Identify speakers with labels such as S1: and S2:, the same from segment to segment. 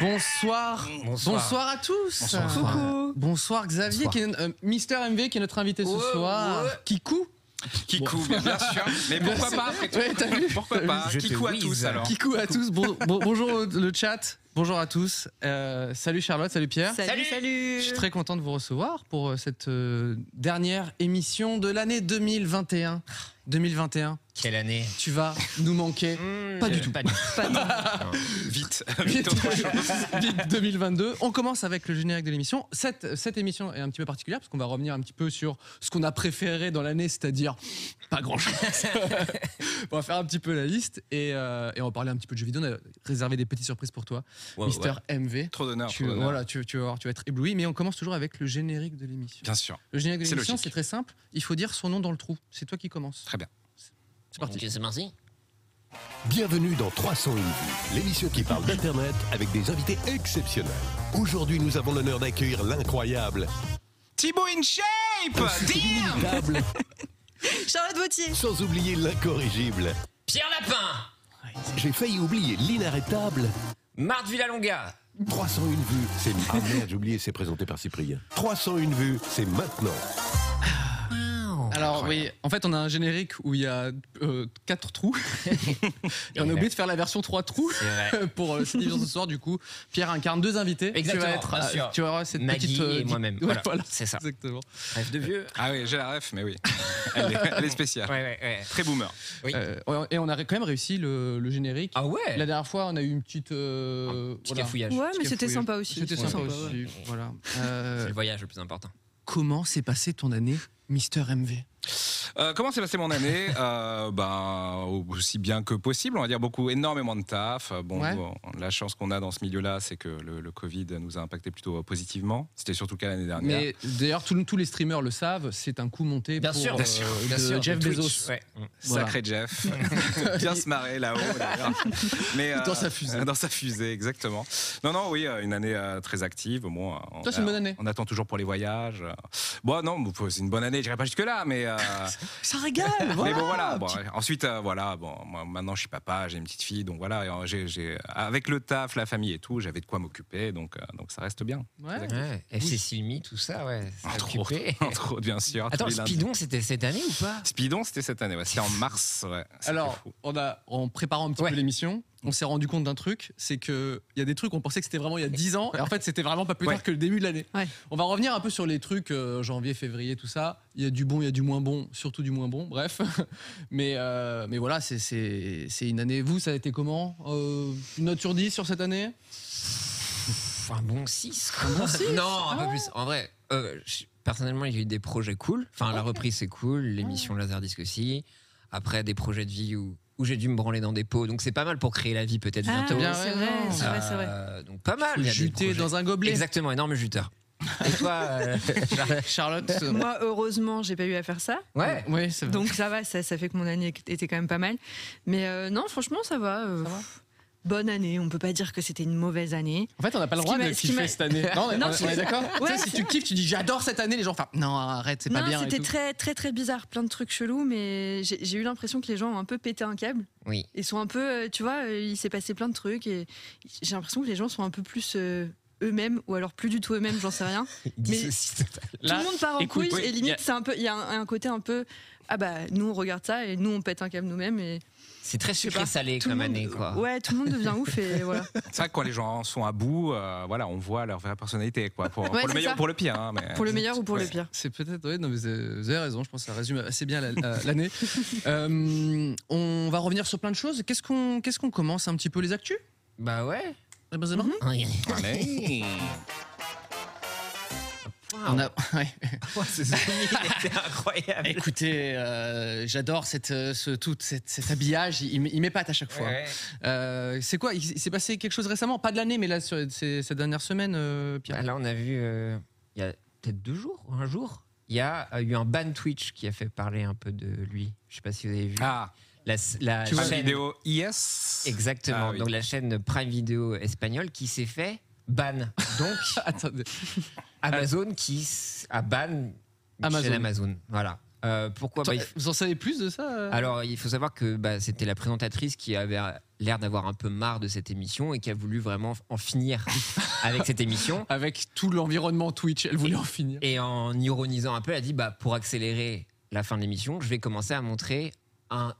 S1: Bonsoir.
S2: Bonsoir.
S1: Bonsoir à tous.
S2: Bonsoir.
S1: Coucou. Bonsoir Xavier,
S2: Bonsoir.
S1: qui est, euh, Mister MV, qui est notre invité
S2: Ouais,
S1: ce soir.
S2: ouais.
S1: Kikou.
S2: Kikou,
S1: Bon.
S2: bien sûr. Mais pourquoi
S1: Merci.
S2: pas après tout
S1: Ouais, t'as vu
S2: Pourquoi pas hein.
S3: Je te
S2: Kikou à
S3: whiz.
S2: tous alors.
S1: Kikou à tous. Bon- bon- bonjour au- le chat. Bonjour à tous. Euh, salut Charlotte, salut Pierre.
S4: Salut, salut
S1: Je suis très content de vous recevoir pour euh, cette euh, dernière émission de l'année 2021. 2021,
S3: Quelle année
S1: tu vas nous manquer. Pas du tout.
S3: Pas du tout.
S2: Vite, vite autre chose.
S1: Vite 2022. On commence avec le générique de l'émission. Cette, cette émission est un petit peu particulière parce qu'on va revenir un petit peu sur ce qu'on a préféré dans l'année, c'est-à-dire pas grand-chose. on va faire un petit peu la liste et, euh, et on va parler un petit peu de jeux vidéo. On a réservé des petites surprises pour toi, Mister MV.
S2: Trop d'honneur.
S1: Tu,
S2: trop d'honneur.
S1: voilà, tu, tu vas voir, tu vas être ébloui, mais on commence toujours avec le générique de l'émission.
S2: Bien sûr.
S1: Le générique de
S2: C'est
S1: l'émission,
S2: logique.
S1: c'est très simple. Il faut dire son nom dans le trou. C'est toi qui commences.
S2: Très bien.
S1: C'est parti.
S3: Ok, c'est parti.
S5: Bienvenue dans 301 vues, l'émission qui parle d'Internet avec des invités exceptionnels. Aujourd'hui, nous avons l'honneur d'accueillir l'incroyable,
S2: Thibaut in shape Damn
S5: l'inimitable,
S4: Ah, Charlotte Vautier
S5: sans oublier l'incorrigible.
S3: Pierre Lapin
S5: J'ai failli oublier l'inarrêtable.
S3: Marthe Villalonga
S5: 301 vues, c'est... Ah merde, j'ai oublié, c'est présenté par Cyprien. 301 vues, c'est maintenant.
S1: Alors oui, en fait on a un générique où il y a 4 trous et on a
S3: Et
S1: oublié de faire la version 3 trous
S3: C'est vrai.
S1: pour euh, cette émission ce soir du coup. Pierre incarne deux invités.
S3: Exactement,
S1: tu vas être,
S3: bien
S1: euh,
S3: sûr.
S1: tu vas avoir cette
S3: Maggie
S1: petite
S3: et
S1: di-
S3: moi-même,
S1: Ouais,
S3: voilà,
S1: voilà,
S3: c'est ça.
S1: Exactement.
S3: Rêve de vieux.
S2: Ah oui, j'ai la ref, mais oui. Elle est, elle est spéciale.
S3: Ouais, ouais, ouais.
S2: Très boomer.
S1: Euh, et on a quand même réussi le, le générique.
S3: Ah ouais
S1: La dernière fois, on a eu une petite. euh,
S3: Petit
S1: voilà.
S3: cafouillage.
S4: Ouais, mais
S1: Petit
S4: c'était
S1: cafouillage.
S4: sympa aussi.
S1: C'était sympa
S3: Ouais.
S1: aussi. Voilà.
S3: C'est
S1: Euh,
S3: le voyage le plus important.
S1: comment s'est passée ton année, Mister MV
S2: Euh, comment s'est passée mon année Euh, ben, Aussi bien que possible, on va dire beaucoup, énormément de taf. Euh, Bon,
S1: Ouais.
S2: bon, la chance qu'on a dans ce milieu-là, c'est que le, le Covid nous a impacté plutôt euh, positivement. C'était surtout le cas l'année dernière.
S1: Mais d'ailleurs, tout- tous les streamers le savent, c'est un coup monté
S3: Bien
S1: pour
S3: sûr,
S1: euh,
S3: bien
S2: sûr,
S1: de
S3: Bien sûr,
S1: Jeff
S3: de Twitch.
S1: Bezos.
S3: Ouais.
S1: Voilà.
S2: Sacré Jeff, bien se marrer là-haut. d'ailleurs. Mais euh,
S1: Dans sa fusée.
S2: Dans sa fusée, exactement. Non, non, oui, euh, une année euh, très active. Bon, euh, on,
S1: Toi, c'est une bonne année.
S2: On attend toujours pour les voyages. euh. Bon, non, bon, c'est une bonne année. J'irai pas jusque là, mais. euh,
S1: Ça régale
S2: mais bon, voilà. Bon, Ensuite, euh, voilà. Bon, moi, maintenant, je suis papa, j'ai une petite fille, donc voilà. et, euh, j'ai- j'ai- avec le taf, la famille et tout, j'avais de quoi m'occuper, donc euh, donc ça reste bien.
S1: Ouais. Ah,
S3: Ouais. FC Silmi, tout ça, ouais. ça a
S2: Entre autres.
S3: occupé.
S2: Entre autres, bien sûr. tous
S3: Attends,
S2: les lundis.
S3: Spidon, c'était cette année ou pas
S2: Spidon, c'était cette année. ouais, c'était en mars. ouais, c'était
S1: Alors,
S2: fou.
S1: on a, en préparant un petit
S3: Ouais.
S1: peu l'émission, on s'est rendu compte d'un truc, c'est que il y a des trucs, on pensait que c'était vraiment il y a 10 ans, et en fait, c'était vraiment pas plus tard
S2: Ouais.
S1: que le début de l'année.
S4: Ouais.
S1: On va revenir un peu sur les trucs euh, janvier, février, tout ça. Il y a du bon, il y a du moins bon, surtout du moins bon, bref. Mais, euh, mais voilà, c'est- c'est c'est une année. Vous, ça a été comment Euh, Une note sur 10 sur cette année
S3: Pff, Un bon 6. Non,
S4: Ah
S3: un peu plus. En vrai, euh, je- personnellement, il y a eu des projets cool. Enfin, la reprise, c'est cool. L'émission
S4: Ah.
S3: Laserdisc aussi. Après, des projets de vie où, où j'ai dû me branler dans des pots. Donc, c'est pas mal pour créer la vie, peut-être
S4: Ah,
S3: bientôt.
S1: Bien hein. Ah.
S4: c'est
S1: raison.
S4: vrai, c'est vrai, c'est vrai.
S3: Euh, donc pas
S4: Ah,
S3: mal. il y a des
S1: Juté
S3: projets.
S1: dans un gobelet.
S3: Exactement, énorme juteur. Et toi euh, Charles-
S1: Charlotte euh,
S4: Moi, heureusement, j'ai pas eu à faire ça.
S3: Ouais.
S1: Oui, c'est vrai.
S4: Donc ça va, ça, ça fait que mon année était quand même pas mal. Mais euh, non, franchement, ça va. euh,
S1: Ça va
S4: bonne année. On peut pas dire que c'était une mauvaise année.
S1: En fait, on n'a pas le
S4: Ce
S1: droit
S4: qui
S1: de
S4: m'a- ce qui
S1: kiffer
S4: m'a-
S1: cette année. Non, on-
S4: Non,
S1: on
S4: c'est-
S1: est d'accord Tu sais,
S4: Ouais,
S1: Si
S4: c'est-
S1: tu kiffes, tu dis j'adore cette année, les gens font non, arrête, c'est pas
S4: Non,
S1: bien. et
S4: c'était
S1: tout.
S4: très, très, très bizarre. Plein de trucs chelous, mais j'ai j'ai eu l'impression que les gens ont un peu pété un câble.
S3: Oui.
S4: Ils sont un peu, euh, tu vois, euh, il s'est passé plein de trucs et j'ai l'impression que les gens sont un peu plus euh, eux-mêmes ou alors plus du tout eux-mêmes, j'en sais rien.
S3: Dissocie total.
S1: Là,
S4: tout le monde part en
S1: écoute,
S4: couille
S1: oui,
S4: et
S1: y a-
S4: limite c'est un peu il y a un, un côté un peu ah bah nous on regarde ça et nous on pète un câble nous-mêmes et
S3: C'est très
S4: sais
S3: sucré
S4: pas,
S3: salé
S4: tout le
S3: comme
S4: monde-
S3: année, quoi.
S4: ouais tout le monde devient ouf et voilà
S2: C'est vrai que quand les gens sont à bout, euh, voilà, on voit leur vraie personnalité, quoi. Pour, pour
S4: Ouais,
S2: le
S4: c'est
S2: meilleur
S4: ça.
S2: ou pour le pire. hein, mais-
S4: pour le meilleur ou pour
S2: Ouais.
S4: le pire
S1: C'est peut-être, oui, non, mais vous avez vous avez raison, je pense que ça résume assez bien la- la- l'année. Euh, on va revenir sur plein de choses. Qu'est-ce qu'on qu'est-ce qu'on commence un petit peu les actus
S3: Bah ouais.
S1: Mhm. Eh ben, c'est marrant.
S3: Oui.
S2: Allez.
S1: On a... ouais.
S3: ce zooming était incroyable.
S1: Écoutez, euh, j'adore cette, euh, ce, tout cette- cet habillage, il, m- il m'épate à chaque fois.
S3: Ouais.
S1: Euh, c'est quoi Il, il s'est passé quelque chose récemment Pas de l'année, mais là, sur, c'est, cette dernière semaine, euh, Pierre.
S3: Bah, là, on a vu, euh, il y a peut-être deux jours, ou un jour, il y a euh, eu un ban Twitch qui a fait parler un peu de lui. Je sais pas si vous avez vu.
S2: Ah,
S3: La, s- la
S1: Tu
S2: la
S1: vois,
S3: chaîne-
S2: vidéo IS.
S3: Exactement.
S2: Ah oui.
S3: Donc la chaîne Prime Video espagnole qui s'est fait ban. Donc
S1: Attendez.
S3: Amazon qui s- a ban
S1: Amazon.
S3: Amazon. chaîne Amazon. Voilà. Euh,
S1: Ah,
S3: pourquoi bah, il f-
S1: Vous en savez plus de ça euh
S3: Alors il faut savoir que bah, c'était la présentatrice qui avait l'air d'avoir un peu marre de cette émission et qui a voulu vraiment en finir avec cette émission.
S1: Avec tout l'environnement Twitch, elle voulait en finir.
S3: Et en ironisant un peu, elle a dit bah, pour accélérer la fin de l'émission, je vais commencer à montrer un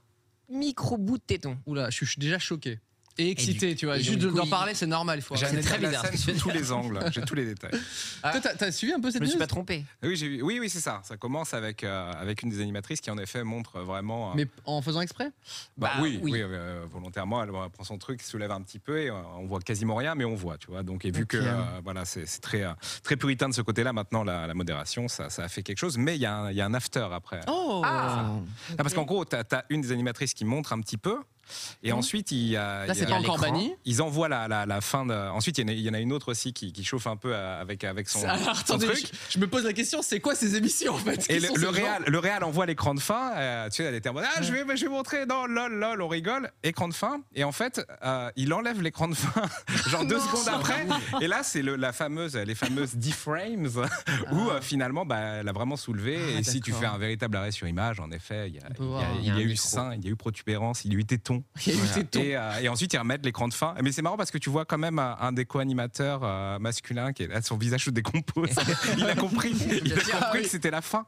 S3: micro bout de téton.
S1: Oula, je suis déjà choqué. Et
S3: Et
S1: excité,
S3: du-
S1: tu vois.
S3: et
S1: Juste
S3: donc,
S1: de-
S3: du coup,
S1: d'en
S3: il-
S1: parler, c'est normal. Il faut
S3: C'est
S2: J'ai
S1: arrêter.
S3: très
S2: très
S3: bizarre,
S2: bizarre.
S3: ce que tu
S2: sous
S3: veux
S2: tous les angles, j'ai tous les détails.
S1: Toi, t'as, t'as suivi un peu
S3: Je
S1: cette
S3: me suis
S1: news
S3: pas trompé.
S2: Oui, j'ai vu- oui, oui, c'est ça. Ça commence avec, euh, avec une des animatrices qui, en effet, montre vraiment. euh,
S1: Mais en faisant exprès
S2: bah,
S3: bah,
S2: oui,
S3: oui.
S2: oui, euh, volontairement, elle euh, prend son truc, soulève un petit peu et euh, on voit quasiment rien, mais on voit, tu vois. Donc, et vu
S1: Ok.
S2: que euh, voilà, c'est c'est très, euh, très puritain de ce côté-là, maintenant, la, la modération, ça, ça a fait quelque chose. Mais il y, a un- il y a un after après.
S1: Oh
S3: Ah.
S2: Ah, parce qu'en gros, tu as, une des animatrices qui montre un petit peu. Et ensuite, il y a.
S1: Ah. Là,
S2: il y a-
S1: c'est pas encore
S3: l'écran.
S1: banni.
S2: Ils envoient la, la, la fin de. Ensuite, il y, en a- il y en a une autre aussi qui, qui chauffe un peu euh, avec, avec son,
S1: Alors,
S2: son
S1: attendez,
S2: truc.
S1: je, je me pose la question, c'est quoi ces émissions en fait
S2: Et
S1: Qui
S2: le,
S1: sont
S2: le
S1: ces
S2: Real,
S1: gens
S2: le Real envoie l'écran de fin. euh, tu sais, elle était en mode Ah, je vais, je vais montrer. Non, lol, lol, on rigole. Écran de fin. Et en fait, euh, il enlève l'écran de fin, genre deux secondes après.
S1: Ah
S2: Et là, c'est le- la fameuse, les fameuses D-frames, où euh, finalement, bah, elle a vraiment soulevé.
S1: Ah,
S2: et si tu
S1: d'accord.
S2: fais un véritable arrêt sur image, en effet, il y a,
S1: peut
S2: il y a-
S1: voir.
S2: il y a
S3: Il y a un
S2: eu
S3: micro.
S2: sein, il y a eu protubérance, il y a eu téton.
S1: Il y a eu ces tons.
S2: Et, euh, et ensuite, ils remettent l'écran de fin. Mais c'est marrant parce que tu vois quand même euh, un des co-animateurs euh, masculins qui est là, son visage se décompose. il a compris, il a
S1: Ah oui.
S2: compris que c'était la fin.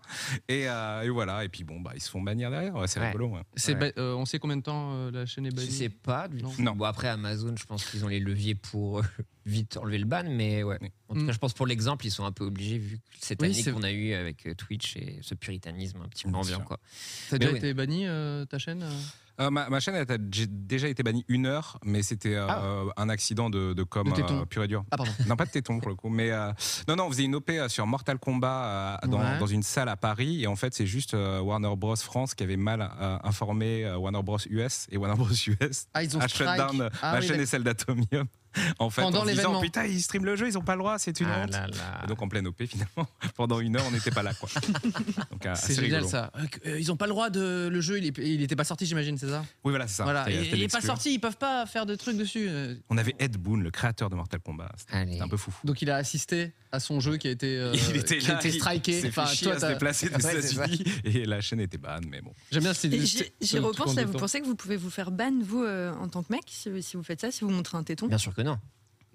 S2: Et, euh, et voilà. Et puis bon, bah, ils se font bannir derrière. Ouais, c'est
S3: Ouais.
S2: rigolo. ouais.
S1: C'est
S3: Ouais.
S1: ba- euh, on sait combien de temps euh, la chaîne est
S3: Je
S1: bannie
S3: sais pas du
S1: Non.
S3: tout.
S2: Non.
S3: Bon, après, Amazon, je pense qu'ils ont les leviers pour euh, vite enlever le ban, mais ouais.
S2: Oui.
S3: En tout
S1: Mm.
S3: cas, je pense pour l'exemple, ils sont un peu obligés vu que cette
S1: Oui,
S3: année
S1: c'est-
S3: qu'on a eu avec euh, Twitch et ce puritanisme un petit peu
S2: Bien
S3: ambiant,
S2: sûr.
S3: quoi.
S1: T'as
S3: Mais
S1: déjà
S3: oui.
S1: été banni euh, ta chaîne euh
S2: Euh, ma, ma chaîne elle a j'ai déjà été bannie une heure, mais c'était euh,
S3: Ah.
S2: euh, un accident de, de com
S1: De téton.
S2: euh, pur et dur.
S1: Ah pardon.
S2: Non, pas de téton pour le coup. Mais euh, non, non, on faisait une OP sur Mortal Kombat euh, dans,
S1: Ouais.
S2: dans une salle à Paris. Et en fait, c'est juste euh, Warner Bros. France qui avait mal euh, informé euh, Warner Bros. US. Et Warner Bros. US
S1: Ah ils ont
S2: a shut
S1: strike.
S2: down euh,
S1: Ah
S2: ma
S1: oui,
S2: chaîne et celle d'Atomium. En fait,
S1: Pendant
S2: en se disant
S1: l'événement.
S2: putain, ils streament le jeu, ils ont pas le droit, c'est une
S3: Ah
S2: honte.
S3: là là.
S2: Et donc en pleine OP finalement, pendant une heure, on n'était pas là quoi. Donc euh,
S1: C'est
S2: assez
S1: génial
S2: rigolo.
S1: ça. Euh, que- euh, ils ont pas le droit de le jeu, il, est- il était pas sorti j'imagine, c'est ça
S2: Oui voilà, c'est ça.
S1: Voilà,
S2: C'était-
S1: il,
S2: c'était
S1: il est pas
S2: l'exclu. hein.
S1: sorti, ils peuvent pas faire de trucs dessus. euh.
S2: On avait Ed Boon, le créateur de Mortal Kombat. C'était
S3: Allez.
S2: c'était un peu fou.
S1: Donc il a assisté à son jeu qui a été euh,
S2: il était
S1: qui
S2: là,
S1: a été
S2: il
S1: striké.
S2: s'est fait
S1: Enfin,
S2: chier
S1: toi,
S2: à se
S1: t'as-
S2: déplacer des
S3: Ouais, c'est ça.
S2: États-Unis et la chaîne était ban, mais bon.
S1: J'aime bien ces
S4: Et
S1: ces-
S4: j'y-
S1: ce
S4: J'y
S1: truc en
S4: repense, là, vous
S1: détente.
S4: pensez que vous pouvez vous faire ban, vous, euh, en tant que mec, si, si vous faites ça, si vous montrez un téton
S3: Bien sûr que non.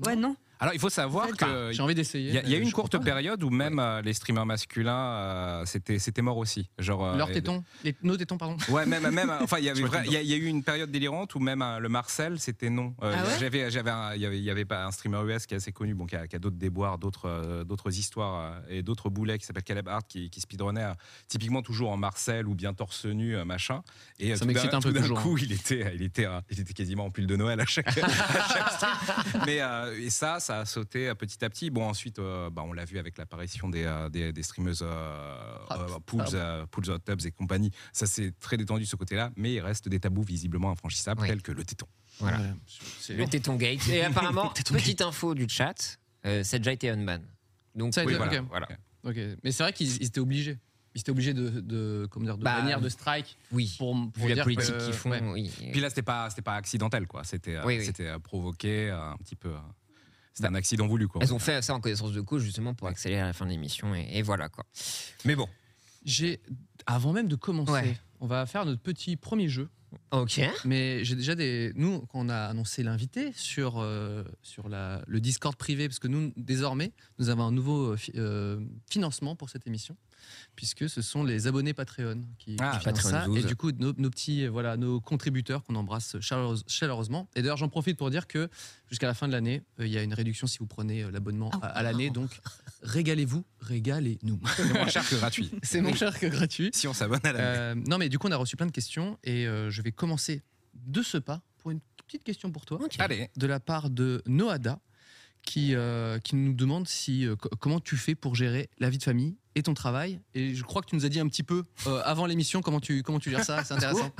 S4: Ouais, non.
S2: Alors il faut savoir
S4: Enfin,
S2: que
S1: J'ai envie d'essayer.
S2: Il y a, il y a
S1: mais
S2: eu une
S1: je
S2: courte
S1: comprends pas.
S2: période où même euh, les streamers masculins, euh, c'était c'était mort aussi. Genre, euh,
S1: Leurs
S2: et-
S1: tétons, les- nos tétons pardon.
S2: Ouais, même, même euh, enfin, il y, avait
S1: Je
S2: vrai-
S1: vois tout
S2: il y a, il y a eu une période délirante où même euh, le Marcel, c'était non. Euh,
S4: Ah ouais
S2: j'avais, j'avais un- il y avait, il y avait pas un streamer US qui est assez connu, bon, qui a, qui a d'autres déboires, d'autres, euh, d'autres histoires euh, et d'autres boulets qui s'appelle Caleb Hart qui, qui speedrunnait euh, typiquement toujours en Marcel ou bien torse nu, euh, machin. Et euh,
S1: Ça
S2: tout d'un-
S1: m'excite un peu
S2: tout d'un
S1: toujours, hein.
S2: coup, il était, il était, euh, il était quasiment en pull de Noël à chaque, à chaque stream. Mais euh, et ça, ça a sauté euh, petit à petit. Bon, ensuite, euh, bah, on l'a vu avec l'apparition des, euh, des, des streameuses euh,
S3: Ah,
S1: Hop.
S2: euh, Pools, euh, Pools Hot Tubs et compagnie. Ça, c'est très détendu ce côté-là, mais il reste des tabous visiblement infranchissables,
S3: Oui.
S2: tels que le téton.
S3: Voilà.
S1: Ouais, c'est-
S3: Le téton gate. Et apparemment,
S1: Téton
S3: petite info du chat, euh, ça a déjà été unban. Donc,
S1: Ça a
S3: oui,
S1: été-
S3: voilà.
S1: ok.
S2: voilà.
S1: Ok, mais c'est vrai qu'ils ils étaient obligés. Ils étaient obligés de, de comment dire, de
S3: Bah,
S2: euh,
S1: manière de strike
S3: Oui.
S1: pour, pour
S3: Vu la
S1: dire
S3: politique
S1: que-
S3: qu'ils font,
S1: ouais.
S3: oui.
S2: Puis là, c'était pas, c'était pas accidentel, quoi. C'était, euh,
S3: Oui, oui.
S2: c'était euh, provoqué euh, un petit peu. euh, c'était un accident voulu, quoi.
S3: Elles ont fait ça en connaissance de cause justement pour accélérer à la fin de l'émission et, et voilà quoi. Mais bon.
S1: J'ai avant même de commencer,
S3: Ouais.
S1: on va faire notre petit premier jeu.
S3: Ok.
S1: Mais j'ai déjà des nous quand on a annoncé l'invité sur euh, sur la, le Discord privé parce que nous désormais nous avons un nouveau euh, fi- euh, financement pour cette émission puisque ce sont les abonnés Patreon qui,
S2: Ah,
S1: qui financent ça
S3: Patreon
S1: et
S3: 12.
S1: du coup nos, nos petits euh, voilà nos contributeurs qu'on embrasse chaleureuse- chaleureusement et d'ailleurs j'en profite pour dire que jusqu'à la fin de l'année euh, il y a une réduction si vous prenez euh, l'abonnement à, à l'année donc régalez-vous régalez-nous
S2: C'est moins cher que gratuit.
S1: c'est moins cher que gratuit
S2: Si on s'abonne à la.
S1: euh, non, mais du coup, on a reçu plein de questions et euh, je vais commencer de ce pas pour une petite question pour toi
S3: Ok.
S2: Allez.
S1: de la part de Noada qui, euh, qui nous demande si, euh, co- comment tu fais pour gérer la vie de famille et ton travail. Et je crois que tu nous as dit un petit peu euh, avant l'émission comment tu, comment tu gères ça, c'est intéressant.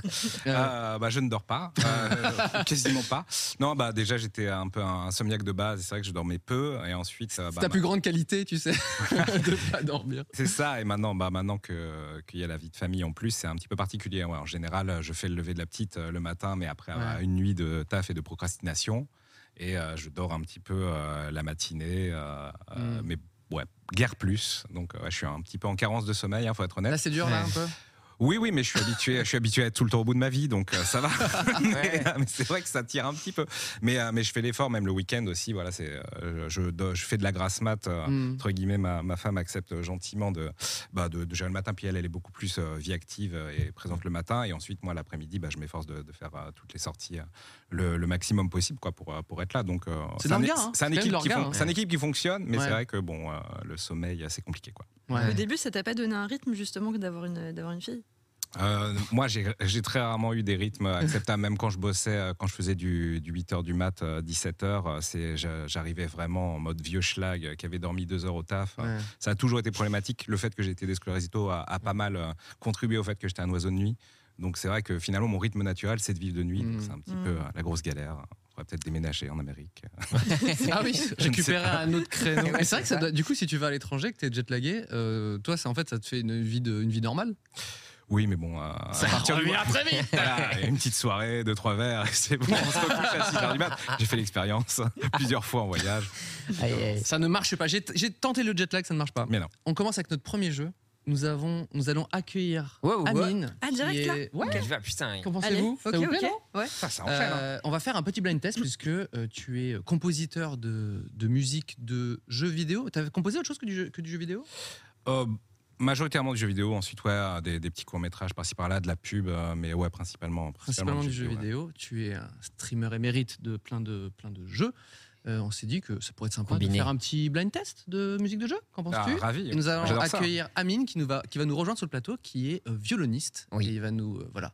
S1: Euh,
S2: Euh, bah, je ne dors pas, euh, quasiment pas. Non, bah déjà j'étais un peu un insomniaque de base. et C'est vrai que je dormais peu et ensuite. euh,
S1: c'est
S2: bah,
S1: ta plus grande qualité, tu sais, de pas dormir.
S2: C'est ça, et maintenant, bah, maintenant que- qu'il y a la vie de famille en plus, c'est un petit peu particulier. Ouais, en général, euh, je fais le lever de la petite euh, le matin, mais après avoir une nuit de taf et de procrastination, et euh, je dors un petit peu euh, la matinée, euh, euh,
S1: Mm.
S2: mais ouais, guère plus. Donc, euh, ouais, je suis un petit peu en carence de sommeil, il faut être
S1: Là,
S2: honnête.
S1: c'est dur, là, un peu.
S2: Oui, oui, mais je suis habitué, je suis habitué à être tout le temps au bout de ma vie, donc euh, ça va. mais euh, mais c'est vrai que ça tire un petit peu. Mais, euh, mais je fais l'effort, même le week-end aussi. Voilà, c'est, euh, je, do- je fais de la grasse mat. euh,
S1: Mm.
S2: entre guillemets, ma, ma femme accepte gentiment de, bah, de, de gérer le matin. Puis elle, elle est beaucoup plus euh, vie active euh, et présente le matin. Et ensuite, moi, l'après-midi, bah, je m'efforce de, de faire euh, toutes les sorties euh, le, le maximum possible quoi, pour, euh, pour être là. Donc, euh,
S1: C'est
S2: c'est un
S1: de
S2: é-
S1: l'orga, hein.
S2: c'est un
S1: C'est quand même de
S2: équipe qui
S1: l'orga,
S2: fon-
S1: hein.
S2: c'est un équipe qui fonctionne, mais
S1: Ouais.
S2: c'est vrai que bon, euh, le sommeil, euh, c'est compliqué. Quoi.
S1: Ouais.
S4: Au début, ça t'a pas donné un rythme justement que d'avoir une, d'avoir une fille
S2: Euh, moi, j'ai j'ai très rarement eu des rythmes acceptables, même quand je bossais, euh, quand je faisais du, 8h du mat, euh, 17h, j'arrivais vraiment en mode vieux schlag euh, qui avait dormi deux heures au taf.
S1: Ouais.
S2: Ça a toujours été problématique. Le fait que j'ai été déscolarisé tôt a, a pas mal euh, contribué au fait que j'étais un oiseau de nuit. Donc c'est vrai que finalement, mon rythme naturel, c'est de vivre de nuit.
S1: Mm.
S2: Donc C'est un petit
S4: Mm.
S2: peu euh, la grosse galère. On va peut-être déménager en Amérique.
S1: Ah oui,
S2: Je ne sais
S1: récupérer un autre créneau.
S3: Ouais,
S1: Mais c'est
S3: c'est
S1: vrai que ça
S3: ça.
S1: doit- du coup, si tu vas à l'étranger, que t'es jetlagué, euh, toi, ça, en fait, ça te fait une vie, de, une vie normale.
S2: Oui, mais bon, euh, à partir du mois-
S1: très vite.
S2: Voilà, une petite soirée, deux, trois verres, et c'est bon, on se recouche à 6 heures du mat. J'ai fait l'expérience plusieurs fois en voyage.
S1: Ça ne marche pas. J'ai j'ai tenté le jet lag, ça ne marche pas.
S2: Mais non.
S1: On commence avec notre premier jeu. Nous, avons, nous allons accueillir
S3: Wow, wow.
S1: Amine.
S4: Ah,
S1: qui
S4: direct, là
S1: est- Ouais,
S3: Ok, je vais- putain.
S1: qu'en
S4: Allez,
S1: pensez-vous Ça
S4: ok,
S1: vous plaît,
S4: ok.
S1: non
S4: Ouais.
S2: Ça, ça
S4: hein.
S1: Euh, on va faire un petit blind test puisque euh, tu es compositeur de, de musique de jeux vidéo. Tu as composé autre chose que du jeu, que du jeu vidéo
S2: Euh, majoritairement du jeu vidéo, ensuite ouais, des, des petits courts-métrages par-ci par-là, de la pub, euh, mais ouais, principalement.
S1: Principalement du jeu
S2: ouais.
S1: vidéo. Tu es un streamer émérite de plein de, plein de jeux. Euh, on s'est dit que ça pourrait être sympa de
S3: Combiné.
S1: faire un petit blind test de musique de jeu. Qu'en
S2: Ah,
S1: penses-tu
S2: ravi.
S1: Et nous allons
S2: J'adore ça.
S1: accueillir Amine qui, nous va, qui va nous rejoindre sur le plateau, qui est euh, violoniste.
S3: Oui.
S1: Et il va nous. euh, voilà.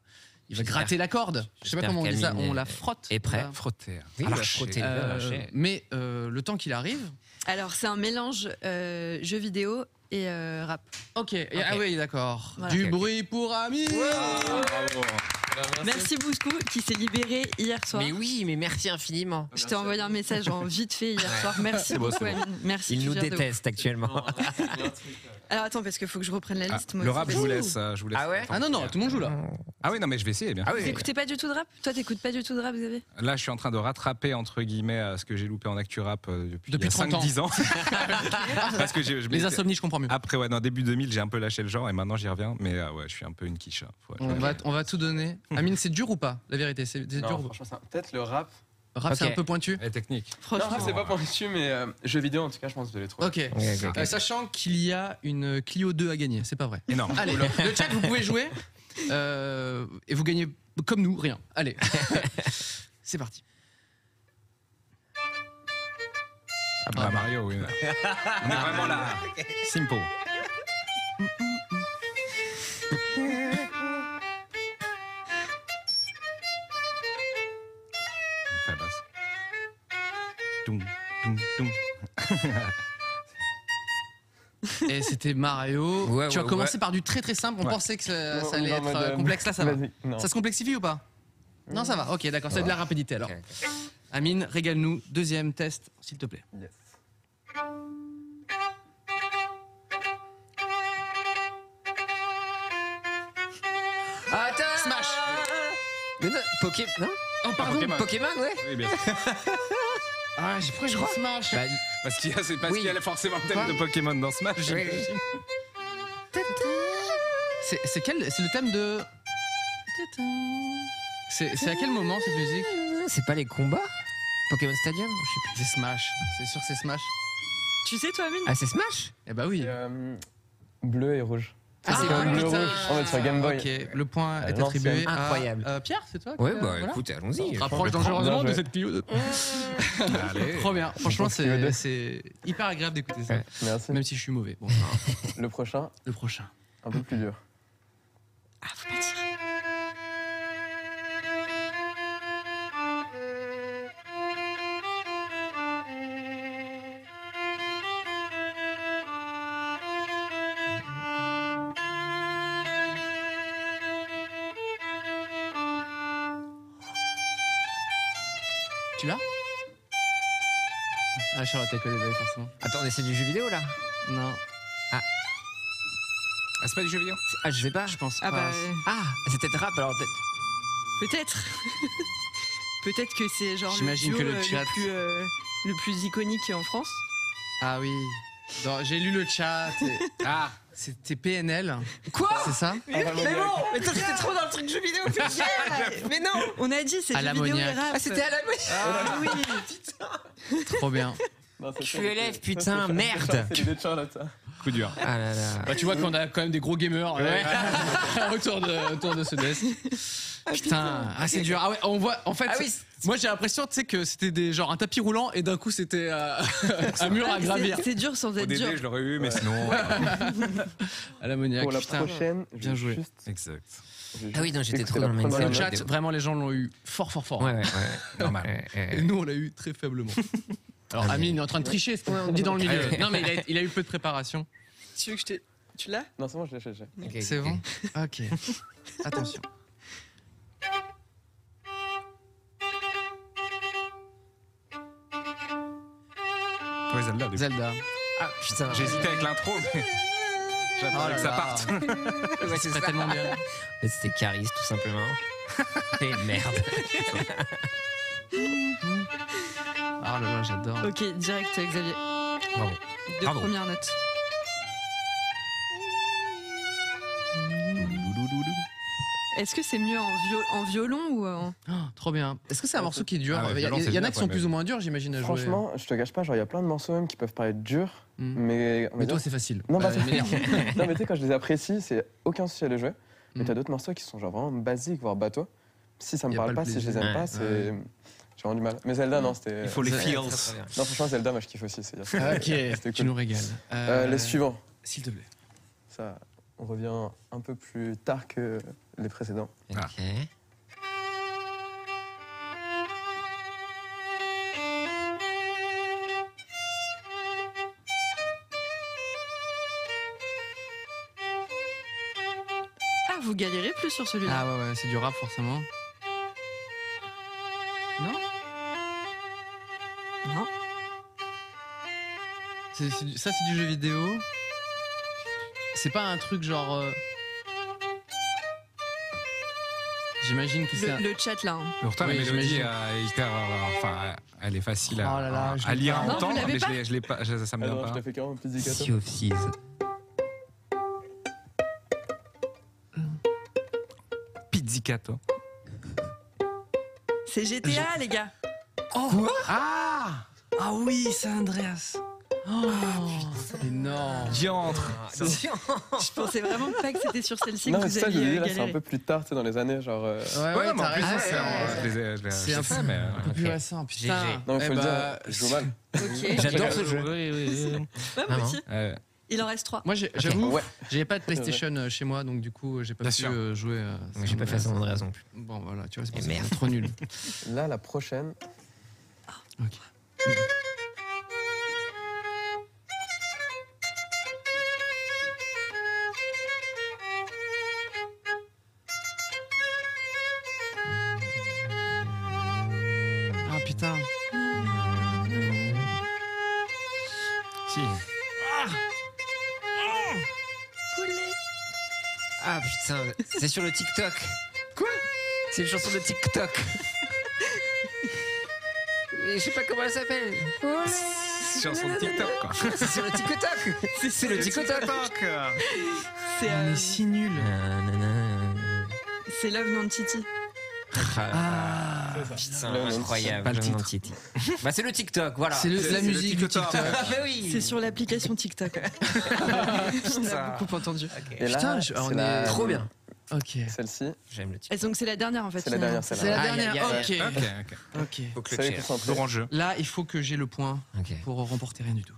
S1: Il va
S3: J'espère-
S1: gratter la corde. Je sais pas
S3: j'espère
S1: comment on dit ça.
S3: qu'Amine
S1: On
S3: est-
S1: la frotte.
S3: est prêt.
S1: Voilà.
S2: Frotter.
S3: Oui,
S2: à
S3: bah,
S2: l'archer.
S3: frotter.
S1: Euh,
S3: Lâcher.
S1: mais euh, le temps qu'il arrive.
S4: Alors, c'est un mélange euh, jeux vidéo et euh, rap.
S1: Ok. et- Ah oui, d'accord.
S4: Voilà.
S1: Du
S3: Ok, ok.
S1: bruit pour Amine.
S2: Bravo.
S1: Ah,
S4: Merci beaucoup qui s'est libéré hier soir.
S3: Mais oui, mais merci infiniment.
S4: Je t'ai envoyé un message en vite fait hier
S3: Ouais.
S4: soir. Merci
S2: C'est beau,
S4: beaucoup,
S2: c'est beau.
S4: Amine. Merci.
S3: Il
S4: tu
S3: nous
S4: viens de-
S3: déteste actuellement.
S4: Alors attends, parce qu'il faut que je reprenne la
S2: Ah,
S4: liste. moi
S2: le
S4: aussi,
S2: rap, je
S4: parce
S2: vous
S4: que-
S2: laisse. euh, Je vous laisse
S3: Ah ouais
S1: Ah non, non, tout le monde joue là.
S2: Ah oui, non, mais je vais essayer, bien.
S3: Ah
S4: Vous
S3: oui.
S4: écoutez pas du tout de rap Toi, t'écoutes pas du tout de rap, Xavier
S2: Là, je suis en train de rattraper, entre guillemets, euh, ce que j'ai loupé en actu rap euh, depuis,
S1: Depuis 30 ans.
S2: 5-10 ans. Parce que j'ai- je
S1: Les
S2: m'étais-
S1: insomnies, je comprends
S3: Ah,
S1: mieux.
S2: Après, ouais, non, début 2000, j'ai un peu lâché le genre et maintenant j'y reviens. Mais euh, ouais, je suis un peu une quiche. hein. Faut-
S1: On
S2: faut-
S1: va, on va tout donner. Amine, c'est dur ou pas La vérité, c'est c'est
S6: Non,
S1: dur. ou pas
S6: franchement, c'est un- peut-être le rap.
S1: Rap, c'est
S3: Ok.
S1: un peu pointu.
S2: Elle est technique.
S6: Non,
S4: Franchement.
S6: rap, c'est pas pointu, mais euh, jeux vidéo, en tout cas, je pense que vous allez trouver.
S1: Ok. Euh, sachant qu'il y a une Clio 2 à gagner, c'est pas vrai.
S2: Énorme.
S1: Allez, le chat, vous pouvez jouer. Euh, et vous gagnez comme nous, rien. Allez. C'est parti.
S2: Ah, bah, Mario, oui. On est vraiment là. Simple. Fais la basse. Doum, doum, doum.
S1: Et c'était Mario.
S3: Ouais,
S1: tu as
S3: ouais,
S1: commencé
S3: ouais.
S1: par du très très simple. On
S6: Ouais.
S1: pensait que ça,
S6: Non, on y
S1: ça allait
S6: va en
S1: être
S6: mode,
S1: euh,
S6: euh,
S1: complexe. Là, ça va.
S6: Vas-y. Non.
S1: Ça se complexifie ou pas Non, ça va. Ok, d'accord. C'est de la rapidité alors.
S3: Ok,
S1: Amine, régale-nous. Deuxième test, s'il te plaît.
S6: Yes.
S3: Attends
S1: Smash.
S3: Mais non, Poké- non
S1: Oh, pardon.
S2: Pokémon.
S3: Pokémon, ouais
S2: Oui, bien sûr.
S1: Ah, j'ai pourquoi je crois Smash.
S3: Bah,
S2: Parce qu'il y a, c'est parce
S3: Oui.
S2: qu'il y a forcément le thème
S3: Quoi
S2: de Pokémon dans Smash.
S3: Oui, oui.
S1: C'est c'est quel C'est le thème de. C'est c'est à quel moment cette musique
S3: C'est pas les combats Pokémon Stadium Je sais plus.
S1: C'est Smash. C'est sûr que c'est Smash.
S4: Tu sais, toi, Amine
S3: Ah, c'est Smash
S1: Eh bah oui.
S6: Et, euh, bleu et rouge.
S3: Ah, c'est
S6: Ah,
S3: bleu,
S6: bleu,
S1: putain.
S6: rouge. En mode sur Game Boy. Ah,
S1: Ok, le point est
S6: l'ancienne.
S1: attribué à
S3: Incroyable.
S1: euh, Pierre, c'est toi qui-
S3: Ouais,
S1: euh,
S3: bah
S1: voilà.
S3: écoute, allons-y.
S1: Rapproche
S6: Je prends-
S1: dangereusement
S6: bien
S1: de
S6: joué.
S1: cette Clio. de-
S2: Bah, Allez.
S1: Trop bien. Franchement,
S6: pense Clio
S1: c'est
S6: deux.
S1: c'est hyper agréable d'écouter ça.
S3: Ouais.
S6: Merci.
S1: Même si je suis mauvais. Bon,
S6: Le prochain,
S1: le prochain.
S6: un peu plus dur.
S4: Ah, faut pas dire.
S1: Tu l'as Ah, Charlotte, t'as collé, bah, forcément.
S3: Attendez, c'est du jeu vidéo là
S1: Non,
S2: Ah, c'est pas du jeu vidéo
S3: C'est- Ah, je sais pas.
S1: je pense
S4: Ah
S1: pas.
S4: bah, euh,
S3: Ah, c'est peut-être rap alors. peut-être-
S4: peut-être. peut-être que c'est genre le
S1: J'imagine
S4: duo
S1: que le
S4: euh, le,
S1: chat-
S4: plus, euh, le plus iconique en France.
S1: Ah oui. Non, J'ai lu le chat. et- Ah, c'était PNL.
S3: Quoi
S1: C'est ça
S3: Mais bon, mais toi, t'étais trop dans le truc jeu vidéo, fais chier. Mais non
S4: On a dit, c'est
S1: À
S4: du vidéo et
S1: l'ammoniac.
S4: rap.
S3: Ah, c'était à la
S4: Ah oui.
S1: Trop bien.
S6: Non, c'est
S3: Je suis
S6: sûr,
S3: élève,
S6: c'est-
S3: putain,
S6: c'est Charlotte,
S3: merde.
S6: ça, C'est l'idée de Charlotte. ça.
S2: Coup dur.
S3: Ah là là.
S1: Bah, tu vois qu'on a quand même des gros gamers euh, autour, de, autour de ce desk. Putain, ah, c'est dur. Ah ouais, on voit. En fait,
S3: Ah oui,
S1: moi j'ai l'impression, tu sais, que c'était des genre un tapis roulant et d'un coup c'était euh, un mur à gravir.
S4: C'est- C'est dur sans
S2: Au
S4: être dur.
S2: DD, je l'aurais eu, mais
S6: Ouais.
S2: sinon. euh,
S1: À l'ammoniac.
S6: Pour la
S1: Putain.
S6: prochaine, je
S1: Bien
S6: vais
S1: joué.
S6: juste-
S2: Exact.
S6: je vais
S3: Ah oui,
S6: juste
S3: non, j'étais
S6: écouter
S3: trop
S6: la
S3: dans le
S6: première
S1: Le
S3: mindset.
S6: note.
S1: chat, vraiment, les gens l'ont eu fort, fort, fort.
S3: Ouais, ouais, ouais.
S2: Normal.
S3: Ouais, ouais,
S1: Et
S3: ouais.
S1: nous, on l'a eu très faiblement. Alors,
S3: Ah, mais-
S1: Amine il est en train de tricher, c'est pour ça qu'on dit dans le milieu.
S3: Ah, ouais.
S1: Non, mais il a, il a eu peu de préparation.
S4: Tu veux que je t'ai- Tu l'as
S6: Non, c'est bon, je l'achète. je l'ai.
S3: Ok, ok,
S1: C'est
S3: ok.
S1: bon Ok. Attention.
S2: Ouais, Zelda, du coup.
S1: Zelda.
S3: Ah putain.
S2: J'hésitais avec l'intro,
S3: Oh
S2: mais
S1: Oh
S2: j'attendais que ça
S1: là
S2: parte.
S3: Ouais, c'est
S1: C'était
S3: ça.
S1: tellement bien.
S3: En fait, C'était Caris, tout simplement. Et merde.
S1: Ah là là, j'adore.
S4: Ok, direct euh, Xavier.
S3: Bravo.
S4: Deux
S3: Bravo.
S4: premières notes. Est-ce que c'est mieux en, viol- en violon ou en...
S1: Oh, trop bien. Est-ce que c'est un morceau qui est dur
S2: Ah ouais,
S1: Il y, a-
S2: violon, c'est
S1: il y en a
S2: dur,
S1: qui sont
S2: ouais,
S1: plus
S2: mais-
S1: ou moins durs, j'imagine, à jouer.
S6: Franchement, je te cache pas, genre, il y a plein de morceaux même qui peuvent paraître durs,
S1: Hmm.
S6: mais on va
S1: Mais toi,
S6: dire-
S1: c'est facile.
S6: Non, bah,
S1: Euh,
S6: c'est-
S1: mais merde.
S6: non, mais tu sais, quand je les apprécie, c'est aucun souci à les jouer. Mais
S1: Mm.
S6: t'as d'autres morceaux qui sont genre vraiment basiques, voire bateaux. Si ça me
S1: Y a
S6: parle
S1: pas
S6: pas,
S1: le
S6: si je les
S1: plaisir. Mm.
S6: aime pas,
S3: Ouais.
S6: c'est. J'ai vraiment du mal. Mais Zelda, non, c'était.
S2: Il faut les
S1: Zelda,
S2: feels.
S3: Très, très bien.
S6: Non, franchement, Zelda, moi je kiffe aussi. c'est-
S1: Ah, Ok,
S6: C'était
S1: tu
S6: cool.
S1: nous régales.
S6: Euh, Les suivants.
S1: S'il te plaît.
S6: Ça, on revient un peu plus tard que les précédents.
S2: Ah.
S3: Ok.
S4: Ah, vous galérez plus sur celui-là.
S1: Ah ouais, ouais, c'est du rap, forcément. Non
S4: Non.
S1: C'est- c'est du- ça, c'est du jeu vidéo. C'est pas un truc genre. euh, J'imagine que c'est. un-
S4: Le, le chat là. hein.
S2: Pourtant,
S1: Oui,
S2: la mélodie
S1: j'imagine.
S2: euh, est hyper. euh, Enfin, elle est facile à,
S1: Oh là là, je
S2: à
S1: l'ai
S2: lire,
S1: pas.
S2: à
S1: Non, vous
S2: entendre,
S4: l'avez
S2: mais je
S4: pas
S2: l'ai- je l'ai pas, je- ça me
S1: Ah
S2: vient
S6: Alors, Euh, je
S2: pas.
S6: te fais carrément plus
S3: Sea of Thieves.
S2: Pizzicato.
S4: C'est GTA les gars.
S2: Ah
S1: Ah oui, c'est Andreas. Oh,
S4: Ah,
S1: mais non.
S2: Diantre
S1: Ah,
S4: Je pensais vraiment pas que c'était sur celle-ci que
S6: Non, mais
S4: vous
S6: ça, je
S4: alliez
S6: le dis,
S4: euh,
S6: là, c'est un
S4: galérer.
S6: peu plus tard, tu sais, dans les années, genre. euh,
S1: Ouais, ouais,
S2: Ouais, non, mais en
S1: t'as
S2: plus,
S1: raison,
S2: c'est.
S1: c'est
S2: euh,
S1: un-
S2: je les ai- je les-
S1: c'est
S2: je
S1: un
S2: sais,
S1: peu-
S2: mais, euh,
S1: un peu plus
S3: Ok.
S1: récent, putain.
S6: Non, mais faut
S1: Eh
S6: le
S1: bah,
S6: dire, je joue mal.
S4: Ok.
S3: J'adore ce jeu.
S1: Oui, oui, oui.
S4: Ouais, moi
S3: Vraiment.
S4: aussi.
S2: ouais.
S4: Il en reste trois.
S1: Moi, j'ai- j'avoue,
S6: Ouais.
S1: j'avais pas de PlayStation euh, chez moi, donc du coup, j'ai pas
S2: Bien
S1: pu
S2: sûr.
S1: euh, jouer. euh,
S3: Moi, J'ai pas fait ça Andreas non plus.
S1: Bon, voilà, tu vois, c'est
S3: Et
S1: pour ça que
S3: merde.
S1: c'est trop nul.
S6: Là, la prochaine.
S1: Ok. Ah putain.
S2: Si.
S3: Ah putain, c'est sur le TikTok. Quoi C'est une chanson de TikTok. Mais Je sais pas comment elle s'appelle.
S2: Sur
S1: Ah,
S2: son TikTok, quoi.
S3: C'est sur le TikTok. C'est le TikTok.
S1: ah,
S4: C'est euh,
S1: si nul.
S4: c'est Love Non Titi.
S1: Ah.
S3: Putain,
S6: Le nom de-
S3: incroyable.
S1: pas le
S3: je me
S1: titre.
S3: demande qui était. Bah, c'est le TikTok, voilà.
S1: C'est le-
S2: C'est-
S1: la
S2: c'est le
S1: musique du
S2: TikTok.
S1: TikTok.
S3: Ah, bah oui.
S4: C'est sur l'application TikTok. On a beaucoup entendu.
S6: Et là,
S1: Putain, je-
S6: c'est
S1: on
S6: la-
S1: est-
S3: Trop bien.
S1: Ok.
S6: Celle-ci,
S3: J'aime le TikTok.
S4: Et donc c'est la dernière en fait.
S6: c'est la dernière,
S4: finalement.
S6: celle-là.
S1: C'est la
S3: Ah,
S1: dernière.
S3: y a- y a-
S1: ok.
S2: Ok, ok.
S1: Ok.
S3: Faut que le
S6: Soyez
S3: chair.
S6: concentrés.
S2: Laurent jeu.
S1: Là, il faut que j'ai le point
S3: Ok.
S1: pour remporter rien du tout.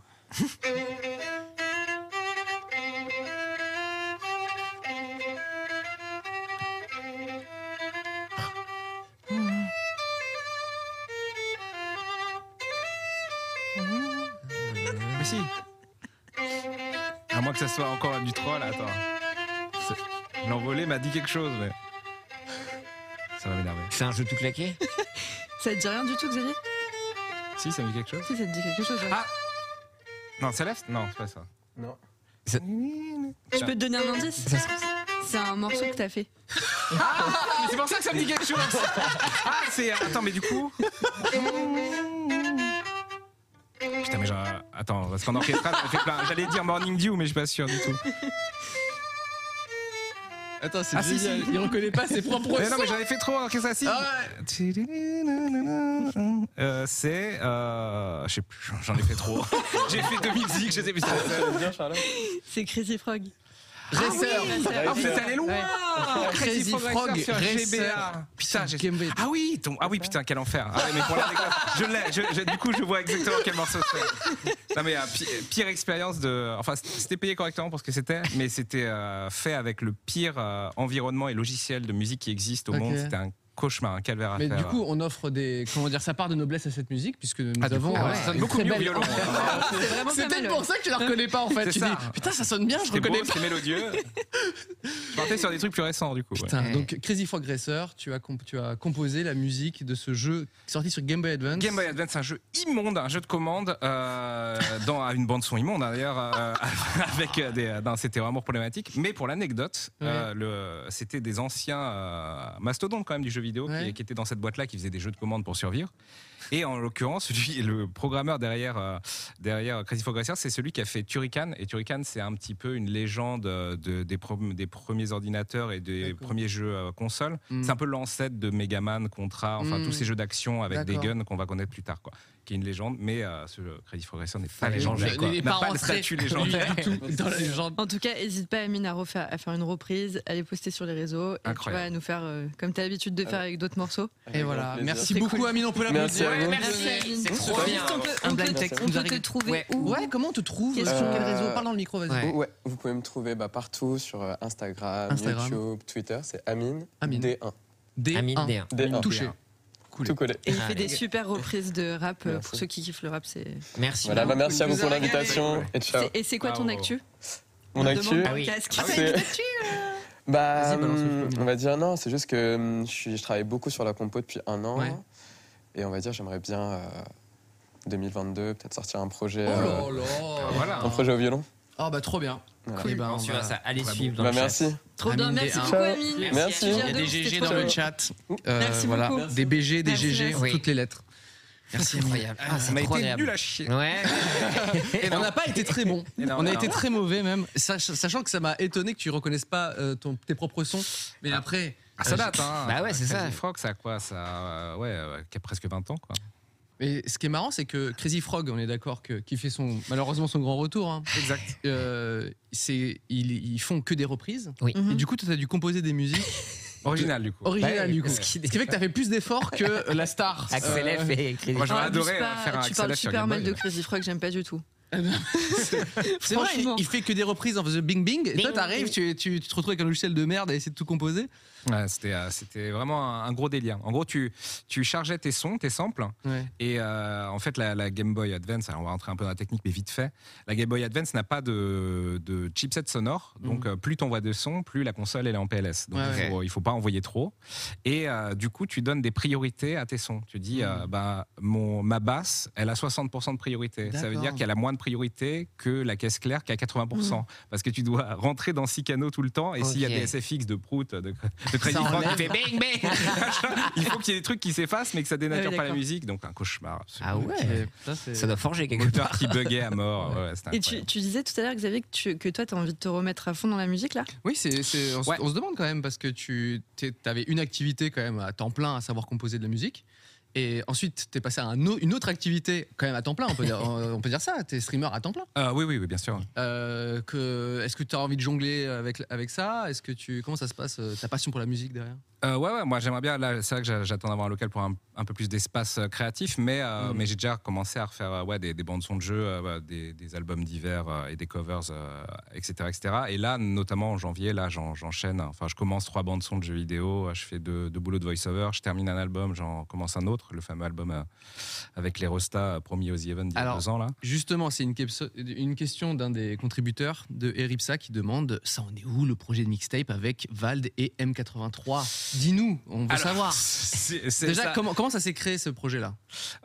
S2: Mais si. À moins que ça soit encore du troll, attends. C'est- L'envolée m'a dit quelque chose, mais. Ça va m'énerver.
S3: C'est un jeu tout claqué
S4: Ça te dit rien du tout Xavier
S2: Si, ça me dit quelque chose
S4: Si ça te dit quelque chose. hein. ouais.
S2: Ah. Non, c'est left Non, c'est pas ça.
S6: Non.
S3: Ça-
S4: Je peux te donner un indice
S3: Ça, ça-
S4: C'est un morceau que t'as fait.
S2: Mais c'est pour ça que ça me dit quelque chose Ah, c'est. Attends, mais du coup. Putain, mais genre. Attends, parce qu'en orchestral, j'en ai fait plein. J'allais dire Morning Dew, mais je suis pas sûr du tout.
S1: Attends, c'est
S2: Ah, si,
S1: génial.
S2: si.
S1: Il reconnaît pas ses propres
S2: Mais non, mais
S1: sons.
S2: j'en ai fait trop en orchestral. Si.
S1: Ah
S2: Euh, c'est. Euh, je sais plus, j'en- j'en ai fait trop. J'ai fait deux musiques, je sais plus.
S1: Ah,
S6: Bien, Charlotte.
S4: C'est Crazy Frog.
S1: Racer.
S2: Ah, vous êtes allé loin
S1: Crazy Frog,
S2: sur
S1: Racer.
S2: GBA. Putain, j'ai
S1: Game Boy.
S2: Ah oui, ton- ah oui, putain, quel enfer. Ah ouais, mais pour l'anecdote, je l'ai, je- je- du coup, je vois exactement quel morceau c'est. Non mais euh, pi- pire, expérience de, enfin, c- c'était payé correctement pour ce que c'était, mais c'était euh, fait avec le pire euh, environnement et logiciel de musique qui existe au
S1: Ok.
S2: monde. C'était un cauchemar, un calvaire à
S1: Mais
S2: faire. euh,
S1: du coup, on offre des comment dire sa part de noblesse à cette musique puisque nous
S2: Ah, du
S1: avons
S2: coup,
S1: euh,
S2: ouais, ça sonne
S1: une
S2: beaucoup
S1: très
S2: mieux au
S1: belle-
S2: violon.
S4: C'est vraiment
S1: C'est
S4: pas mal,
S1: peut-être
S4: ouais.
S1: pour ça que tu la reconnais pas en fait.
S2: C'est
S1: Tu
S2: ça.
S1: dis putain ça sonne bien, je
S2: C'était
S1: reconnais
S2: beau,
S1: pas.
S2: c'était mélodieux. Je partais sur des trucs plus récents du coup. ouais.
S1: Putain,
S3: Ouais.
S1: donc Crazy Frog Racer, tu as, comp- tu as composé la musique de ce jeu sorti sur Game Boy Advance.
S2: Game Boy Advance, c'est un jeu immonde, un jeu de commande, euh, dans à une bande son immonde hein, d'ailleurs, euh, avec euh, des, euh, non, c'était vraiment problématique. Mais pour l'anecdote, euh, le- c'était des anciens euh, mastodontes quand même du jeu vidéo qui-
S1: Ouais.
S2: qui, étaient dans cette boîte-là, qui faisaient des jeux de commande pour survivre. Et en l'occurrence, lui, le programmeur derrière euh, derrière Crazy Frog Racer, c'est celui qui a fait Turrican. Et Turrican, c'est un petit peu une légende euh, de- des, prom- des premiers ordinateurs et des
S1: D'accord.
S2: premiers jeux euh, consoles.
S1: Mm.
S2: C'est un peu l'ancêtre de Megaman, Contra, enfin
S1: Mm.
S2: tous ces jeux d'action avec des
S1: D'accord.
S2: guns qu'on va connaître plus tard, quoi. Qui est une légende, mais euh, ce Crazy Frog Racer n'est pas
S3: Fallait
S2: légendaire.
S3: le-
S2: quoi.
S1: il est
S2: N'a
S1: pas
S2: pas le
S1: rentré.
S2: statut légendaire.
S1: Lui, du tout, dans la légende.
S4: En tout cas, n'hésite pas, Amine, à, refaire, à faire une reprise, à les poster sur les réseaux. Et tu vois,
S2: Incroyable.
S4: à nous faire, euh, comme tu as l'habitude de faire avec d'autres morceaux.
S1: Et
S6: Avec grand
S1: voilà,
S6: plaisir.
S1: merci
S4: C'est
S1: beaucoup
S4: cool.
S1: Amine, on peut
S6: Merci
S1: l'applaudir.
S6: à vous.
S3: Merci, c'est trop
S6: Juste
S3: bien.
S4: Un
S6: un peu-
S4: blind test.
S7: On peut te trouver
S3: Ouais.
S7: où
S1: Ouais, comment on te trouve
S4: Question.
S1: sur les réseaux
S6: Euh,
S1: Parle dans le micro, vas-y.
S3: Ouais.
S6: Oh, ouais, vous pouvez me trouver bah, partout sur euh, Instagram,
S1: Instagram.
S6: YouTube, Twitter. C'est Amine,
S1: Amine.
S6: D1.
S1: D1.
S3: Amine D1.
S6: D1.
S1: Touché.
S6: Tout collé.
S4: Et il fait
S3: Allez.
S4: des super reprises de rap. euh,
S6: Merci.
S4: Pour ceux qui kiffent le rap, c'est.
S3: Merci.
S6: Voilà, bah,
S3: beaucoup.
S6: merci à vous
S1: nous
S6: pour
S1: a régalé.
S6: l'invitation. Et ciao.
S4: c'est- Et c'est quoi ton
S2: Bravo.
S4: actu
S6: Mon
S4: On demande
S6: actu.
S4: dans
S3: Ah
S4: le
S3: oui.
S4: casque.
S6: Ah oui. C'est- Bah,
S1: Vas-y, balance le
S6: hum,
S1: flou.
S6: on va dire non, c'est juste que hum, je, suis- je travaille beaucoup sur la compo depuis un an.
S1: Ouais.
S6: Et on va dire, j'aimerais bien euh, 2022, peut-être sortir un projet,
S1: Oh
S6: euh,
S1: là là.
S2: Ah, Voilà.
S6: un projet au violon.
S1: Ah bah trop bien.
S6: Voilà.
S1: Eh ben,
S3: On suivra
S1: va-
S3: ça. Allez
S2: Bravo.
S3: suivre dans
S6: Bah,
S3: le chat.
S6: merci.
S4: Trop bien,
S1: Amine
S4: merci
S1: D1.
S4: beaucoup, Amine.
S3: Merci.
S6: Merci.
S4: Tu
S1: Il y
S4: viens
S1: a
S4: de
S1: des
S4: ouf,
S1: GG
S4: c'était
S1: dans
S4: trop
S1: le
S4: bien.
S1: chat. Euh,
S4: Merci
S1: voilà,
S4: beaucoup.
S1: des BG, des
S4: Merci,
S1: GG,
S3: merci.
S1: toutes les lettres. Merci Amine.
S3: Incroyable. Ah, c'est
S2: On a
S3: trop
S2: été
S3: agréable.
S2: nul à chier.
S3: Ouais.
S1: Et on
S3: bah,
S1: n'a pas été très bon.
S2: Et non,
S1: on a
S2: non.
S1: été très mauvais même, Sach- sachant que ça m'a étonné que tu reconnaisses pas euh, ton, tes propres sons. Mais après,
S2: Ah, ça date, hein.
S3: Bah ouais, c'est ça.
S2: Crazy Frog, ça a quoi Ça a, euh, ouais, euh, qui a presque 20 ans, quoi.
S1: mais ce qui est marrant, c'est que Crazy Frog, on est d'accord, que qui fait son malheureusement son grand retour. hein,
S2: Exact.
S1: euh, c'est ils, ils font que des reprises.
S3: Oui.
S4: Mhm.
S1: Et du coup, tu as dû composer des musiques
S2: Original, du coup.
S1: originales
S3: Bah,
S1: du coup.
S3: ce qui-
S1: Ce qui fait que tu as fait plus d'efforts que euh, la star.
S3: Axel F
S1: Euh,
S3: et Crazy.
S2: Moi, j'aurais
S4: Ah,
S2: adoré
S4: abuse
S2: euh,
S4: pas,
S2: faire un
S4: Tu
S2: Axel
S4: parles
S2: F sur
S4: super
S2: Game
S4: mal
S2: Boy.
S4: de Crazy Frog, j'aime pas du tout.
S1: C'est vrai, il,
S4: Franchement.
S1: il fait que des reprises en faisant bing bing. Et toi,
S3: Bing,
S1: t'arrives,
S3: bing.
S1: tu, tu, tu te retrouves avec un logiciel de merde à essayer de tout composer.
S2: Ouais, c'était, euh, c'était vraiment un, un gros délire. En gros, tu, tu chargeais tes sons, tes samples,
S1: Ouais.
S2: Et euh, en fait, la, la Game Boy Advance, alors on va rentrer un peu dans la technique, mais vite fait, la Game Boy Advance n'a pas de, de chipset sonore. Donc, euh, plus t'envoies de son, plus la console elle est en PLS. Donc,
S1: Mhm. Ouais,
S2: il
S3: ouais.
S2: faut, il faut pas envoyer trop. Et euh, du coup, tu donnes des priorités à tes sons. Tu dis,
S1: Mhm.
S2: euh, bah, mon, ma basse, elle a 60% de priorité. Ça veut
S1: D'accord. Mhm.
S2: dire qu'elle a moins de priorité que la caisse claire qui a 80%. Parce que tu dois rentrer dans six canaux tout le temps. Et s'il y a
S3: Ok.
S2: des SFX de prout, de, de Crazy
S1: Ça
S2: Frog qui
S1: enlève.
S2: fait bing, bing, il faut qu'il y ait des trucs qui s'effacent, mais que ça dénature
S1: Ouais,
S2: pas la
S1: d'accord.
S2: musique. Donc, un cauchemar. absolu.
S3: Ah ouais.
S1: Ça, c'est-
S3: Ça doit forger quelque
S2: Moteur
S3: part.
S2: qui buguait à mort. Ouais, c'était
S4: Et tu,
S2: incroyable.
S4: tu disais tout à l'heure, Xavier, que, tu, que toi, t'as envie de te remettre à fond dans la musique, là
S1: Oui, c'est, c'est- on, se-
S2: Ouais.
S1: on se demande quand même parce que tu avais une activité quand même à temps plein, à savoir composer de la musique. Et ensuite, tu es passé à un au- une autre activité quand même à temps plein, on peut dire, on peut dire ça, tu es streamer à temps plein.
S2: Euh, oui, oui, oui, bien sûr.
S1: Euh, que, est-ce que tu as envie de jongler avec, avec ça Est-ce que tu, Comment ça se passe, euh, ta passion pour la musique derrière
S2: Euh, ouais, ouais, moi j'aimerais bien. Là, c'est vrai que j'a- j'attends d'avoir un local pour un, un peu plus d'espace euh, créatif, mais, euh,
S1: Mm.
S2: mais j'ai déjà commencé à refaire euh, ouais, des, des bandes son de jeu, euh, ouais, des, des albums divers euh, et des covers, euh, etc., etc. Et là, notamment en janvier, là, j'en- j'enchaîne. Enfin, je commence trois bandes son de jeux vidéo, euh, je fais deux, deux boulots de voice-over, je termine un album, j'en commence un autre. l'autre, le fameux album euh, avec les Rostas euh, promis aux Even il y a
S1: Alors,
S2: deux ans là.
S1: Justement, c'est une, keps- une question d'un des contributeurs de Eripsa qui demande ça en est où le projet de mixtape avec Vald et M83 Dis-nous, on veut
S2: Alors,
S1: savoir.
S2: c'est- c'est
S1: Déjà,
S2: ça.
S1: comment, comment ça s'est créé ce projet-là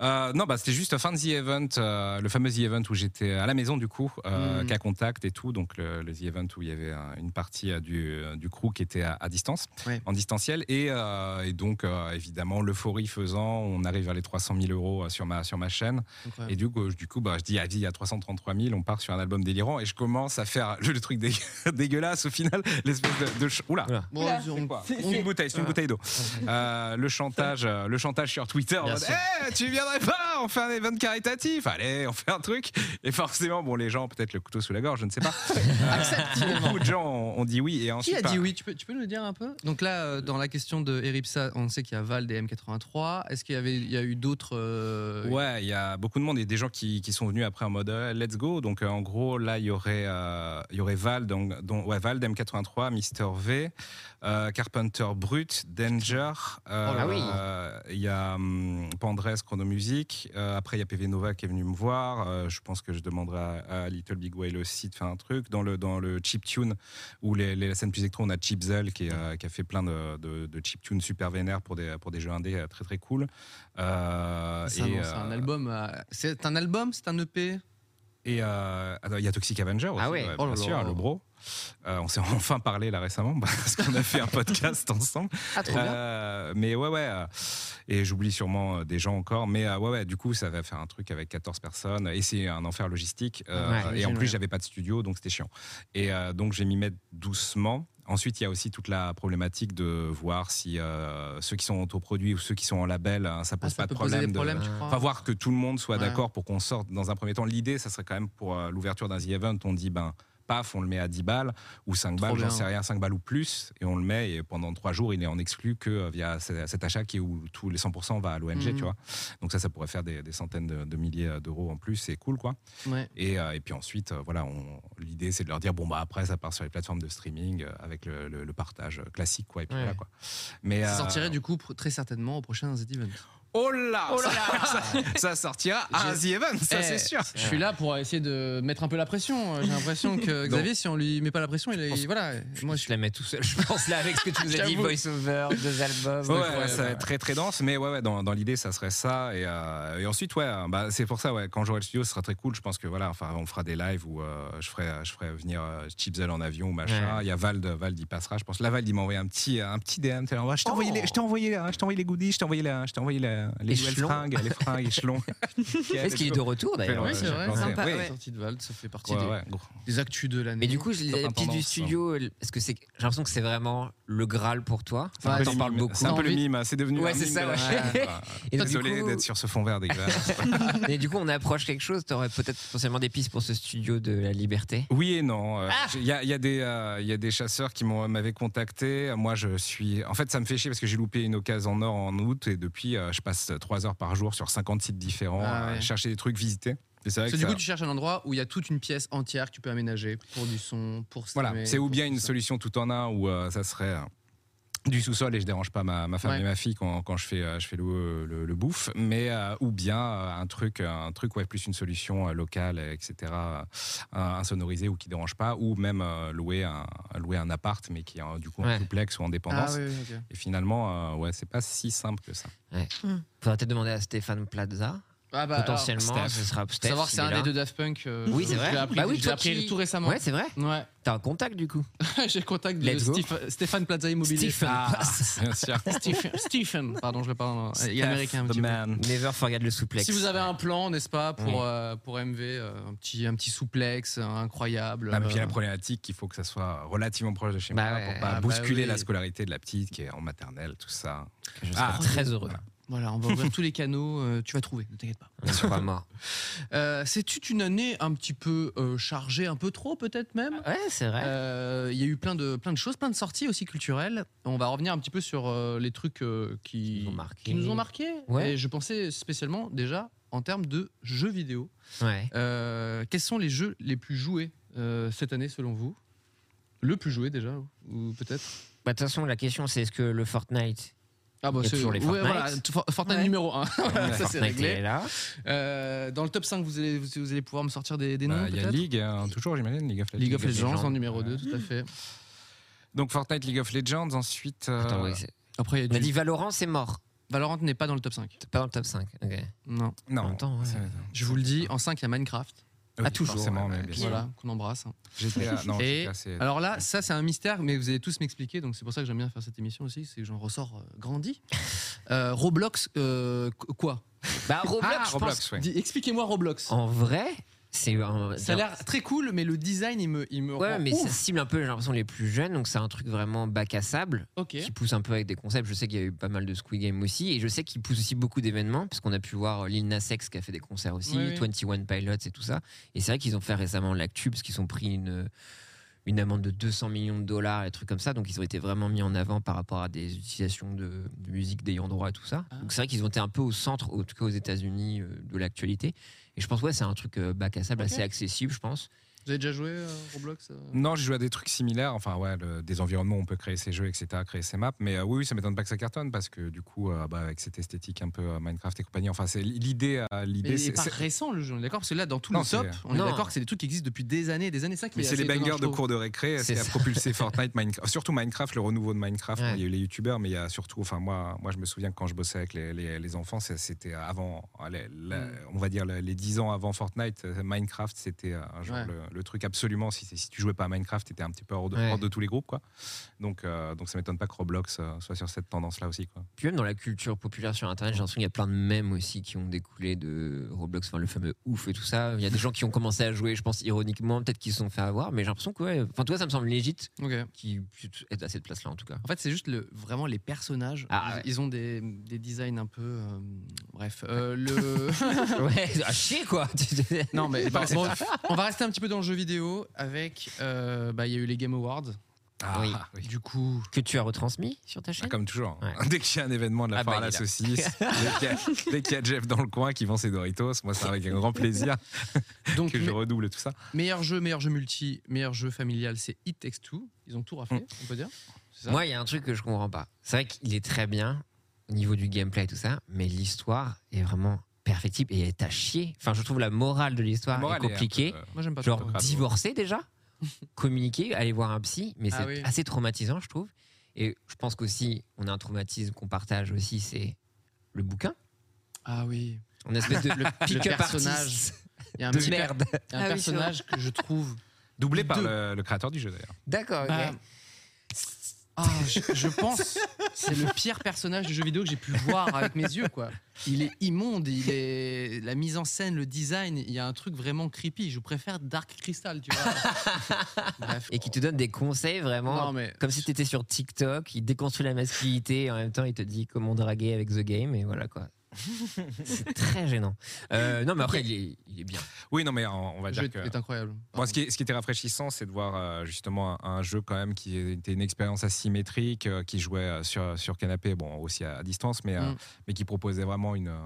S2: Euh, non, bah, c'était juste fin de The Event, euh, le fameux The Event où j'étais à la maison du coup, euh,
S1: Mhm.
S2: qu'à contact et tout. Donc le, le The Event où il y avait euh, une partie euh, du, euh, du crew qui était à, à distance,
S1: Ouais.
S2: en distanciel. Et, euh, et donc euh, évidemment, l'euphorie faisant, on arrive à les 300 000 euros euh, sur ma, sur ma chaîne.
S1: Ah.
S2: Et du coup, je- du coup bah, je dis, ah, il y a 333 000, on part sur un album délirant. Et je commence à faire le, le truc dé- dégueulasse au final, l'espèce de. de ch- Oula!
S3: Oula.
S1: Bon,
S7: Oula.
S1: on-
S2: C'est quoi C'est une bouteille, c'est une bouteille d'eau. Euh, le chantage, euh, le chantage sur Twitter. en
S1: Bien
S2: mode,
S1: sûr.
S2: Eh, tu viendrais pas On fait un événement caritatif. Allez, on fait un truc. Et forcément, bon, les gens peut-être le couteau sous la gorge, je ne sais pas. Euh, beaucoup de gens ont, ont dit oui et
S1: Qui
S2: ensuite.
S1: a dit
S2: bah,
S1: oui tu peux, tu peux nous dire un peu Donc là, euh, dans la question de Eripsa, on sait qu'il y a Vald et M83. Est-ce qu'il y, avait, il y a eu d'autres. euh,
S2: Ouais, il y a beaucoup de monde et des gens qui, qui sont venus après en mode euh, let's go. Donc euh, en gros, là, il y aurait, euh, il y aurait Val, donc, dont- ouais, Val, M83, Mister V, euh, Carpenter Brut, Danger. euh,
S3: Oh là oui.
S2: euh, Il y a hum, Pandresse, Chronomusique. euh, après, il y a PV Nova qui est venu me voir. euh, je pense que je demanderai à, à Little Big Whale aussi de faire un truc. Dans le, dans le Chip Tune, où les, les scènes plus électro, on a Chipzel qui, est, euh, qui a fait plein de, de, de Chip Tunes super vénères pour des, pour des jeux indés euh, très très cool. Euh,
S1: ça, non,
S2: et,
S1: c'est un
S2: euh,
S1: album. euh, C'est un album C'est un E EP
S2: et euh, attends, il y a Toxic Avenger aussi,
S3: Ah ouais.
S1: Oh
S2: bien
S1: là
S2: sûr,
S1: là.
S2: le bro. Euh, on s'est enfin parlé là récemment parce qu'on a fait un podcast ensemble.
S1: Ah, trop bien.
S2: Euh, mais ouais, ouais. euh, et j'oublie sûrement euh, des gens encore. Mais euh, ouais, ouais, du coup, ça va faire un truc avec 14 personnes. Et c'est un enfer logistique. euh,
S3: Ouais,
S2: et en
S1: j'imagine,
S2: plus,
S1: ouais.
S2: j'avais pas de studio, donc c'était chiant. Et euh, donc, je vais m'y mettre doucement. Ensuite, il y a aussi toute la problématique de voir si euh, ceux qui sont autoproduits ou ceux qui sont en label, hein, ça
S1: Ah,
S2: pose
S1: ça
S2: pas de
S1: peut poser
S2: problème.
S1: des
S2: de-
S1: problèmes, tu
S3: Enfin,
S1: crois
S2: Enfin, voir que tout le monde soit
S1: Ouais.
S2: d'accord pour qu'on sorte dans un premier temps. L'idée, ça serait quand même pour euh, l'ouverture d'un The Event, on dit, ben, paf, on le met à 10 balles ou 5
S1: Trop
S2: balles, j'en
S1: bien.
S2: sais rien, 5 balles ou plus, et on le met, et pendant 3 jours, il est en exclu que euh, via ce- cet achat qui est où tous les 100% va à l'ONG,
S1: Mhm.
S2: tu vois. Donc ça, ça pourrait faire des, des centaines de, de milliers d'euros en plus, c'est cool, quoi.
S1: Ouais.
S2: Et, euh, et puis ensuite, euh, voilà, on- l'idée, c'est de leur dire, bon, bah après, ça part sur les plateformes de streaming euh, avec le, le- le partage classique, quoi, et puis
S3: Ouais.
S2: voilà, quoi. Mais,
S1: Ça
S2: euh,
S1: sortirait du coup pr- très certainement au prochain Z Event.
S2: Oh là, ça, ça sortira à un The Event, ça
S1: Eh,
S2: c'est sûr.
S1: Je suis là pour essayer de mettre un peu la pression. euh, J'ai l'impression que
S2: Non.
S1: Xavier, si on lui met pas la pression, il est.
S3: pense-
S1: Voilà.
S3: Moi, je la mets tout seul. Je pense là avec ce que tu nous as dit,
S1: J'avoue.
S3: voice-over, deux albums.
S2: Ouais,
S3: incroyable.
S2: ouais, ça va être très très dense, mais ouais, ouais, dans, dans l'idée, ça serait ça. Et, euh, et ensuite, ouais, euh, bah, c'est pour ça, ouais, quand j'aurai le studio, ce sera très cool. Je pense que voilà, enfin, on fera des lives où euh, je, ferai, je ferai venir euh, Chipzel en avion ou machin.
S3: Ouais.
S2: Il y a Vald, Vald, il passera. Je pense là, Vald, il m'a envoyé un petit, un petit DM. t'es là, Ouais, je t'ai
S3: Oh.
S2: envoyé, les- je t'ai envoyé, hein, je t'ai envoyé les goodies, je t'ai envoyé, la- je t'ai envoyé la- les nouvelles
S3: Échelon.
S2: fringues, les fringues, échelons.
S3: Est-ce qu'il est de retour d'ailleurs hein.
S1: Oui,
S2: Ouais,
S1: c'est
S2: j'ai
S1: vrai.
S2: pensé,
S4: Sympa,
S2: oui.
S4: ouais.
S1: Sortie de Val, ça fait partie
S2: Ouais,
S1: des,
S2: ouais, gros.
S1: des actus de l'année.
S3: Mais du coup, je-
S2: Top
S3: la petite du
S2: tendance,
S3: studio, est-ce que c'est, j'ai l'impression que c'est vraiment le Graal pour toi.
S2: C'est un peu
S3: t'en
S2: le
S3: parles
S2: mime,
S3: beaucoup.
S2: C'est un peu
S1: Envie.
S2: le mime, c'est devenu
S3: Ouais,
S2: un
S3: c'est
S2: mime
S3: ça,
S2: de la
S3: ouais.
S2: chaîne, quoi.
S3: Et donc, du
S2: Désolé
S3: coup-
S2: d'être sur ce fond vert, dégueulasse.
S3: Mais du coup, on approche quelque chose. T'aurais peut-être potentiellement des pistes pour ce studio de la liberté.
S2: Oui et non. Euh,
S3: Ah
S2: j'ai- Il y, a, il y a des, euh, il y a des chasseurs qui m'ont- m'avaient contacté. Moi, je suis. En fait, ça me fait chier parce que j'ai loupé une occasion en or en août et depuis, euh, je passe 3 heures par jour sur 50 sites différents
S1: Ah
S2: à
S1: ouais.
S2: chercher des trucs, visiter. Et c'est vrai
S1: Parce que
S2: que
S1: du
S2: ça-
S1: coup, tu cherches un endroit où il y a toute une pièce entière que tu peux aménager pour du son, pour
S2: Voilà,
S1: streamer,
S2: c'est ou
S1: pour
S2: bien
S1: tout
S2: une
S1: ça.
S2: solution tout en un où euh, ça serait. euh, du sous-sol et je dérange pas ma, ma femme
S1: Ouais.
S2: et ma fille quand, quand je fais euh, je fais le, le, le bouffe mais euh, ou bien euh, un truc un truc ouais plus une solution euh, locale euh, etc euh, insonorisée ou qui dérange pas ou même euh, louer un louer un appart mais qui est euh, du coup
S3: Ouais.
S2: en duplex ou en
S1: Ah
S2: dépendance
S1: oui, oui, ok.
S2: et finalement euh, ouais c'est pas si simple que ça
S3: Faudrait peut-être demander à Stéphane Plaza.
S1: Ah bah,
S3: potentiellement,
S2: alors,
S3: ce sera
S1: alors,
S3: Steph,
S1: savoir si c'est
S3: il est
S1: un
S3: là.
S1: des deux Daft Punk. euh,
S3: Oui, c'est
S1: je
S3: vrai.
S1: l'ai appris,
S3: Bah oui,
S1: je l'ai
S3: toi
S1: appris
S3: qui-
S1: tout récemment.
S3: Ouais, c'est vrai.
S1: Ouais.
S3: T'as un contact du coup.
S1: J'ai le contact de
S3: Let's go.
S1: Steph- Stéphane Plaza Immobilier. Ah.
S3: Stephen Plaza.
S2: bien
S1: Euh.
S2: sûr
S1: Stephen, Stephen. pardon, je le parle. en- Il est américain un petit peu.
S3: Never forget le souplex.
S1: Si vous avez un plan, n'est-ce pas, pour,
S3: Oui.
S1: euh, pour MV, euh, un, petit, un petit souplex euh, incroyable.
S2: Ah, mais puis il y a
S1: euh,
S2: la problématique il faut que ça soit relativement proche de chez
S3: Bah
S2: moi
S3: ouais.
S2: pour pas
S1: Ah bah
S2: bousculer
S1: oui.
S2: la scolarité de la petite qui est en maternelle tout ça
S3: Je serai
S2: Ah.
S3: très heureux.
S1: Voilà, on va ouvrir tous les canaux, euh, tu vas trouver, ne t'inquiète pas.
S3: On sera mort.
S1: Euh, C'est une année un petit peu euh, chargée, un peu trop peut-être même.
S3: Ah, Ouais, c'est vrai.
S1: Euh, Il y a eu plein de, plein de choses, plein de sorties aussi culturelles. On va revenir un petit peu sur euh, les trucs euh, qui,
S3: Qui nous ont marqué.
S1: qui nous ont marqué.
S3: Ouais.
S1: Et je pensais spécialement déjà en termes de jeux vidéo.
S3: Ouais.
S1: Euh, quels sont les jeux les plus joués euh, cette année selon vous Le plus joué déjà, ou peut-être
S3: Bah, de toute façon, la question c'est est-ce que le Fortnite
S1: Ah bah
S3: Il y a
S1: c'est-
S3: toujours les
S1: ouais,
S3: Fortnite.
S1: voilà, t- For- Fortnite
S4: Ouais.
S1: numéro 1.
S3: La
S1: Ah, ça c'est
S3: Fortnite est
S1: réglé.
S3: là.
S1: Euh, dans le top 5, vous allez, vous, vous allez pouvoir me sortir des, des
S2: Bah,
S1: noms
S2: Il y a
S1: peut-être
S2: League, hein, toujours j'imagine, League of Legends.
S1: League of
S3: League of
S1: Legends
S3: Legends.
S1: en numéro 2, tout à fait.
S2: Donc Fortnite, League of Legends, ensuite. euh,
S3: Attends, oui, c'est-
S1: Après, il y a
S3: On a
S1: du-
S3: dit Valorant, c'est mort.
S1: Valorant n'est pas dans le top 5.
S3: C'est pas dans le top 5. ok.
S1: Non.
S3: En
S2: non.
S3: même temps, ouais.
S2: ça-
S1: Je vous le dis, en 5, il y a Minecraft.
S2: oui,
S3: toujours,
S2: forcément,
S3: ouais,
S2: mais
S3: ouais.
S2: bien sûr.
S1: Voilà, qu'on embrasse. hein.
S2: GTA, non,
S1: Et-
S2: GTA, c'est-
S1: Alors là, ça c'est un mystère, mais vous allez tous m'expliquer, donc c'est pour ça que j'aime bien faire cette émission aussi, c'est que j'en ressors euh, grandi. Euh, Roblox, euh, qu- quoi
S3: Bah, Roblox,
S2: Ah,
S3: je pense.
S2: Roblox, ouais.
S1: Dis- Expliquez-moi Roblox.
S3: En vrai, c'est un.
S1: Ça a l'air très cool, mais le design, il me, il me
S3: Ouais,
S1: rend
S3: mais
S1: ouf.
S3: ça cible un peu, j'ai l'impression, les plus jeunes. Donc, c'est un truc vraiment bac à sable.
S1: Ok.
S3: qui pousse un peu avec des concepts. Je sais qu'il y a eu pas mal de Squid Game aussi, et je sais qu'il pousse aussi beaucoup d'événements, parce qu'on a pu voir euh, Lil Nas X qui a fait des concerts aussi,
S1: Ouais, ouais.
S3: 21 Pilots et tout ça. Et c'est vrai qu'ils ont fait récemment l'actu, parce qu'ils ont pris une, euh, une amende de 200 millions de dollars et des trucs comme ça. Donc ils ont été vraiment mis en avant par rapport à des utilisations de, de musique d'ayant droit et tout ça.
S1: Ah.
S3: Donc c'est vrai qu'ils ont été un peu au centre, en tout cas aux États-Unis, euh, de l'actualité. Et je pense, ouais, c'est un truc euh, bac à sable assez accessible, je pense.
S1: Vous avez déjà joué euh, Roblox euh
S2: Non, j'ai joué à des trucs similaires, enfin ouais, le- des environnements où on peut créer ses jeux, etc., créer ses maps. Mais euh, oui, oui, ça m'étonne pas que ça cartonne parce que du coup, euh, bah, avec cette esthétique un peu euh, Minecraft et compagnie, enfin c'est l'idée, euh,
S1: Mais
S2: l'idée,
S1: il n'est
S2: c'est
S1: pas
S2: c'est-
S1: récent le jeu, on est d'accord Parce que là, dans tout
S2: Non,
S1: le top,
S2: c'est-
S1: on est
S3: Non.
S1: d'accord que c'est des trucs qui existent depuis des années, des années. Ça qui
S2: mais
S1: est
S2: c'est les
S1: assez étonnant,
S2: bangers
S1: je
S2: de
S1: trouve.
S2: cours de récré, ce
S3: C'est
S2: qui a
S3: ça.
S2: propulsé Fortnite, Minecraft, surtout Minecraft, le renouveau de Minecraft.
S3: Ouais.
S2: Il y a eu les youtubeurs, mais il y a surtout, enfin moi, moi je me souviens que quand je bossais avec les, les- les enfants, c'est- c'était avant, allez, la-
S1: Mm.
S2: on va dire les, les 10 ans avant Fortnite, euh, Minecraft c'était euh, genre
S1: Ouais.
S2: le, le truc absolument. Si, si tu jouais pas à Minecraft, t'étais un petit peu hors de,
S3: Ouais.
S2: hors de tous les groupes, quoi. Donc, euh, donc ça m'étonne pas que Roblox euh, soit sur cette tendance-là aussi, quoi. Bah,
S3: Puis même dans la culture populaire sur Internet, j'ai l'impression qu'il y a plein de mèmes aussi qui ont découlé de Roblox, enfin le fameux ouf et tout ça. Il y a des gens qui ont commencé à jouer, je pense, ironiquement, peut-être qu'ils se sont fait avoir, mais j'ai l'impression que, ouais, enfin, toi, ça me semble légite
S1: Ok.
S3: qu'ils puissent être à cette place-là, en tout cas.
S1: En fait, c'est juste le, vraiment les personnages.
S3: Ah,
S1: ils,
S3: ouais.
S1: ils ont des, des designs un peu. euh, bref. Euh, le...
S3: ouais, à chier, quoi
S1: non, mais bon, bon, on va rester un petit peu dans le jeu vidéo avec. euh, bah, Il y a eu les Game Awards.
S2: Ah
S3: Oui.
S1: Du coup,
S3: Que tu as retransmis sur ta chaîne
S2: comme toujours. hein.
S3: Ouais.
S2: Dès qu'il y a un événement de la
S3: Ah
S2: part
S3: bah,
S2: à la
S3: il est là.
S2: saucisse, dès qu'il y a- dès qu'il y, a Jeff dans le coin qui vend ses Doritos, moi c'est avec un grand plaisir
S1: donc
S2: que je
S1: me-
S2: redouble tout ça.
S1: meilleur jeu, meilleur jeu multi, meilleur jeu familial, c'est It Takes Two. Ils ont tout
S2: Hum.
S1: raflé, on peut dire. C'est ça
S3: Moi, il y a un truc que je comprends pas. C'est vrai qu'il est très bien au niveau du gameplay et tout ça, mais l'histoire est vraiment perfectible et elle est à chier. Enfin, je trouve la morale de
S1: Ah,
S3: l'histoire est
S2: Morale est un peu,
S3: compliquée.
S2: euh,
S1: Moi, j'aime pas
S3: genre
S1: trop.
S2: grave.
S3: divorcer déjà, communiquer, aller voir un psy, mais c'est
S1: Ah oui.
S3: assez traumatisant, je trouve. Et je pense qu'aussi, on a un traumatisme qu'on partage aussi, c'est le bouquin.
S1: Ah oui.
S3: Une espèce de pick-up
S1: personnage
S3: artist
S1: Il y a un,
S3: de
S1: petit-
S3: merde.
S1: il y a un
S4: Ah oui, c'est vrai.
S1: personnage que je trouve
S2: euh, doublé par
S1: Deux.
S2: le, le créateur du jeu d'ailleurs.
S3: D'accord, ok.
S1: Bah, ah, je, je pense c'est le pire personnage de jeu vidéo que j'ai pu voir avec mes yeux quoi. Il est immonde, il est la mise en scène, le design, il y a un truc vraiment creepy. Je préfère Dark Crystal, tu vois. Bref.
S3: Et qui te donne des conseils vraiment.
S1: Non, mais
S3: Comme si t'étais sur TikTok, il déconstruit la masculinité et en même temps il te dit comment draguer avec The Game et voilà quoi. c'est très gênant. Euh, non mais après il est, il est bien.
S2: Oui, non mais on, on va
S1: le jeu
S2: dire que.
S1: est incroyable.
S2: Bon, ce, qui, ce qui était rafraîchissant, c'est de voir euh, justement un, un jeu quand même qui était une expérience asymétrique, euh, qui jouait euh, sur, sur canapé, bon aussi à, à distance, mais, euh,
S1: Mm.
S2: mais qui proposait vraiment une, euh,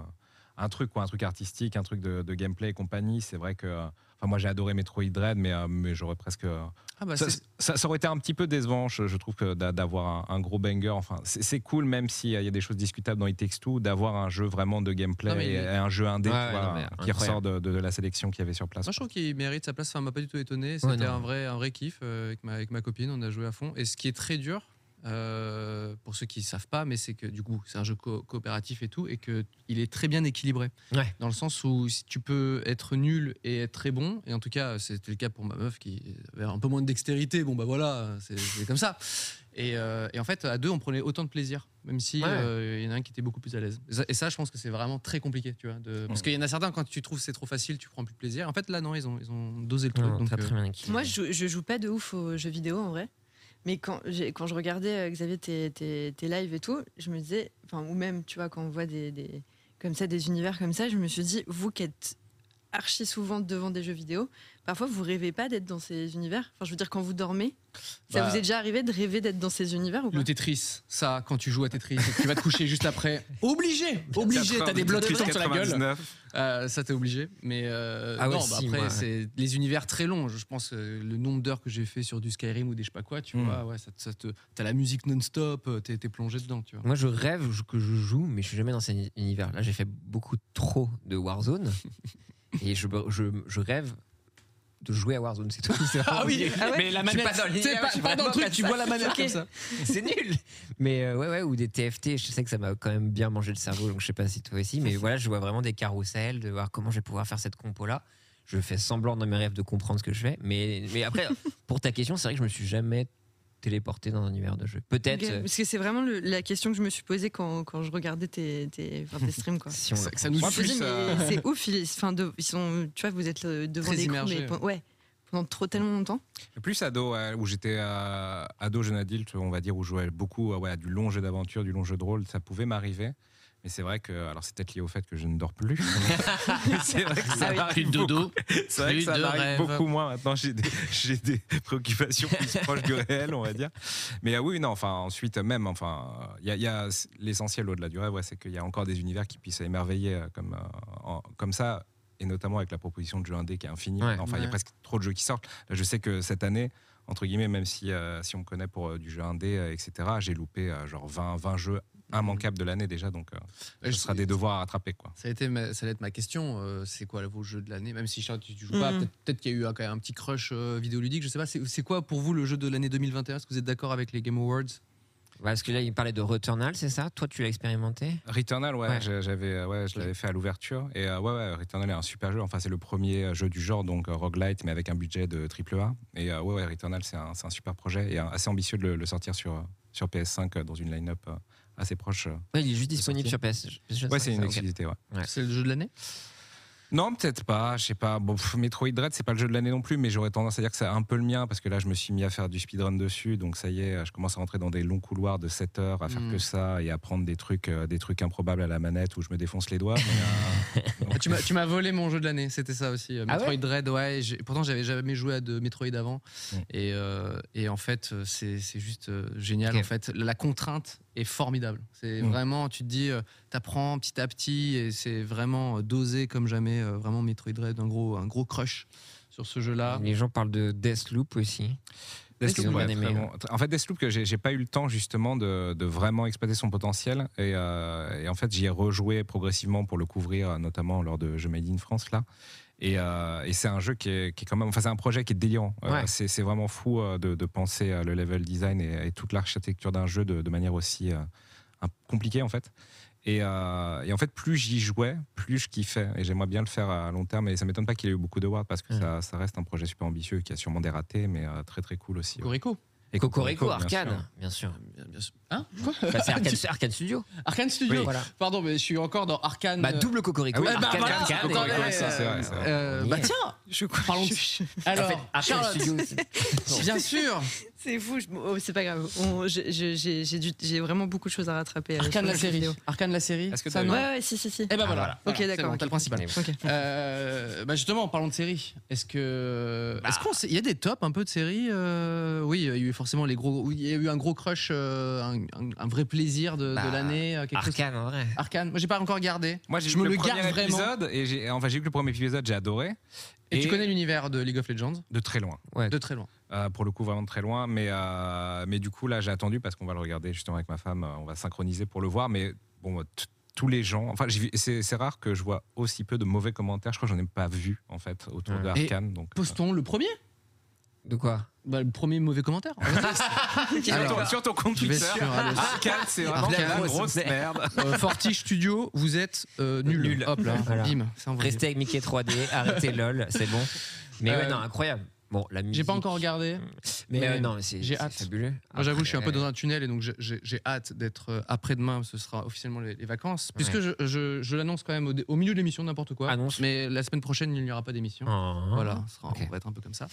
S2: un truc, quoi, un truc artistique, un truc de, de gameplay et compagnie. C'est vrai que, euh, enfin moi j'ai adoré Metroid Dread, mais, euh, mais j'aurais presque, euh,
S1: Ah bah,
S2: ça,
S1: c'est-
S2: ça- ça aurait été un petit peu décevant, je, je trouve, que d'a- d'avoir un, un gros banger. Enfin, c'est c'est cool, même s'il y a des choses discutables dans It Takes Two, d'avoir un jeu vraiment de gameplay
S1: Non, mais il
S2: et
S1: est-
S2: un jeu indé
S3: Ouais,
S2: tu
S3: ouais,
S2: vois,
S3: non, mais
S2: qui
S3: incroyable.
S2: ressort de, de- de la sélection qu'il y avait sur place.
S1: Moi, je trouve qu'il mérite sa place. Ça m'a pas du tout étonné. C'était
S3: non.
S1: un, vrai, un vrai kiff euh, avec, ma, avec ma copine. On a joué à fond. Et ce qui est très dur, euh, pour ceux qui ne savent pas, mais c'est que du coup, c'est un jeu co- coopératif et tout, et qu'il est très bien équilibré.
S3: Ouais.
S1: Dans le sens où si tu peux être nul et être très bon, et en tout cas, c'était le cas pour ma meuf qui avait un peu moins de dextérité. Bon, bah voilà, c'est- c'est comme ça. Et, euh, et en fait, à deux, on prenait autant de plaisir, même si
S3: Ouais.
S1: euh, il y en a un qui était beaucoup plus à l'aise. Et ça- Et ça, je pense que c'est vraiment très compliqué, tu vois. de- Parce qu'il y en a certains, quand tu trouves que c'est trop facile, tu prends plus de plaisir. En fait, là, non, ils ont, ils ont dosé le truc.
S3: Non,
S1: donc,
S3: t'as
S1: euh,
S3: très bien équilibré.
S4: Moi, je, joue- je joue pas de ouf aux jeux vidéo en vrai. Mais quand, j'ai- quand je regardais, euh, Xavier, tes, tes, tes lives et tout, je me disais, enfin, ou même, tu vois, quand on voit des, des- comme ça, des univers comme ça, je me suis dit, vous qui êtes archi souvent devant des jeux vidéo, parfois vous rêvez pas d'être dans ces univers. Enfin, je veux dire, quand vous dormez, ça
S1: Bah.
S4: vous est déjà arrivé de rêver d'être dans ces univers ou pas
S1: Le Tetris, ça, quand tu joues à Tetris et que tu vas te coucher juste après, obligé, obligé, t'as des blocs qui tombent sur la gueule.
S2: 99.
S1: Euh, ça, t'es obligé. Mais euh,
S3: Ah ouais,
S1: non, bah
S3: si,
S1: après,
S3: moi, ouais.
S1: c'est les univers très longs. Je pense euh, le nombre d'heures que j'ai fait sur du Skyrim ou des je sais pas quoi, tu
S2: Mm.
S1: vois, ouais, ça, te- ça te, t'as la musique non-stop, euh, t'es, t'es plongé dedans, tu vois.
S3: Moi, je rêve que je joue, mais je suis jamais dans cet univers. Là, j'ai fait beaucoup trop de Warzone. et je, je, je rêve de jouer à Warzone, c'est tout. C'est vraiment nul.
S1: Ah mais la
S3: Je suis
S1: manette,
S3: pas dans l'univers,
S1: c'est pas,
S3: je suis
S1: pas dans le
S3: vraiment
S1: truc,
S3: pas
S1: tu
S3: ça.
S1: vois la manette
S3: Ok.
S1: comme ça.
S3: C'est nul. Mais euh, ouais, ouais, ou des TFT. Je sais que ça m'a quand même bien mangé le cerveau, donc je sais pas si toi aussi. Mais voilà, je vois vraiment des carousels, de voir comment je vais pouvoir faire cette compo-là. Je fais semblant dans mes rêves de comprendre ce que je fais. Mais, mais après, pour ta question, c'est vrai que je me suis jamais téléporté dans un univers de jeu. Peut-être.
S4: Ok,
S3: euh,
S4: Parce que c'est vraiment le- la question que je me suis posée quand, quand je regardais tes, tes, enfin, tes streams. Quoi.
S3: si on le-
S1: Ça, ça nous
S4: Je me
S2: Moi,
S4: suis
S1: suit.
S4: dit,
S2: plus, euh,
S4: mais c'est ouf, ils, enfin, de- ils sont, tu vois, vous êtes euh, devant
S1: Très
S4: des écrans,
S1: immergés.
S4: mais pe- ouais, pendant trop tellement longtemps.
S2: Plus ado, euh, où j'étais euh, ado, jeune adulte, on va dire, où je jouais beaucoup euh, ouais, à du long jeu d'aventure, du long jeu de rôle, ça pouvait m'arriver. Mais c'est vrai que, alors c'est peut-être lié au fait que je ne dors plus. Mais c'est vrai
S1: Ah
S2: que ça m'arrive beaucoup. C'est vrai que
S1: plus
S2: ça
S1: de
S2: m'arrive
S1: rêve.
S2: beaucoup moins maintenant. J'ai des, j'ai des préoccupations plus proches du réel, on va dire. Mais euh, oui, non, enfin, ensuite, même, enfin, il y a, il y a l'essentiel au-delà du rêve, ouais, c'est qu'il y a encore des univers qui puissent émerveiller euh, comme, euh, en- comme ça, et notamment avec la proposition de jeu indé qui est infinie.
S3: Ouais.
S2: enfin, il y a
S1: Ouais.
S2: presque trop de jeux qui sortent. Là, je sais que cette année, entre guillemets, même si, euh, si on me connaît pour euh, du jeu indé, euh, etc., j'ai loupé euh, genre 20, 20 jeux immanquables de l'année déjà, donc euh,
S1: Ouais,
S2: ce
S1: Mmh. je-
S2: sera des devoirs à rattraper, quoi.
S1: Ça, a été ma- ça allait être ma question. euh, c'est quoi vos jeux de l'année Même si Charles, tu, tu joues pas,
S4: Mhm.
S1: peut-être peut-être qu'il y a eu euh, quand même un petit crush euh, vidéoludique. Je sais pas. C'est, c'est quoi pour vous le jeu de l'année 2021 Est-ce que vous êtes d'accord avec les Game Awards
S3: Ouais, parce que là, il me parlait de Returnal, c'est ça Toi, tu l'as expérimenté
S2: Returnal, ouais,
S3: Ouais.
S2: j'ai- j'avais, euh, ouais, je l'avais fait à l'ouverture. Et euh, ouais, ouais, Returnal est un super jeu. Enfin, c'est le premier euh, jeu du genre, donc euh, roguelite, mais avec un budget de triple A. Et euh, ouais, ouais, Returnal, c'est un, c'est un super projet et euh, assez ambitieux de le, le sortir sur, euh, sur PS5 euh, dans une line-up euh, assez proche. euh.
S3: Ouais, il est juste disponible sur PS.
S2: Ouais, c'est une
S3: excuse.
S2: exclusivité, ouais.
S3: Ouais.
S1: C'est le jeu de l'année
S2: Non, peut-être pas. Je sais pas. Bon, pff, Metroid Dread, c'est pas le jeu de l'année non plus, mais j'aurais tendance à dire que c'est un peu le mien parce que là, je me suis mis à faire du speedrun dessus, donc ça y est, je commence à rentrer dans des longs couloirs de 7 heures à faire
S1: Mm.
S2: que ça et à prendre des trucs, euh, des trucs improbables à la manette où je me défonce les doigts. mais, euh, donc,
S1: Ah, tu, m'as, tu m'as volé mon jeu de l'année, c'était ça aussi. euh,
S3: Ah
S1: Metroid
S3: ouais
S1: Dread, ouais. j'ai- pourtant, j'avais jamais joué à de Metroid avant.
S2: Mm.
S1: Et, euh, et en fait, euh, c'est, c'est juste euh, génial.
S3: Ok.
S1: En fait, la contrainte est formidable. C'est
S2: Mm.
S1: vraiment, tu te dis, euh, t'apprends petit à petit et c'est vraiment euh, dosé comme jamais. euh, vraiment, Metroid Dread, un gros, un gros crush sur ce jeu-là.
S3: Les gens parlent de Deathloop aussi.
S2: Deathloop,
S3: Deathloop,
S2: ouais,
S3: bien
S2: très
S3: aimé,
S2: bon. En fait, Deathloop, que j'ai j'ai pas eu le temps justement de, de vraiment exploiter son potentiel. Et, euh, et en fait, j'y ai rejoué progressivement pour le couvrir, notamment lors de Jeux Made in France, là. Et, euh, et c'est un jeu qui est, qui est quand même. Enfin, c'est un projet qui est délirant. Euh,
S3: Ouais.
S2: c'est c'est vraiment fou euh, de, de penser euh, le level design et, et toute l'architecture d'un jeu de, de manière aussi euh, un- compliquée, en fait. Et, euh, et en fait, plus j'y jouais, plus je kiffais. Et j'aimerais bien le faire à long terme. Et ça m'étonne pas qu'il ait eu beaucoup de d'awards parce que
S3: Ouais.
S2: ça, ça reste un projet super ambitieux qui a sûrement des ratés, mais euh, très très cool aussi. ouais.
S1: Corico.
S2: Et
S3: Cocorico,
S2: bien sûr.
S3: Arcane, bien sûr.
S1: Bien sûr. Hein
S3: Bah, c'est Arcane, Arcane Studio.
S1: Arcane Studio.
S2: Oui.
S3: Voilà.
S1: Pardon, mais je suis encore dans Arcane.
S3: Bah, double Cocorico.
S2: Ah oui,
S1: Eh bah,
S3: Arcane,
S1: voilà,
S3: Arcane.
S1: encore
S2: et-
S1: des-
S2: ouais, ça, c'est vrai, c'est vrai.
S1: Euh, bah
S3: Yeah.
S1: tiens,
S4: Je
S1: Parlons de- alors,
S3: En fait, Arcane
S1: Charlotte,
S3: Studio. c'est-
S1: bien sûr,
S4: C'est fou, je- oh, c'est pas grave. On- je- je- J'ai j'ai dû- j'ai vraiment beaucoup de choses à rattraper. euh,
S1: Arcane
S4: sur
S1: la
S4: le jeu
S1: série.
S4: vidéo.
S1: Arcane la série.
S2: Est-ce que
S1: ça
S2: t'as
S4: Ouais,
S1: non
S4: ouais, si, si, si.
S1: Eh ben
S3: Ah,
S1: voilà.
S4: voilà. Ok,
S1: c'est
S4: d'accord,
S1: bon,
S4: ok.
S1: T'as le principal.
S4: Ok.
S1: Euh, bah justement, en parlant de séries, est-ce que
S3: Bah.
S1: est-ce qu'on sait- il y a des tops un peu de séries euh, Oui, il y a eu forcément les gros. oui, Il y a eu un gros crush, euh, un, un- un vrai plaisir de, de
S3: Bah,
S1: l'année. euh, quelque chose-
S3: Arcane, en vrai.
S1: Arcane. Moi, j'ai pas encore regardé.
S2: Moi, j'ai
S1: Je
S2: vu
S1: me
S2: le,
S1: le garde
S2: premier
S1: vraiment.
S2: épisode et j'ai enfin j'ai vu le premier épisode, j'ai adoré.
S1: Et, tu connais l'univers de League of Legends
S2: de très loin.
S3: Ouais.
S1: de très loin.
S2: Euh, pour le coup, vraiment de très loin. Mais euh, mais du coup, là, j'ai attendu parce qu'on va le regarder justement avec ma femme. euh, On va synchroniser pour le voir. Mais bon, t- tous les gens. Enfin, j'ai vu- c'est c'est rare que je vois aussi peu de mauvais commentaires. Je crois que j'en ai pas vu en fait autour
S3: Ouais.
S2: de
S1: Et
S2: Arcane. Donc euh,
S1: Postons le premier.
S3: De quoi
S1: Bah, le premier mauvais commentaire.
S2: sur,
S1: Alors,
S2: ton, sur ton compte
S1: je vais
S2: Twitter,
S1: sur- allez,
S2: Arcane, c'est vraiment
S3: Arcane,
S2: la
S3: grosse
S2: grosse merde.
S1: Euh, Fortige Studio, vous êtes euh, nul.
S3: Nul.
S1: Hop là,
S3: Voilà.
S1: bim, c'est envoyé.
S3: Restez avec Mickey 3D, arrêtez LOL, c'est bon. Mais ouais,
S1: Euh,
S3: non, incroyable. Bon, la musique.
S1: J'ai pas encore regardé.
S3: Mais,
S1: mais
S3: euh, non, mais c'est
S1: j'ai
S3: c'est
S1: hâte.
S3: fabuleux. Ah,
S1: Moi, j'avoue, je suis un peu
S3: Après,
S1: dans un tunnel et donc j'ai- j'ai j'ai hâte d'être euh, après-demain, ce sera officiellement les, les vacances. Puisque je, je- je l'annonce quand même au, dé- au milieu de l'émission, n'importe quoi.
S3: Annonce.
S1: Mais la semaine prochaine, il n'y aura pas d'émission.
S3: Oh.
S1: Voilà, ce sera-
S3: Ok.
S1: on va être un peu comme ça.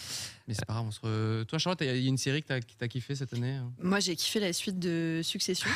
S1: Mais c'est pas grave, on se re- Toi, Charlotte, il y a une série que t'as as kiffé cette année hein
S4: Moi, j'ai kiffé la suite de Succession.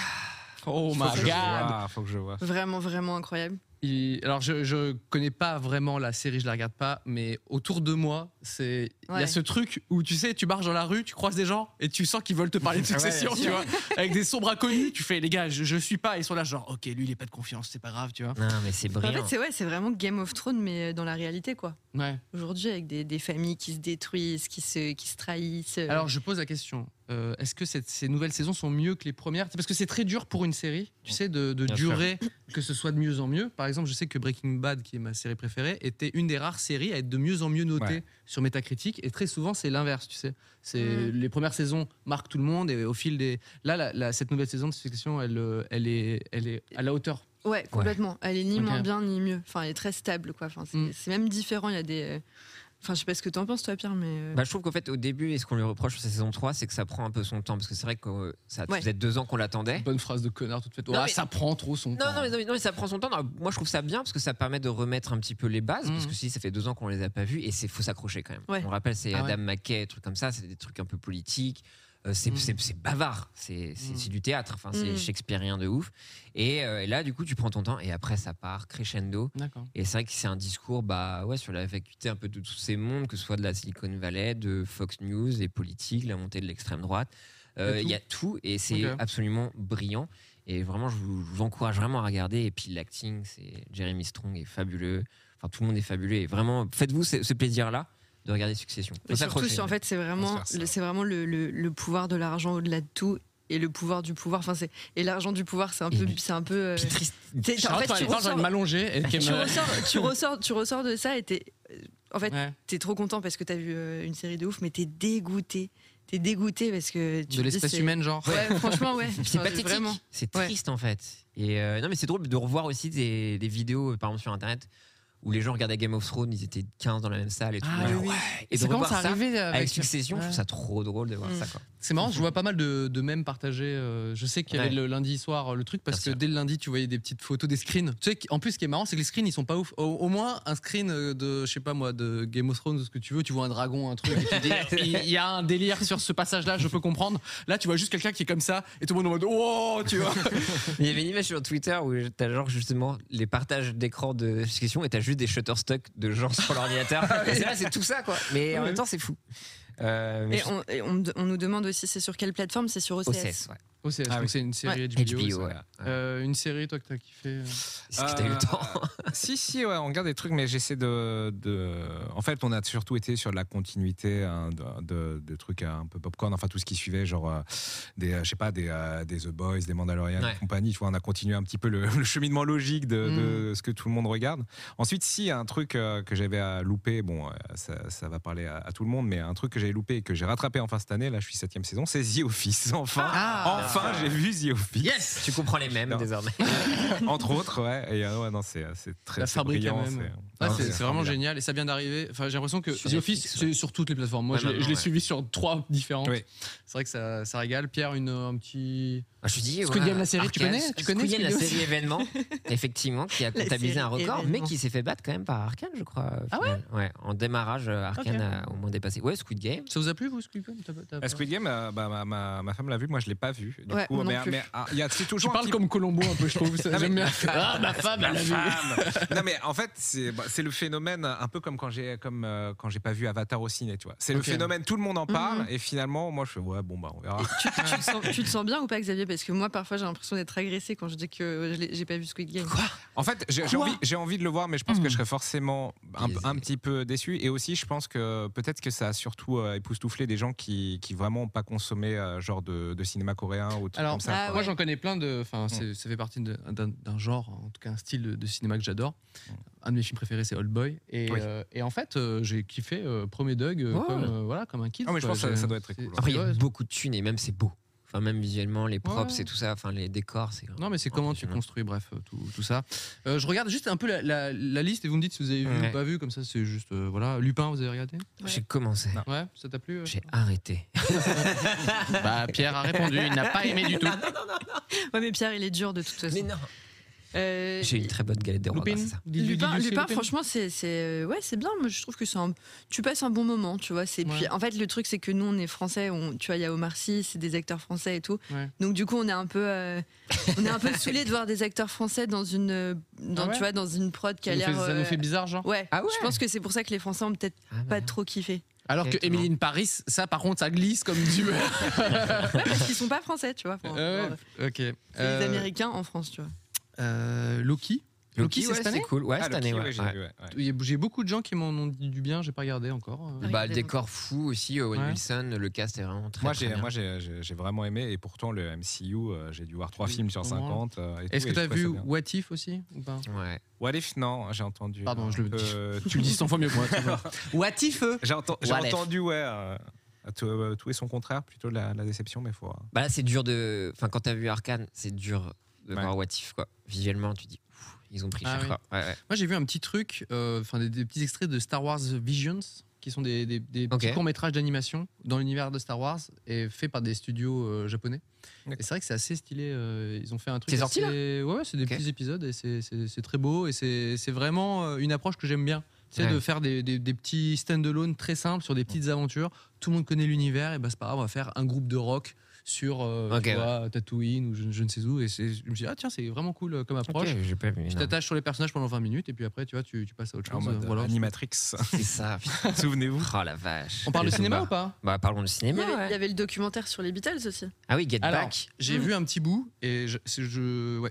S1: Oh
S2: Ah, Faut que je vois, Faut que je vois.
S4: Vraiment, vraiment incroyable.
S1: il- alors je, je connais pas vraiment la série, je la regarde pas, mais autour de moi, c'est il y a
S4: Ouais.
S1: ce truc où tu sais, tu marches dans la rue, tu croises des gens et tu sens qu'ils veulent te parler de
S3: Ouais,
S1: succession,
S3: bien
S1: tu vois, avec des sombres inconnus, tu fais les gars, je, je suis pas, ils sont là genre ok, lui il est pas de confiance, c'est pas grave, tu vois.
S3: Non, mais c'est
S4: En
S3: brillant.
S4: fait, c'est ouais, c'est vraiment Game of Thrones, mais euh, dans la réalité, quoi.
S1: Ouais.
S4: Aujourd'hui, avec des, des familles qui se détruisent, qui se, qui se trahissent. euh,
S1: Alors je pose la question, euh, est-ce que cette- ces nouvelles saisons sont mieux que les premières Parce que c'est très dur pour une série, tu sais, de, de
S3: Bien sûr.
S1: durer, que ce soit de mieux en mieux. Par exemple, je sais que Breaking Bad, qui est ma série préférée, était une des rares séries à être de mieux en mieux notée
S2: Ouais.
S1: sur Metacritic. Et très souvent, c'est l'inverse, tu sais. C'est
S4: Mm.
S1: les premières saisons marquent tout le monde et au fil des là, la- la- cette nouvelle saison de fiction, elle, euh, elle est, elle est à la hauteur.
S4: Ouais, complètement. Elle est ni
S1: Ok.
S4: moins bien ni mieux. Enfin, elle est très stable, quoi. Enfin, c'est
S1: Mm.
S4: c'est même différent. Il y a des. euh, Enfin, je sais pas ce que t'en penses, toi, Pierre, mais. euh,
S3: Bah, je trouve qu'en fait, au début, et ce qu'on lui reproche sur sa saison 3, c'est que ça prend un peu son temps. Parce que c'est vrai que euh, ça
S4: Ouais.
S3: faisait deux ans qu'on l'attendait.
S1: Bonne phrase de connard toute faite.
S3: Non,
S1: Ah,
S3: mais-
S1: Ça prend trop son
S3: Non,
S1: temps.
S3: non, mais, non, mais- non, mais ça prend son temps. Non, moi, je trouve ça bien parce que ça permet de remettre un petit peu les bases. Parce
S1: Mhm.
S3: que si ça fait deux ans qu'on les a pas vus, et c'est faut s'accrocher quand même.
S4: Ouais.
S3: On rappelle, c'est
S1: Ah ouais.
S3: Adam McKay, trucs comme ça, c'est des trucs un peu politiques. Euh, c'est
S1: Mhm.
S3: c'est- c'est bavard, c'est c'est-
S1: Mhm.
S3: c'est du théâtre, enfin, c'est
S4: Mhm.
S3: shakespearien de ouf. Et, euh, et là, du coup, tu prends ton temps et après, ça part crescendo.
S1: D'accord.
S3: Et c'est vrai que c'est un discours bah, ouais, sur la vacuité un peu de tous ces mondes, que ce soit de la Silicon Valley, de Fox News, les politiques, la montée de l'extrême droite. Euh,
S1: Y a tout.
S3: Il y a tout et c'est
S1: Ok.
S3: absolument brillant. Et vraiment, je vous, je vous encourage vraiment à regarder. Et puis l'acting, c'est Jeremy Strong est fabuleux. Enfin, tout le monde est fabuleux. Et vraiment, faites-vous ce, ce plaisir-là de regarder Succession. Faut
S4: et surtout,
S3: s'accrocher.
S4: c'est- en fait, c'est
S2: Faut
S4: vraiment,
S2: se faire ça.
S4: le- c'est vraiment le, le- le pouvoir de l'argent au-delà de tout et le pouvoir du pouvoir. Enfin, c'est et l'argent du pouvoir, c'est un
S3: Et
S4: peu,
S3: du-
S4: c'est un peu. euh,
S3: Puis triste.
S4: t'es-
S1: Charlotte,
S4: en fait,
S1: par
S4: tu
S1: exemple, j'ai envie
S4: ressors,
S1: de m'allonger et qu'elle
S4: tu
S1: me-
S4: ressors, tu ressors, tu ressors de ça et t'es, euh, en fait,
S1: Ouais.
S4: t'es trop content parce que t'as vu euh, une série de ouf, mais t'es dégoûté, t'es dégoûté parce que tu
S1: de
S4: te dis,
S1: l'espèce
S4: c'est-
S1: humaine, genre.
S4: Ouais, franchement, ouais. Enfin,
S3: C'est pathétique.
S4: Ah, Vraiment.
S3: C'est
S4: Ouais.
S3: triste en fait. Et euh, non, mais c'est drôle de revoir aussi des, des vidéos, euh, par exemple sur internet, où les gens regardaient Game of Thrones, ils étaient 15 dans la même salle et tout.
S1: Ah,
S3: Genre,
S1: oui, oui.
S3: ouais. Et de
S1: ça commence
S3: revoir
S1: à
S3: ça euh,
S1: arriver avec,
S3: avec Succession, je
S1: Ouais.
S3: trouve ça trop drôle de voir
S4: Mm.
S3: ça. Quoi.
S1: C'est marrant, je vois pas mal de, de mèmes partagés. euh, je sais qu'il y avait
S3: Ouais.
S1: le lundi soir euh, le truc parce
S3: Bien
S1: que
S3: sûr.
S1: dès le lundi, tu voyais des petites photos des screens. Tu sais, qui- en plus, ce qui est marrant, c'est que les screens ils sont pas ouf. Au, au moins, un screen euh, de, je sais pas moi, de Game of Thrones, ou ce que tu veux, tu vois un dragon, un truc, et tu dis, il y a un délire sur ce passage-là, je peux comprendre. Là, tu vois juste quelqu'un qui est comme ça, et tout le monde en mode, oh, tu vois.
S3: Il y avait une image sur Twitter où t'as genre justement les partages d'écran de Succession et t'as juste des shutterstock de gens sur l'ordinateur. Et c'est là, c'est tout ça quoi. Mais en même temps, c'est fou. Euh, mais
S4: Et
S3: je-
S4: on, et on me de- on nous demande aussi, c'est sur quelle plateforme C'est sur OCS.
S3: OCS, ouais.
S1: Oh, c'est
S2: Ah
S1: donc
S2: oui.
S1: c'est une série
S3: HBO,
S1: HBO. ça.
S3: E ouais.
S1: Euh, une série, toi, que t'as kiffé. euh.
S3: Est-ce que t'as eu le
S2: Euh,
S3: temps
S2: si, si, ouais, on regarde des trucs, mais j'essaie de, de- En fait, on a surtout été sur de la continuité hein, de, de- de trucs un peu popcorn, enfin tout ce qui suivait, genre euh, des, euh, je sais pas, des, euh, des The Boys, des Mandalorian
S3: Ouais.
S2: et compagnie. Tu vois, on a continué un petit peu le, le cheminement logique de,
S3: Mm.
S2: de ce que tout le monde regarde. Ensuite, si, un truc euh, que j'avais à louper, bon, euh, ça, ça va parler à, à tout le monde, mais un truc que j'avais loupé et que j'ai rattrapé en fin cette année, là, je suis septième saison, c'est The Office. Enfin,
S1: Ah.
S2: enfin, j'ai vu The Office.
S3: Tu comprends les mêmes
S2: Non.
S3: désormais.
S2: Entre autres, ouais. Et, euh, ouais, non, c'est c'est très
S1: La
S2: c'est
S1: fabrique
S2: brillant,
S1: elle-même.
S2: Hein, c'est-
S1: Ah,
S2: non,
S1: c'est c'est vraiment
S2: formidable.
S1: génial et ça vient d'arriver. Enfin, j'ai l'impression que
S3: Sur
S1: The
S3: Netflix,
S1: Office,
S3: ouais.
S1: c'est sur toutes les plateformes. Moi,
S3: Ouais,
S1: je l'ai je
S3: maintenant,
S1: l'ai
S3: ouais.
S1: suivi sur trois différentes.
S2: Oui.
S1: C'est vrai que ça, ça régale. Pierre, une, un petit.
S3: Ah, Je dis,
S1: Squid Game, la série, tu connais Tu connais
S3: Squid Game, la
S1: Squid Game
S3: série événement, effectivement, qui a
S4: La
S3: comptabilisé un
S4: série
S3: record, mais
S4: événement.
S3: qui s'est fait battre quand même par Arkane, je crois. au
S1: Ah
S3: final. ouais En démarrage, euh, Arkane a au moins dépassé. Ouais, Squid Game.
S1: Ça vous a plu, vous, Squid Game T'as- t'as-
S2: Euh, Squid Game, euh, bah, ma, ma- ma femme l'a vu, moi je l'ai pas vu. Du
S4: Ouais,
S2: coup,
S4: moi non
S2: mais
S4: plus.
S2: mais, ah, il y a c'est
S1: Tu
S2: toujours. un
S1: parles
S2: petit-
S1: comme Colombo un peu, je trouve. ça,
S2: Non, mais
S1: J'aime bien.
S2: ma femme,
S1: Ah, ma femme, elle
S2: ma
S1: a vu.
S2: femme. non mais en fait c'est bah, c'est le phénomène un peu comme quand j'ai comme euh, quand j'ai pas vu Avatar au ciné tu vois c'est le
S1: Ok. Mm,
S2: phénomène tout le monde en parle et finalement moi je fais ouais bon bah on verra
S4: Tu, tu te sens, tu te sens bien ou pas, Xavier Parce que moi, parfois, j'ai l'impression d'être agressée quand je dis que je l'ai- j'ai pas vu Squid Game.
S2: en fait j'ai j'ai
S1: Quoi
S2: envie j'ai envie de le voir mais je pense que je serais forcément un,
S3: Biaisé.
S2: un petit peu déçu et aussi je pense que peut-être que ça a surtout euh, époustouflé des gens qui qui vraiment ont pas consommé euh, genre de, de cinéma coréen ou tout
S1: Alors,
S2: comme ça
S4: ah
S2: quoi.
S1: Moi, j'en connais plein de. Enfin, c'est- ça fait partie de- d'un d'un genre, en tout cas un style de, de cinéma que j'adore. Un de mes films préférés, c'est Old Boy. Et,
S2: Oui.
S1: euh, et en fait, euh, j'ai kiffé euh, Premier Doug euh,
S3: Ouais.
S1: comme, euh, voilà, comme un kid.
S2: Ah, mais je
S1: quoi.
S2: pense que ça-
S1: J'ai-
S2: ça doit être très
S1: c'est-
S2: cool, ouais.
S3: Après, il y a
S1: ouais.
S3: beaucoup de thunes et même c'est beau. Enfin, même visuellement, les props
S1: Ouais.
S3: et tout ça, enfin, les décors, c'est.
S1: Non, mais c'est comment tu
S3: impressionnant.
S1: construis, bref, euh, tout, tout ça. Euh, je regarde juste un peu la, la- la liste et vous me dites si vous avez vu
S3: Ouais.
S1: ou pas vu, comme ça c'est juste. euh, voilà. Lupin, vous avez regardé
S3: J'ai commencé.
S1: Ouais, ça t'a plu euh
S3: J'ai arrêté.
S1: Bah, Pierre a répondu, il n'a pas aimé du tout.
S4: Ouais, mais Pierre, il est dur de toute façon.
S3: non.
S4: Euh,
S3: J'ai une très bonne galette des rois
S1: Lupin,
S3: grâce à ça.
S1: Lily-
S4: Lupin,
S1: Lily-
S4: Lupin,
S1: Lupin.
S4: franchement, c'est c'est- ouais, c'est bien. Moi, je trouve que c'est un- tu passes un bon moment, tu vois. C'est
S1: Ouais.
S4: puis en fait le truc c'est que nous on est français, on, tu vois, il y a Omar Sy, c'est des acteurs français et tout.
S1: Ouais.
S4: Donc du coup, on est un peu euh, on est un peu saoulé de voir des acteurs français dans une euh, dans
S1: Ah ouais
S4: tu vois, dans une prod qui
S1: Ça
S4: a
S1: nous
S4: l'air
S1: fait- ça nous
S4: euh,
S1: fait bizarre, genre.
S4: Ouais,
S3: Ah ouais
S4: je pense que c'est pour ça que les Français ont peut-être
S3: Ah, bah,
S4: pas trop kiffé.
S1: Alors que
S3: Exactement.
S1: Emily in Paris, ça par contre, ça glisse comme du beurre.
S4: Ouais, parce qu'ils sont pas français, tu vois. Enfin,
S1: Euh,
S4: genre,
S1: ok.
S4: Oh, c'est les Américains en France, tu vois.
S1: euh, Loki. Loki,
S3: Loki,
S1: c'est
S3: ouais,
S1: cette
S3: c'est
S1: année
S3: cool. Ouais,
S2: Ah,
S3: cette
S2: Loki,
S3: année,
S2: ouais,
S3: ouais.
S2: j'ai
S3: ouais.
S2: vu, ouais, ouais.
S1: Il y a- J'ai beaucoup de gens qui m'en ont dit du bien, j'ai pas regardé encore. euh.
S4: Ouais.
S3: Bah, le
S4: Regardez,
S3: décor fou aussi, Owen
S1: Ouais.
S3: Wilson, le cast est vraiment très
S2: Moi,
S3: très
S2: j'ai,
S3: bien.
S2: moi j'ai, j'ai- j'ai vraiment aimé et pourtant le MCU, euh, j'ai dû voir trois
S1: Oui,
S2: films sur
S1: au moins.
S2: 50. euh, et
S1: Est-ce que
S2: tout, et
S1: t'as
S2: je trouvais
S1: vu
S2: ça bien.
S1: What If aussi ou pas
S3: Ouais.
S2: What If Non, j'ai entendu.
S1: Pardon, je le dis.
S2: euh,
S1: Tu le dis 100 fois mieux que moi. tu vois. What If euh
S2: J'ai, enten- j'ai
S3: What If.
S2: entendu, ouais. euh, tout, euh, tout et son contraire, plutôt la, la déception, mais faut. euh,
S3: Bah là, c'est dur de. Enfin, quand t'as vu Arkane, c'est dur de
S2: Ouais.
S3: voir What If, quoi. Visuellement, tu dis, ouf, ils ont pris
S1: Ah
S3: cher,
S1: oui.
S3: quoi. Ouais, ouais.
S1: Moi, j'ai vu un petit truc, euh, enfin des, des petits extraits de Star Wars Visions, qui sont des, des- des
S3: Ok.
S1: petits courts métrages d'animation dans l'univers de Star Wars et faits par des studios euh, japonais.
S2: D'accord.
S1: Et c'est vrai que c'est assez stylé. euh, ils ont fait un truc.
S3: C'est sorti, là
S1: assez- Ouais, ouais, c'est des
S3: Ok.
S1: petits épisodes et c'est- c'est c'est très beau et c'est c'est vraiment euh, une approche que j'aime bien. C'est
S3: Ouais.
S1: de faire des, des- des petits stand-alone très simples sur des petites aventures. Tout le monde connaît l'univers et bah c'est pas grave, on va faire un groupe de rock sur euh,
S3: Ok,
S1: tu
S3: ouais.
S1: vois, Tatooine ou je, je ne sais où. Et c'est- je me suis dit, ah tiens, c'est vraiment cool euh, comme approche.
S3: Ok, j'ai pas vu.
S1: Tu
S3: non.
S1: t'attaches sur les personnages pendant 20 minutes et puis après, tu vois, tu, tu passes à autre
S2: en
S1: chose.
S2: mode
S1: euh, voilà.
S2: Animatrix.
S3: C'est ça, putain.
S2: Souvenez-vous.
S3: Oh la vache.
S1: On parle de
S3: Le
S1: cinéma ou
S3: combat.
S1: pas
S3: Bah, parlons de
S4: Il y,
S3: cinéma.
S4: avait,
S3: ouais.
S4: il y avait le documentaire sur les Beatles aussi.
S3: Ah oui, Get
S1: Alors,
S3: Back.
S1: j'ai
S4: Mm.
S1: vu un petit bout et je. c'est- je- ouais.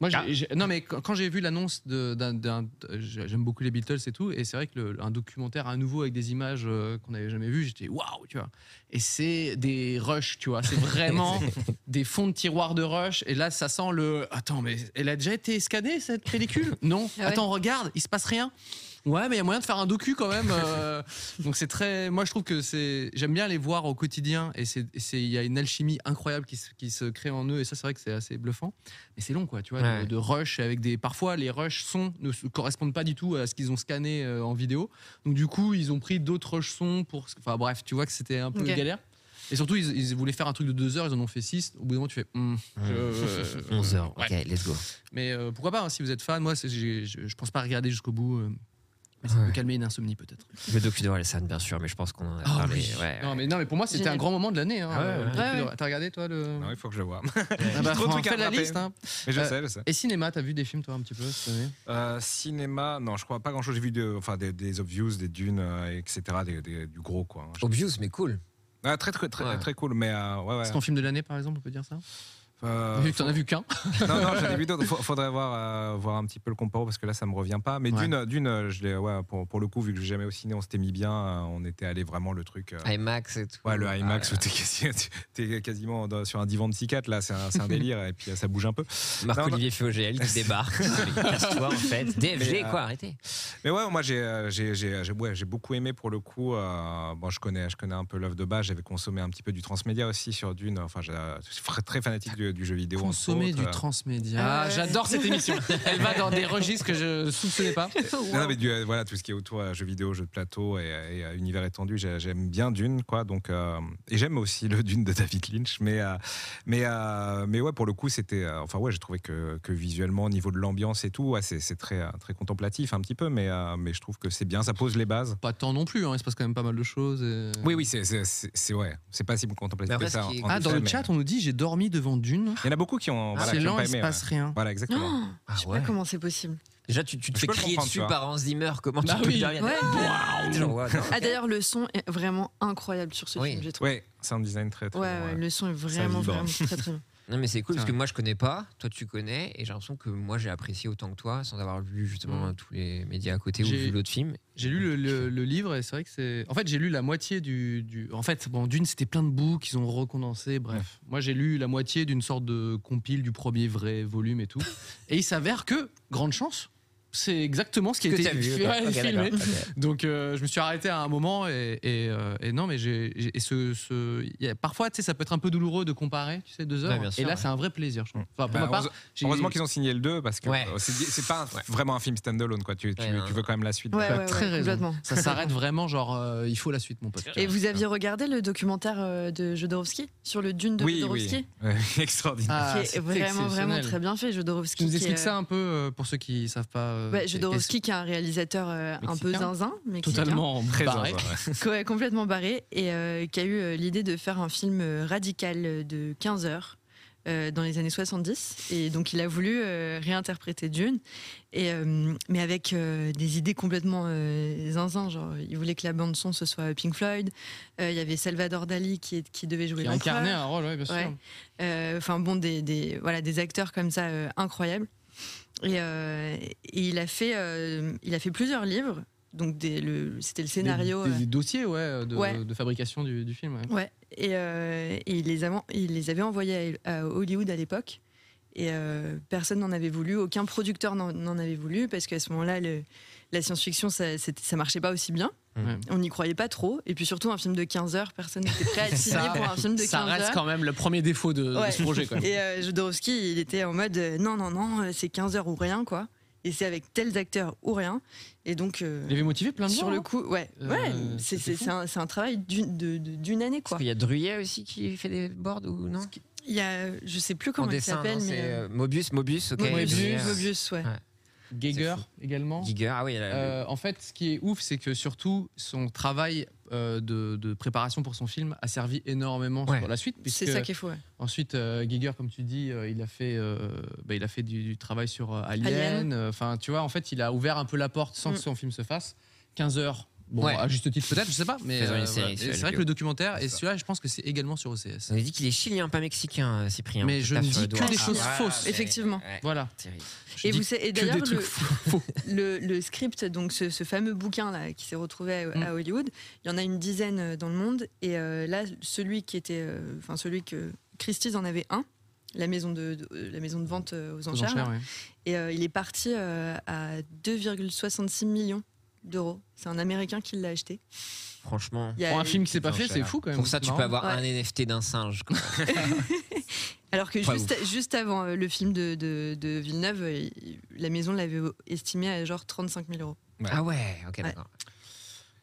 S1: Moi, j'ai-
S3: Ah.
S1: j'ai- non, mais quand quand j'ai vu l'annonce de- d'un. d'un- euh, j'ai- J'aime beaucoup les Beatles et tout, et c'est vrai que le- un documentaire à nouveau avec des images euh, qu'on n'avait jamais vues, j'étais waouh, tu vois. Et c'est des rushs, tu vois. C'est vraiment des fonds de tiroir de rush. Et là, ça sent le. Attends, mais elle a déjà été scannée cette pellicule Non.
S4: Ah ouais.
S1: Attends, regarde, il se passe rien. Ouais, mais il y a moyen de faire un docu quand même. euh, donc c'est très. Moi, je trouve que c'est. J'aime bien les voir au quotidien et c'est. et c'est- Il y a une alchimie incroyable qui se, qui se crée en eux et ça, c'est vrai que c'est assez bluffant. Mais c'est long, quoi. Tu vois,
S3: Ouais.
S1: de, de rush avec des. Parfois, les rushs sons ne se- correspondent pas du tout à ce qu'ils ont scanné euh, en vidéo. Donc du coup, ils ont pris d'autres rushs sons pour. Enfin bref, tu vois que c'était un peu
S4: Ok.
S1: galère. Et surtout, ils, ils voulaient faire un truc de deux heures, ils en ont fait six. Au bout d'un moment, tu fais. Hmm, je- euh,
S3: 11h, Mmh. ok,
S1: ouais.
S3: let's go.
S1: Mais euh, pourquoi pas, hein, si vous êtes fan, moi, c'est- j'ai- je, je pense pas regarder jusqu'au bout. euh, mais ça peut
S3: Ouais.
S1: calmer une insomnie peut-être.
S3: Le docu de Orelsan, bien sûr, mais je pense qu'on en a
S1: Ah
S3: parlé.
S1: oui.
S3: ouais.
S1: Non mais, non mais pour moi c'était
S4: Génial.
S1: un grand moment de l'année. hein.
S3: Ah ouais, ouais.
S1: Le truc
S4: Ouais,
S1: de-
S4: ouais.
S1: T'as regardé toi le.
S2: Non, il faut que je le voie.
S1: Ah bah,
S2: Trop de
S1: on
S2: trucs à
S1: fait la
S2: rattraper.
S1: liste. hein.
S2: Mais je
S1: Euh,
S2: sais, je sais.
S1: Et cinéma, t'as vu des films toi un petit peu cette année
S2: Euh, cinéma, non, je crois pas grand chose. J'ai vu de, enfin, des, des Obvious, des Dunes, euh, etc. des- des- du gros, quoi. hein.
S3: Obvious, mais cool.
S2: Ah, très, très, très,
S3: Ouais.
S2: très cool, mais euh, ouais, ouais.
S1: C'est ton film de l'année par exemple, on peut dire ça
S2: Euh,
S1: Vu que t'en as vu qu'un.
S2: Non, non, j'en ai vu d'autres. Faut- Faudrait voir, euh, voir un petit peu le comparo parce que là, ça me revient pas. Mais
S1: Ouais.
S2: d'une, d'une, euh, je l'ai, ouais, pour, pour le coup, vu que j'ai jamais au ciné, on s'était mis bien. euh, On était allé vraiment le truc. euh,
S3: IMAX et tout.
S2: Ouais, le IMAX
S3: Ah
S2: où
S3: là
S2: t'es quasi- t'es quasiment dans- sur un divan de psychiatre, là, c'est un, c'est un délire, et puis euh, ça bouge un peu.
S3: là. Marc-Olivier Fogel qui
S2: C'est-
S3: débarque. Casse-toi, en fait.
S2: Mais,
S3: DFG,
S2: euh,
S3: quoi, arrêtez.
S2: Mais ouais, moi, j'ai euh, j'ai- j'ai- j'ai- ouais, j'ai beaucoup aimé pour le coup. euh, bon, je connais, je connais un peu l'œuvre de base, j'avais consommé un petit peu du transmédia aussi sur Dune. Enfin, j'ai- euh, je suis fr- très fanatique du, du jeu vidéo. entre
S1: Consommer
S2: autres,
S1: du
S2: euh.
S1: transmédia.
S4: Ah ouais.
S1: J'adore cette émission. Elle va dans des registres que je soupçonnais pas.
S2: Non, non, mais du- euh, voilà, tout ce qui est autour euh, jeux vidéo, jeux de plateau et, et, euh, univers étendu, j'ai- j'aime bien Dune, quoi. Donc, euh, et j'aime aussi le Dune de David Lynch, mais, euh, mais, euh, mais ouais, pour le coup, c'était. euh, enfin, ouais, j'ai trouvé que, que visuellement, au niveau de l'ambiance et tout, ouais, c'est c'est très, euh, très contemplatif un petit peu, mais, euh, mais je trouve que c'est bien, ça pose les bases.
S1: Pas tant non plus. hein, Il se passe quand même pas mal de choses. et-
S2: Oui, oui, c'est- c'est c'est- c'est- ouais, c'est pas si contemplatif
S3: Mais après,
S2: que ça.
S3: ce qui est-
S2: en- en
S1: Ah
S2: tout
S1: dans
S2: cas,
S1: le
S2: mais-
S1: chat on nous dit j'ai dormi devant Dune.
S2: Il y en a beaucoup qui ont. voilà,
S1: C'est
S2: qui ont
S1: lent,
S2: pas
S1: il se
S2: aimé,
S1: passe
S2: ouais.
S1: rien.
S4: Oh,
S2: Voilà, exactement.
S3: Ah
S4: je sais
S3: ouais.
S4: pas comment c'est possible.
S3: Déjà, tu, tu te
S2: Je
S3: fais
S2: peux le
S3: crier
S2: comprendre,
S3: dessus
S2: tu vois.
S3: par Hans Zimmer. Comment
S1: Bah
S3: tu peux
S1: oui.
S3: dormir
S4: Ouais.
S3: T'es genre, ouais, non.
S4: Ah d'ailleurs le son est vraiment incroyable sur ce
S3: Oui.
S4: film, j'ai trouvé.
S2: Ouais, sound design très, très
S4: Ouais,
S2: bon,
S4: ouais,
S2: ouais.
S4: le son est vraiment
S2: vibre.
S4: vraiment très très bien.
S3: Non, mais c'est cool parce que
S1: Tiens.
S3: moi, je connais pas. Toi, tu connais. Et j'ai l'impression que moi, j'ai apprécié autant que toi sans avoir lu justement tous les médias à côté ou
S1: J'ai-
S3: vu l'autre film.
S1: J'ai lu le, le- le livre et c'est vrai que c'est. En fait, j'ai lu la moitié du. du- En fait, bon, d'une, c'était plein de bouts qu'ils ont recondensé, bref. Moi, j'ai lu la moitié d'une sorte de compile du premier vrai volume et tout. Et il s'avère que, grande chance, c'est exactement ce qui a
S3: Que
S1: été
S3: t'as vu,
S1: fi-
S3: ok.
S1: ouais,
S3: Ok,
S1: filmé.
S3: d'accord,
S1: Donc euh, je me suis arrêté à un moment et, et, euh, et non, mais j'ai j'ai- et ce, ce- il y a- parfois, tu sais, ça peut être un peu douloureux de comparer, tu sais, deux heures.
S3: Ouais, bien sûr,
S1: et là,
S3: ouais.
S1: c'est un vrai plaisir. Je trouve. Enfin, pour
S2: Bah,
S1: ma part,
S2: heureuse-
S1: j'ai-
S2: Heureusement qu'ils ont signé le 2 parce que
S3: Ouais.
S2: euh, c'est c'est pas un- vraiment un film standalone quoi. Tu, tu-
S3: Ouais, non,
S2: tu veux
S3: non.
S2: quand même la suite.
S4: Ouais,
S1: T'as
S4: ouais,
S1: très
S4: ouais,
S1: raison.
S4: complètement.
S1: Ça s'arrête vraiment, genre, euh, il faut la suite, mon pote.
S4: Et vous aviez regardé le documentaire euh, de Jodorowsky sur le dune de
S2: oui,
S4: Jodorowsky
S2: oui. Ouais, Extraordinaire.
S1: Ah,
S4: qui est
S1: c'était
S4: vraiment vraiment
S1: exceptionnel.
S4: très bien fait Jodorowsky
S1: Tu nous
S4: qui
S1: expliques
S4: est-
S1: ça un peu euh, pour ceux qui savent pas. euh,
S4: Ouais,
S1: et-
S4: Jodorowsky qui est un réalisateur euh, un peu
S1: Mexicain.
S4: zinzin mais
S1: et- Totalement
S2: Très
S1: barré.
S2: zinzin, ouais.
S4: complètement barré et euh, qui a eu euh, l'idée de faire un film euh, radical euh, de 15 heures euh, dans les années 70 et donc il a voulu euh, réinterpréter Dune et euh, mais avec euh, des idées complètement euh, zinzin genre il voulait que la bande son ce soit Pink Floyd Euh, il y avait Salvador Dali qui, est- qui devait jouer
S1: Qui
S4: l'empereur.
S1: incarnait hein. un rôle, ouais, bien sûr.
S4: Ouais. Euh, enfin bon, des, des- voilà, des acteurs comme ça euh, incroyables. Et, euh, et il, a fait, euh, il a fait plusieurs livres, donc des- le- c'était le
S1: Des-
S4: scénario.
S1: Des,
S4: euh,
S1: des dossiers, ouais, de,
S4: Ouais.
S1: de fabrication du, du film. ouais.
S4: ouais, et, euh, et il, les a- il les avait envoyés à, à Hollywood à l'époque. Et euh, personne n'en avait voulu, aucun producteur n'en- n'en avait voulu, parce qu'à ce moment-là, le- la science-fiction, ça, c'était- ça marchait pas aussi bien.
S1: Ouais.
S4: On n'y croyait pas trop. Et puis surtout, un film de 15 heures, personne n'était prêt à être signé
S1: Ça-
S4: pour un film de 15
S1: Ça
S4: heures.
S1: reste quand même le premier défaut de, de
S4: Ouais.
S1: ce projet, quand même.
S4: Et euh, Jodorowsky, il était en mode euh, non, non, non, euh, c'est 15 heures ou rien, quoi. Et c'est avec tels acteurs ou rien. Et donc, euh,
S1: Il avait motivé plein de
S4: sur
S1: gens,
S4: le
S1: hein.
S4: coup, ouais,
S1: Euh,
S4: ouais c'est-
S1: c'était
S4: c'est
S1: fou.
S4: c'est un, c'est un travail d'une de- de- d'une année, quoi.
S3: Il y a Druyet aussi qui fait des boards ou non
S4: Il y a, je sais plus
S3: En
S4: comment il
S3: dessin,
S4: s'appelle,
S3: non,
S4: mais.
S3: c'est
S4: euh,
S3: euh, Mobius, Mobius, ok.
S4: Mobius,
S3: Druyet, euh,
S4: Mobius, ouais.
S1: Ah,
S3: Ouais.
S1: Geiger
S3: C'est fou.
S1: également.
S3: Giger, ah oui, il a-
S1: Euh, en fait, ce qui est ouf, c'est que surtout son travail euh, de, de préparation pour son film a servi énormément
S3: Ouais.
S1: pour la suite.
S4: C'est
S1: puisque
S4: ça qui est fou, ouais.
S1: Ensuite, euh, Giger, comme tu dis, euh, il a fait, euh, bah, il a fait du, du travail sur euh, Alien.
S4: Alien.
S1: Euh, Enfin, tu vois, en fait, il a ouvert un peu la porte sans
S4: Mm.
S1: que son film se fasse. 15 heures. Bon,
S3: Ouais.
S1: à juste titre peut-être, je sais pas, mais
S3: Faisons une
S1: euh,
S3: série
S1: voilà. Et
S3: sur
S1: c'est
S3: HBO.
S1: vrai que le documentaire et
S2: ça.
S1: celui-là, je pense que c'est également sur OCS.
S3: On a dit qu'il est chilien, pas mexicain, euh, Cyprien.
S1: Mais
S3: On te
S1: je
S3: tape
S1: ne
S3: sur le
S1: dis que
S3: doigt.
S1: des choses
S3: voilà,
S1: fausses.
S3: mais-
S4: Effectivement.
S3: ouais,
S1: Voilà.
S3: terrible.
S1: Je
S4: Et,
S1: dis
S4: vous, sa- et
S1: que des
S4: d'ailleurs,
S1: trucs
S4: le,
S1: faux.
S4: le, le script, donc ce, ce fameux bouquin là qui s'est retrouvé euh,
S1: Mm.
S4: à, à Hollywood, il y en a une dizaine euh, dans le monde. Et euh, là, celui qui était, euh, enfin celui que Christie's en avait un, la maison de, de- euh, la maison de vente euh, aux
S1: Aux
S4: enchères.
S1: enchères,
S4: là.
S1: ouais.
S4: Et euh, il est parti euh, à 2,66 millions d'euros. C'est un Américain qui l'a acheté.
S3: Franchement.
S4: Il y a-
S1: Pour un film qui s'est pas fait, c'est
S2: enchères.
S1: fou quand même.
S3: Pour ça,
S1: C'est
S3: tu peux
S1: marrant.
S3: avoir
S4: Ouais.
S3: un NFT d'un singe. quoi.
S4: Alors que
S3: Pas
S4: juste, juste avant euh, le film de, de- de Villeneuve, euh, il- la maison l'avait estimé à genre 35 000 euros.
S2: Ouais.
S3: Ah ouais, ok, d'accord.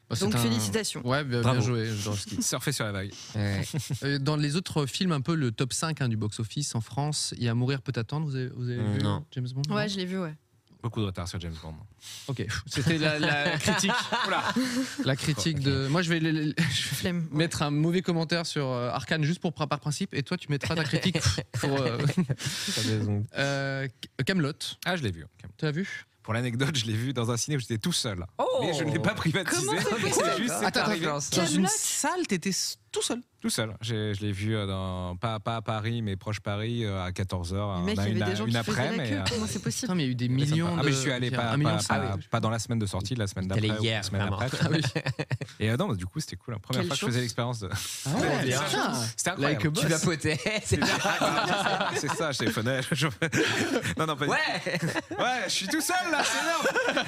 S1: Bah, c'est
S4: Donc
S1: un-
S4: félicitations.
S1: Ouais, bien, bien
S3: Bravo.
S1: joué, Jodorowsky.
S2: Surfer sur la vague.
S3: Ouais.
S4: Ah
S1: Euh, Dans les autres films, un peu le top 5 hein, du box-office en France, il y a Mourir peut attendre, vous avez, vous avez
S3: Mm,
S1: vu
S3: non.
S1: James Bond
S4: Ouais,
S1: non
S4: je l'ai vu, ouais.
S2: Beaucoup de retard sur James Bond.
S1: Ok, c'était la, la critique. la critique de. Moi, je vais le- le- je vais
S4: Flemme. ouais.
S1: mettre un mauvais commentaire sur euh, Arkane juste pour par par principe, et toi, tu mettras ta critique pour euh, Camelot.
S2: Ah, je l'ai vu.
S1: tu l'as vu
S2: Pour l'anecdote, je l'ai vu dans un ciné où j'étais tout seul.
S3: Oh
S2: Mais je ne l'ai pas privatisé.
S4: Comment c'est
S2: C'est
S4: possible
S2: juste c'est arrivé.
S1: Dans une
S4: Kaamelott
S1: salle, t'étais s- tout seul.
S2: Tout seul. J'ai- Je l'ai vu euh, dans, pas, pas à Paris, mais proche Paris, euh, à 14h.
S4: Le mec, il y avait des gens qui faisaient la
S2: mais.
S4: queue.
S2: euh,
S4: Comment c'est possible
S1: Putain, mais il y a eu des millions.
S2: Ah,
S1: de- Ah
S2: mais je suis allé
S1: il y a
S2: pas,
S1: euh, un million
S2: pas,
S1: cinq.
S2: pas- pas dans la semaine de sortie, la semaine
S3: T'es allé
S2: d'après. ou la
S3: hier,
S2: semaine
S3: vraiment.
S2: après.
S1: Ah oui.
S2: Et euh, non, mais du coup, c'était cool. La première
S4: Quelle
S2: fois que je faisais
S4: chance.
S2: l'expérience de.
S1: Ah ouais,
S3: bien.
S1: putain.
S2: C'était
S1: Like a
S2: incroyable.
S3: Tu
S1: boss.
S3: vapotais. c'est-
S2: Ah, c'est ça, je téléphonais. je- Non, non, pas du
S3: Ouais.
S2: tout. Ouais, je suis tout seul là, c'est énorme.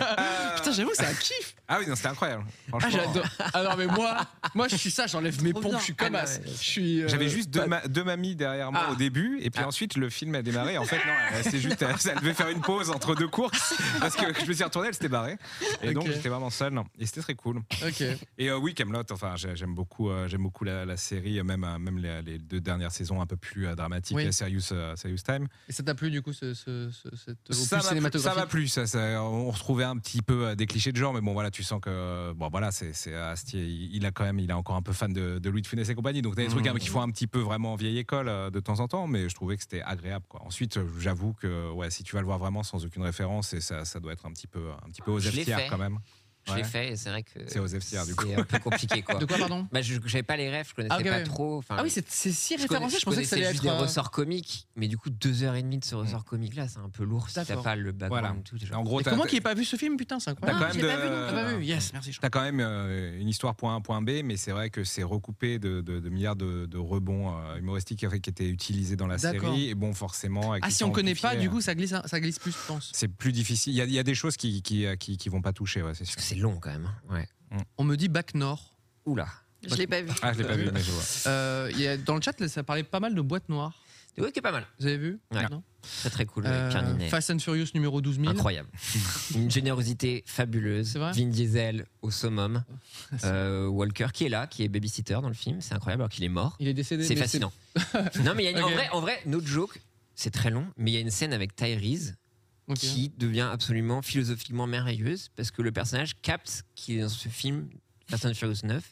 S2: Euh,
S1: Putain, j'avoue, c'est un kiff.
S2: Ah oui, non, c'était incroyable.
S1: Ah,
S2: Franchement,
S1: j'adore. Ah non, mais moi, moi, je suis ça, j'enlève mes
S4: Trop
S1: pompes,
S4: bien.
S1: je suis comme
S3: Ah,
S1: as.
S3: ouais.
S1: Je suis. euh,
S2: J'avais juste deux,
S1: pas-
S2: ma- deux mamies derrière moi
S3: Ah.
S2: au début, et puis
S3: Ah.
S2: ensuite le film a démarré. En fait, non, elle- c'est juste, elle, elle devait faire une pause entre deux courses parce que je me suis retourné, elle s'était barrée, et donc
S1: Ok.
S2: j'étais vraiment seul. non. Et c'était très cool.
S1: Ok.
S2: Et euh, oui, Camelot. Enfin, j'ai- j'aime beaucoup, euh, j'aime beaucoup la, la série, euh, même euh, même les, les deux dernières saisons un peu plus euh, dramatiques,
S1: Oui.
S2: euh, Serious, euh, Serious Time.
S1: Et ça t'a plu du coup ce, ce- ce- cette opus
S2: Ça m'a plu, ça
S1: cinématographique
S2: m'a plu, ça, ça- on retrouvait un petit peu euh, des clichés de genre, mais bon voilà, tu sens que euh, bon voilà, c'est c'est Astier, il il a quand même, il est encore un peu fan de, de Louis de Funès et compagnie, donc t'as des trucs hein, qui font un petit peu vraiment vieille école euh, de temps en temps, mais je trouvais que c'était agréable. Quoi. Ensuite, euh, j'avoue que ouais, si tu vas le voir vraiment sans aucune référence, et ça, ça doit être un petit peu un petit peu aux
S3: Je l'ai
S2: Astier
S3: fait.
S2: quand même.
S3: Je
S2: Ouais.
S3: l'ai fait et c'est vrai que
S2: C'est aux FCR, du coup.
S3: c'est un peu compliqué quoi.
S1: De quoi, pardon
S3: bah, je j'avais pas les rêves, je connaissais
S1: Ah, ok,
S3: pas
S1: ouais.
S3: trop. enfin,
S1: Ah oui, c'est c'est si
S3: je
S1: référencé,
S3: connais-
S1: je pensais que ça allait
S3: connaissais
S1: être.
S3: juste des
S1: euh, Mm.
S3: ressorts comiques, mais du coup deux heures et demie de ce ressort comique là, c'est un peu lourd si t'as
S1: D'accord. Ah,
S3: pas le background
S2: Voilà.
S3: et tout. t'es genre-
S2: En gros,
S1: Mais
S2: t'as-
S1: comment qu'il ait pas vu ce film Putain, c'est
S2: t'as
S1: incroyable.
S4: Ah,
S2: quand même
S4: j'ai
S2: de-
S4: pas vu non
S1: Ah,
S4: plus.
S1: bah oui, yes, merci. Jean.
S2: T'as quand même euh, une histoire point A, point B, mais c'est vrai que c'est recoupé de, de- de milliards de, de rebonds euh, humoristiques qui qui étaient utilisés dans la
S1: D'accord.
S2: série. Et bon, forcément. avec
S1: Ah,
S2: tout
S1: si
S2: ça
S1: on connaît
S2: amplifié,
S1: pas, du
S2: euh,
S1: coup, ça glisse, un- ça glisse plus, je pense.
S2: C'est plus difficile. Il y a- il y, a des choses qui, qui, euh, qui, qui vont pas toucher, ouais, c'est
S3: Parce
S2: sûr.
S3: que c'est long quand même. hein. Ouais.
S1: On me dit Bac Nord.
S3: Oula.
S4: Je l'ai pas vu.
S2: Ah, je l'ai pas vu, mais je vois.
S1: Euh, il y a- dans le chat, là, ça parlait pas mal de boîtes noires.
S3: Ouais, qui est pas mal.
S1: Vous avez vu
S3: Ouais.
S1: Non
S3: Très très cool.
S1: Euh,
S3: avec Pierre Ninet.
S1: Fast and Furious numéro 12 000.
S3: Incroyable. Une générosité fabuleuse.
S1: C'est vrai
S3: Vin Diesel au summum.
S1: C'est-
S3: Euh, Walker qui est là, qui est babysitter dans le film. C'est incroyable alors qu'il est mort.
S1: Il est décédé.
S3: C'est
S1: mais
S3: fascinant. non mais il y a une- en
S1: Ok.
S3: vrai, en vrai, no joke, c'est très long, mais il y a une scène avec Tyrese
S1: Ok.
S3: qui devient absolument philosophiquement merveilleuse parce que le personnage capte qu'il est dans ce film Fast and Furious 9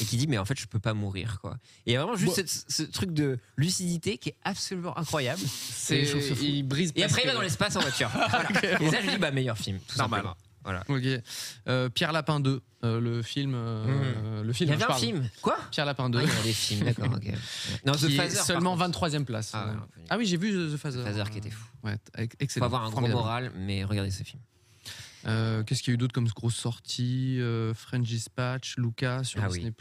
S3: et qui dit mais en fait je peux pas mourir quoi. Et il y a vraiment juste
S1: Bon.
S3: cette- ce truc de lucidité qui est absolument incroyable.
S1: C'est-
S3: Et je trouve ça fou.
S1: il brise.
S3: Et après il va
S1: presque-
S3: dans l'espace en voiture. Voilà. Et ça je dis bah meilleur film. Tout
S2: Normal.
S3: simplement.
S1: Ok. Euh, Pierre Lapin 2, euh, le film. euh, Le
S3: Mmh. Il
S1: film.
S3: y
S1: je
S3: avait un
S1: parle.
S3: film. Quoi
S1: Pierre Lapin
S3: Ah,
S1: 2.
S3: il y avait des films, d'accord. ok. Non,
S1: qui
S3: The
S1: est
S3: Phaser. par
S1: seulement
S3: contre.
S1: 23e place.
S3: Ah, ouais,
S1: Ouais.
S3: on peut dire.
S1: Ah oui, j'ai vu The, The Phaser.
S3: The Phaser qui était fou.
S1: Ouais, ec-
S3: Faut
S1: excellent.
S3: avoir un gros
S1: Formidable.
S3: moral, mais regardez ce film.
S1: Euh, Qu'est-ce qu'il y a eu d'autre comme grosse sortie Euh, French Dispatch, Luca sur
S3: Ah oui.
S1: Disney.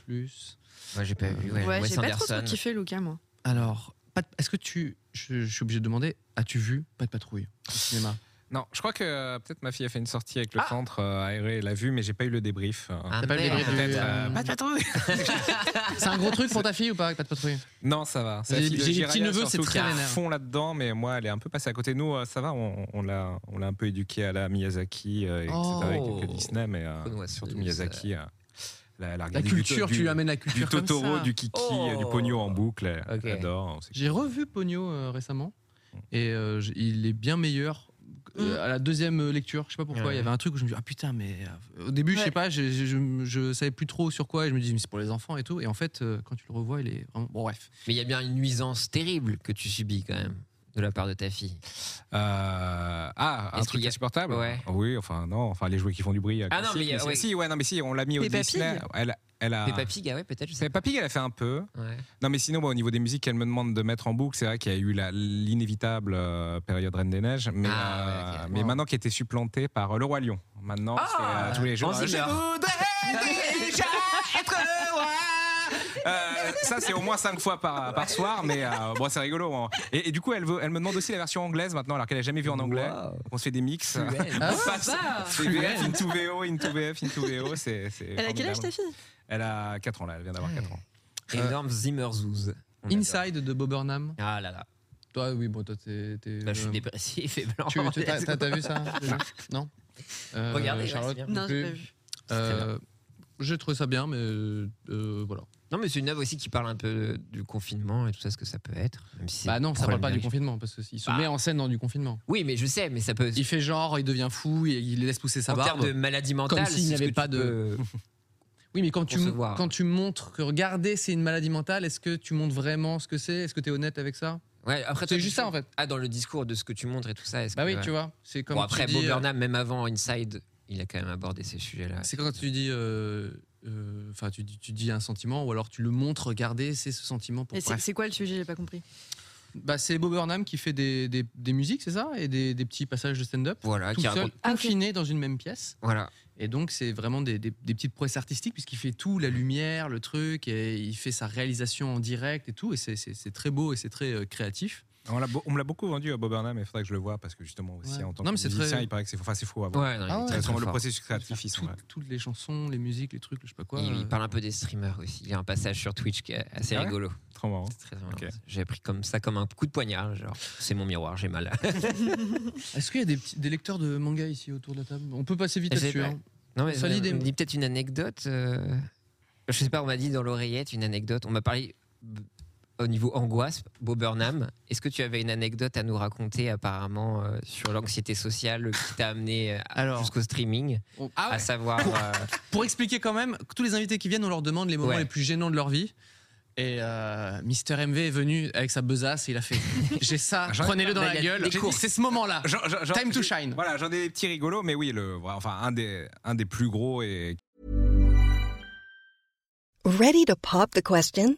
S3: Moi, j'ai pas vu. Ouais,
S4: Ouais,
S3: Wes
S4: j'ai pas trop trop
S3: Anderson.
S4: kiffé Lucas, moi.
S1: Alors, pas de- est-ce que tu. Je, je suis obligé de demander as-tu vu Pas de patrouille au cinéma
S2: Non, je crois que euh, peut-être ma fille a fait une sortie avec le
S3: Ah.
S2: centre euh, aéré et l'a vue, mais j'ai pas eu le débrief. euh.
S3: Ah,
S1: T'as pas le
S3: merde.
S1: débrief du-
S2: Peut-être,
S1: euh,
S2: euh,
S1: C'est un gros truc pour ta fille ou pas Pas de patrouille
S2: Non, ça va. C'est la
S1: J'ai-
S2: fille de
S1: j'ai des
S2: Jiraya,
S1: petits-neveux, c'est
S2: surtout,
S1: très
S2: qui est à
S1: vénère.
S2: fond là-dedans, mais moi, elle est un peu passée à côté. Nous, euh, ça va, on, on l'a, on l'a un peu éduquée à la Miyazaki, euh, etc.,
S1: Oh.
S2: avec quelques Disney, mais euh,
S3: Connoisseur,
S2: surtout
S3: ça.
S2: Miyazaki. euh, elle a- elle a
S1: La
S2: regardé du-
S1: culture,
S2: du,
S1: tu lui amènes la
S2: du
S1: culture. comme
S2: Totoro,
S1: ça.
S2: du Kiki,
S3: Oh.
S2: euh, du Pogno en boucle. elle- elle
S3: Ok.
S2: adore. on sait-
S1: J'ai revu Pogno euh, récemment
S2: Mm.
S1: et euh, j- il est bien meilleur. euh, à la deuxième lecture, je sais pas pourquoi,
S3: Ouais.
S1: il y avait un truc où je me dis ah putain mais euh, au début je sais
S4: Ouais.
S1: pas, je, je, je- je savais plus trop sur quoi et je me dis mais c'est pour les enfants et tout et en fait euh, quand tu le revois il est vraiment... bon bref.
S3: Mais il y a bien une nuisance terrible que tu subis quand même de la part de ta fille.
S2: Euh, ah, un
S3: Est-ce
S2: truc
S3: qu'il y a-
S2: insupportable
S3: Ouais.
S2: Oui, enfin, non, enfin, les jouets qui font du bruit. euh,
S3: Ah non,
S2: classique,
S3: mais il y a-
S2: c'est-
S3: ouais.
S2: Si, ouais, non, mais si, on l'a mis au
S4: Peppa
S2: Disney.
S4: Pig.
S2: Elle, elle a.
S3: Peppa Pig, ah ouais, peut-être, je sais pas.
S2: Peppa Pig, elle a fait un peu.
S3: Ouais.
S2: Non, mais sinon, bon, au niveau des musiques qu'elle me demande de mettre en boucle, c'est vrai qu'il y a eu la- l'inévitable euh, période Reine des Neiges, mais,
S3: Ah,
S2: euh,
S3: ouais, ok.
S2: mais maintenant qui a été supplantée par euh, Le Roi Lion. Maintenant, c'est
S3: Ah,
S2: euh, tous les jours.
S3: On s'y
S2: Je
S3: meurt.
S2: voudrais déjà être roi. Euh, ça, c'est au moins cinq fois par, par soir, mais euh, bon, c'est rigolo. hein. Et, et du coup, elle, veut, elle me demande aussi la version anglaise maintenant, alors qu'elle n'a jamais vu en anglais.
S3: Wow.
S2: On se fait des mix.
S3: Cruel.
S1: Ah,
S2: On passe-
S4: va.
S2: c'est VF, into VO, into VF, into VO. c'est- c'est
S4: Elle a quel âge
S2: formidable.
S4: ta fille
S2: Elle a 4 ans, là, elle vient d'avoir 4 ans.
S3: Énorme Zimmerzouz. On adore.
S1: Inside de Bob Burnham.
S3: Ah là là.
S1: Toi oui bon toi t'es. t'es,
S3: Là, Bah, je suis
S1: euh,
S3: dépressif et blanc.
S1: tu- tu- t'as- t'as- t'as vu ça déjà Non. Euh,
S3: Regardez, ouais,
S1: Charlotte.
S3: c'est bien.
S4: Non, j'ai
S1: plus.
S4: pas vu.
S3: C'est très bien.
S1: Euh, J'ai trouvé ça bien mais euh, euh, voilà.
S3: Non, mais c'est une œuvre aussi qui parle un peu du confinement et tout ça, ce que ça peut être. Même si c'est
S1: Bah non ça parle pas du
S3: problématique.
S1: confinement parce qu'il se
S3: Ah.
S1: met en scène dans du confinement.
S3: Oui, mais je sais, mais ça peut.
S1: Il fait genre il devient fou et il laisse pousser sa
S3: en termes
S1: barbe.
S3: de maladie mentale,
S1: Comme s'il
S3: c'est
S1: n'y
S3: ce
S1: avait
S3: que
S1: pas
S3: tu
S1: de-
S3: peux-
S1: Oui, mais quand tu,
S3: concevoir.
S1: quand tu montres que regarder, c'est une maladie mentale, est-ce que tu montres vraiment ce que c'est Est-ce que tu es honnête avec ça
S3: Ouais, après,
S1: C'est
S3: toi,
S1: juste
S3: tu-
S1: ça, en fait.
S3: Ah, dans le discours de ce que tu montres et tout ça. est-ce
S1: Bah
S3: que-
S1: oui,
S3: ouais.
S1: tu vois. C'est comme
S3: bon,
S1: tu
S3: après,
S1: dis,
S3: Bob
S1: euh,
S3: Burnham, même avant Inside, il a quand même abordé ces sujets-là.
S1: C'est quand tu dis. euh, euh, Enfin, tu, dis- tu dis un sentiment, ou alors tu le montres, regardez, c'est ce sentiment. Pour...
S4: Et c'est
S1: Bref.
S4: c'est quoi le sujet J'ai pas compris.
S1: Bah, c'est Bob Burnham qui fait des, des- des musiques, c'est ça Et des, des petits passages de stand-up
S3: Voilà,
S1: tout
S3: qui
S1: seul,
S3: raconte.
S4: Ah, ok.
S1: confiné dans une même pièce.
S3: Voilà.
S1: Et donc, c'est vraiment des, des- des petites prouesses artistiques, puisqu'il fait tout, la lumière, le truc, et il fait sa réalisation en direct et tout. Et c'est- c'est c'est très beau et c'est très euh, créatif.
S2: On l'a beau- on me l'a beaucoup vendu à Bob Burnham, mais il faudrait que je le voie parce que justement aussi
S1: Ouais.
S2: en tant
S1: Non,
S2: que
S1: mais c'est
S2: musicien,
S1: très-
S2: il paraît que c'est fou. Enfin, c'est fou à voir.
S3: Ouais, non, il est
S1: Ah ouais.
S3: très, très
S2: Son- le
S3: fort.
S2: processus créatif,
S1: Tout-
S2: ils sont. ouais.
S1: Toutes les chansons, les musiques, les trucs, je sais pas quoi.
S3: il, il
S1: euh,
S3: parle un peu des streamers aussi. Il y a un passage sur Twitch qui est assez
S2: Ah ouais
S3: rigolo.
S2: Trop marrant.
S3: C'est très marrant. J'ai pris comme ça, comme un coup de poignard. Genre, c'est mon miroir, j'ai mal.
S1: Est-ce qu'il y a des, petits- des lecteurs de manga ici autour de la table On peut passer vite
S3: Je sais
S1: là-dessus.
S3: pas.
S1: hein.
S3: non, mais
S1: Ça,
S3: on-
S1: l'idée-
S3: on me dit peut-être une anecdote. euh, Je sais pas, on m'a dit dans l'oreillette une anecdote. On m'a parlé b- au niveau angoisse, Bob Burnham. Est-ce que tu avais une anecdote à nous raconter apparemment euh, sur l'anxiété sociale qui t'a amené euh,
S1: Alors.
S3: jusqu'au streaming
S1: On- Ah ouais.
S3: À savoir. euh,
S1: Pour expliquer quand même, tous les invités qui viennent, on leur demande les moments
S3: Ouais.
S1: les plus gênants de leur vie. Et Et euh, Mister MV est venu avec sa besace et il a fait J'ai ça,
S2: J'en ai
S1: prenez-le dans
S3: Mais
S1: la
S3: il a
S1: gueule.
S3: des
S1: J'ai dit,
S3: cours.
S1: C'est ce moment-là.
S2: J'en- j'en- j'en-
S1: Time to
S2: j'ai-
S1: shine.
S2: Voilà, j'en ai des petits rigolos, mais oui, le, enfin, un des, un des plus gros et
S7: Ready to pop the question?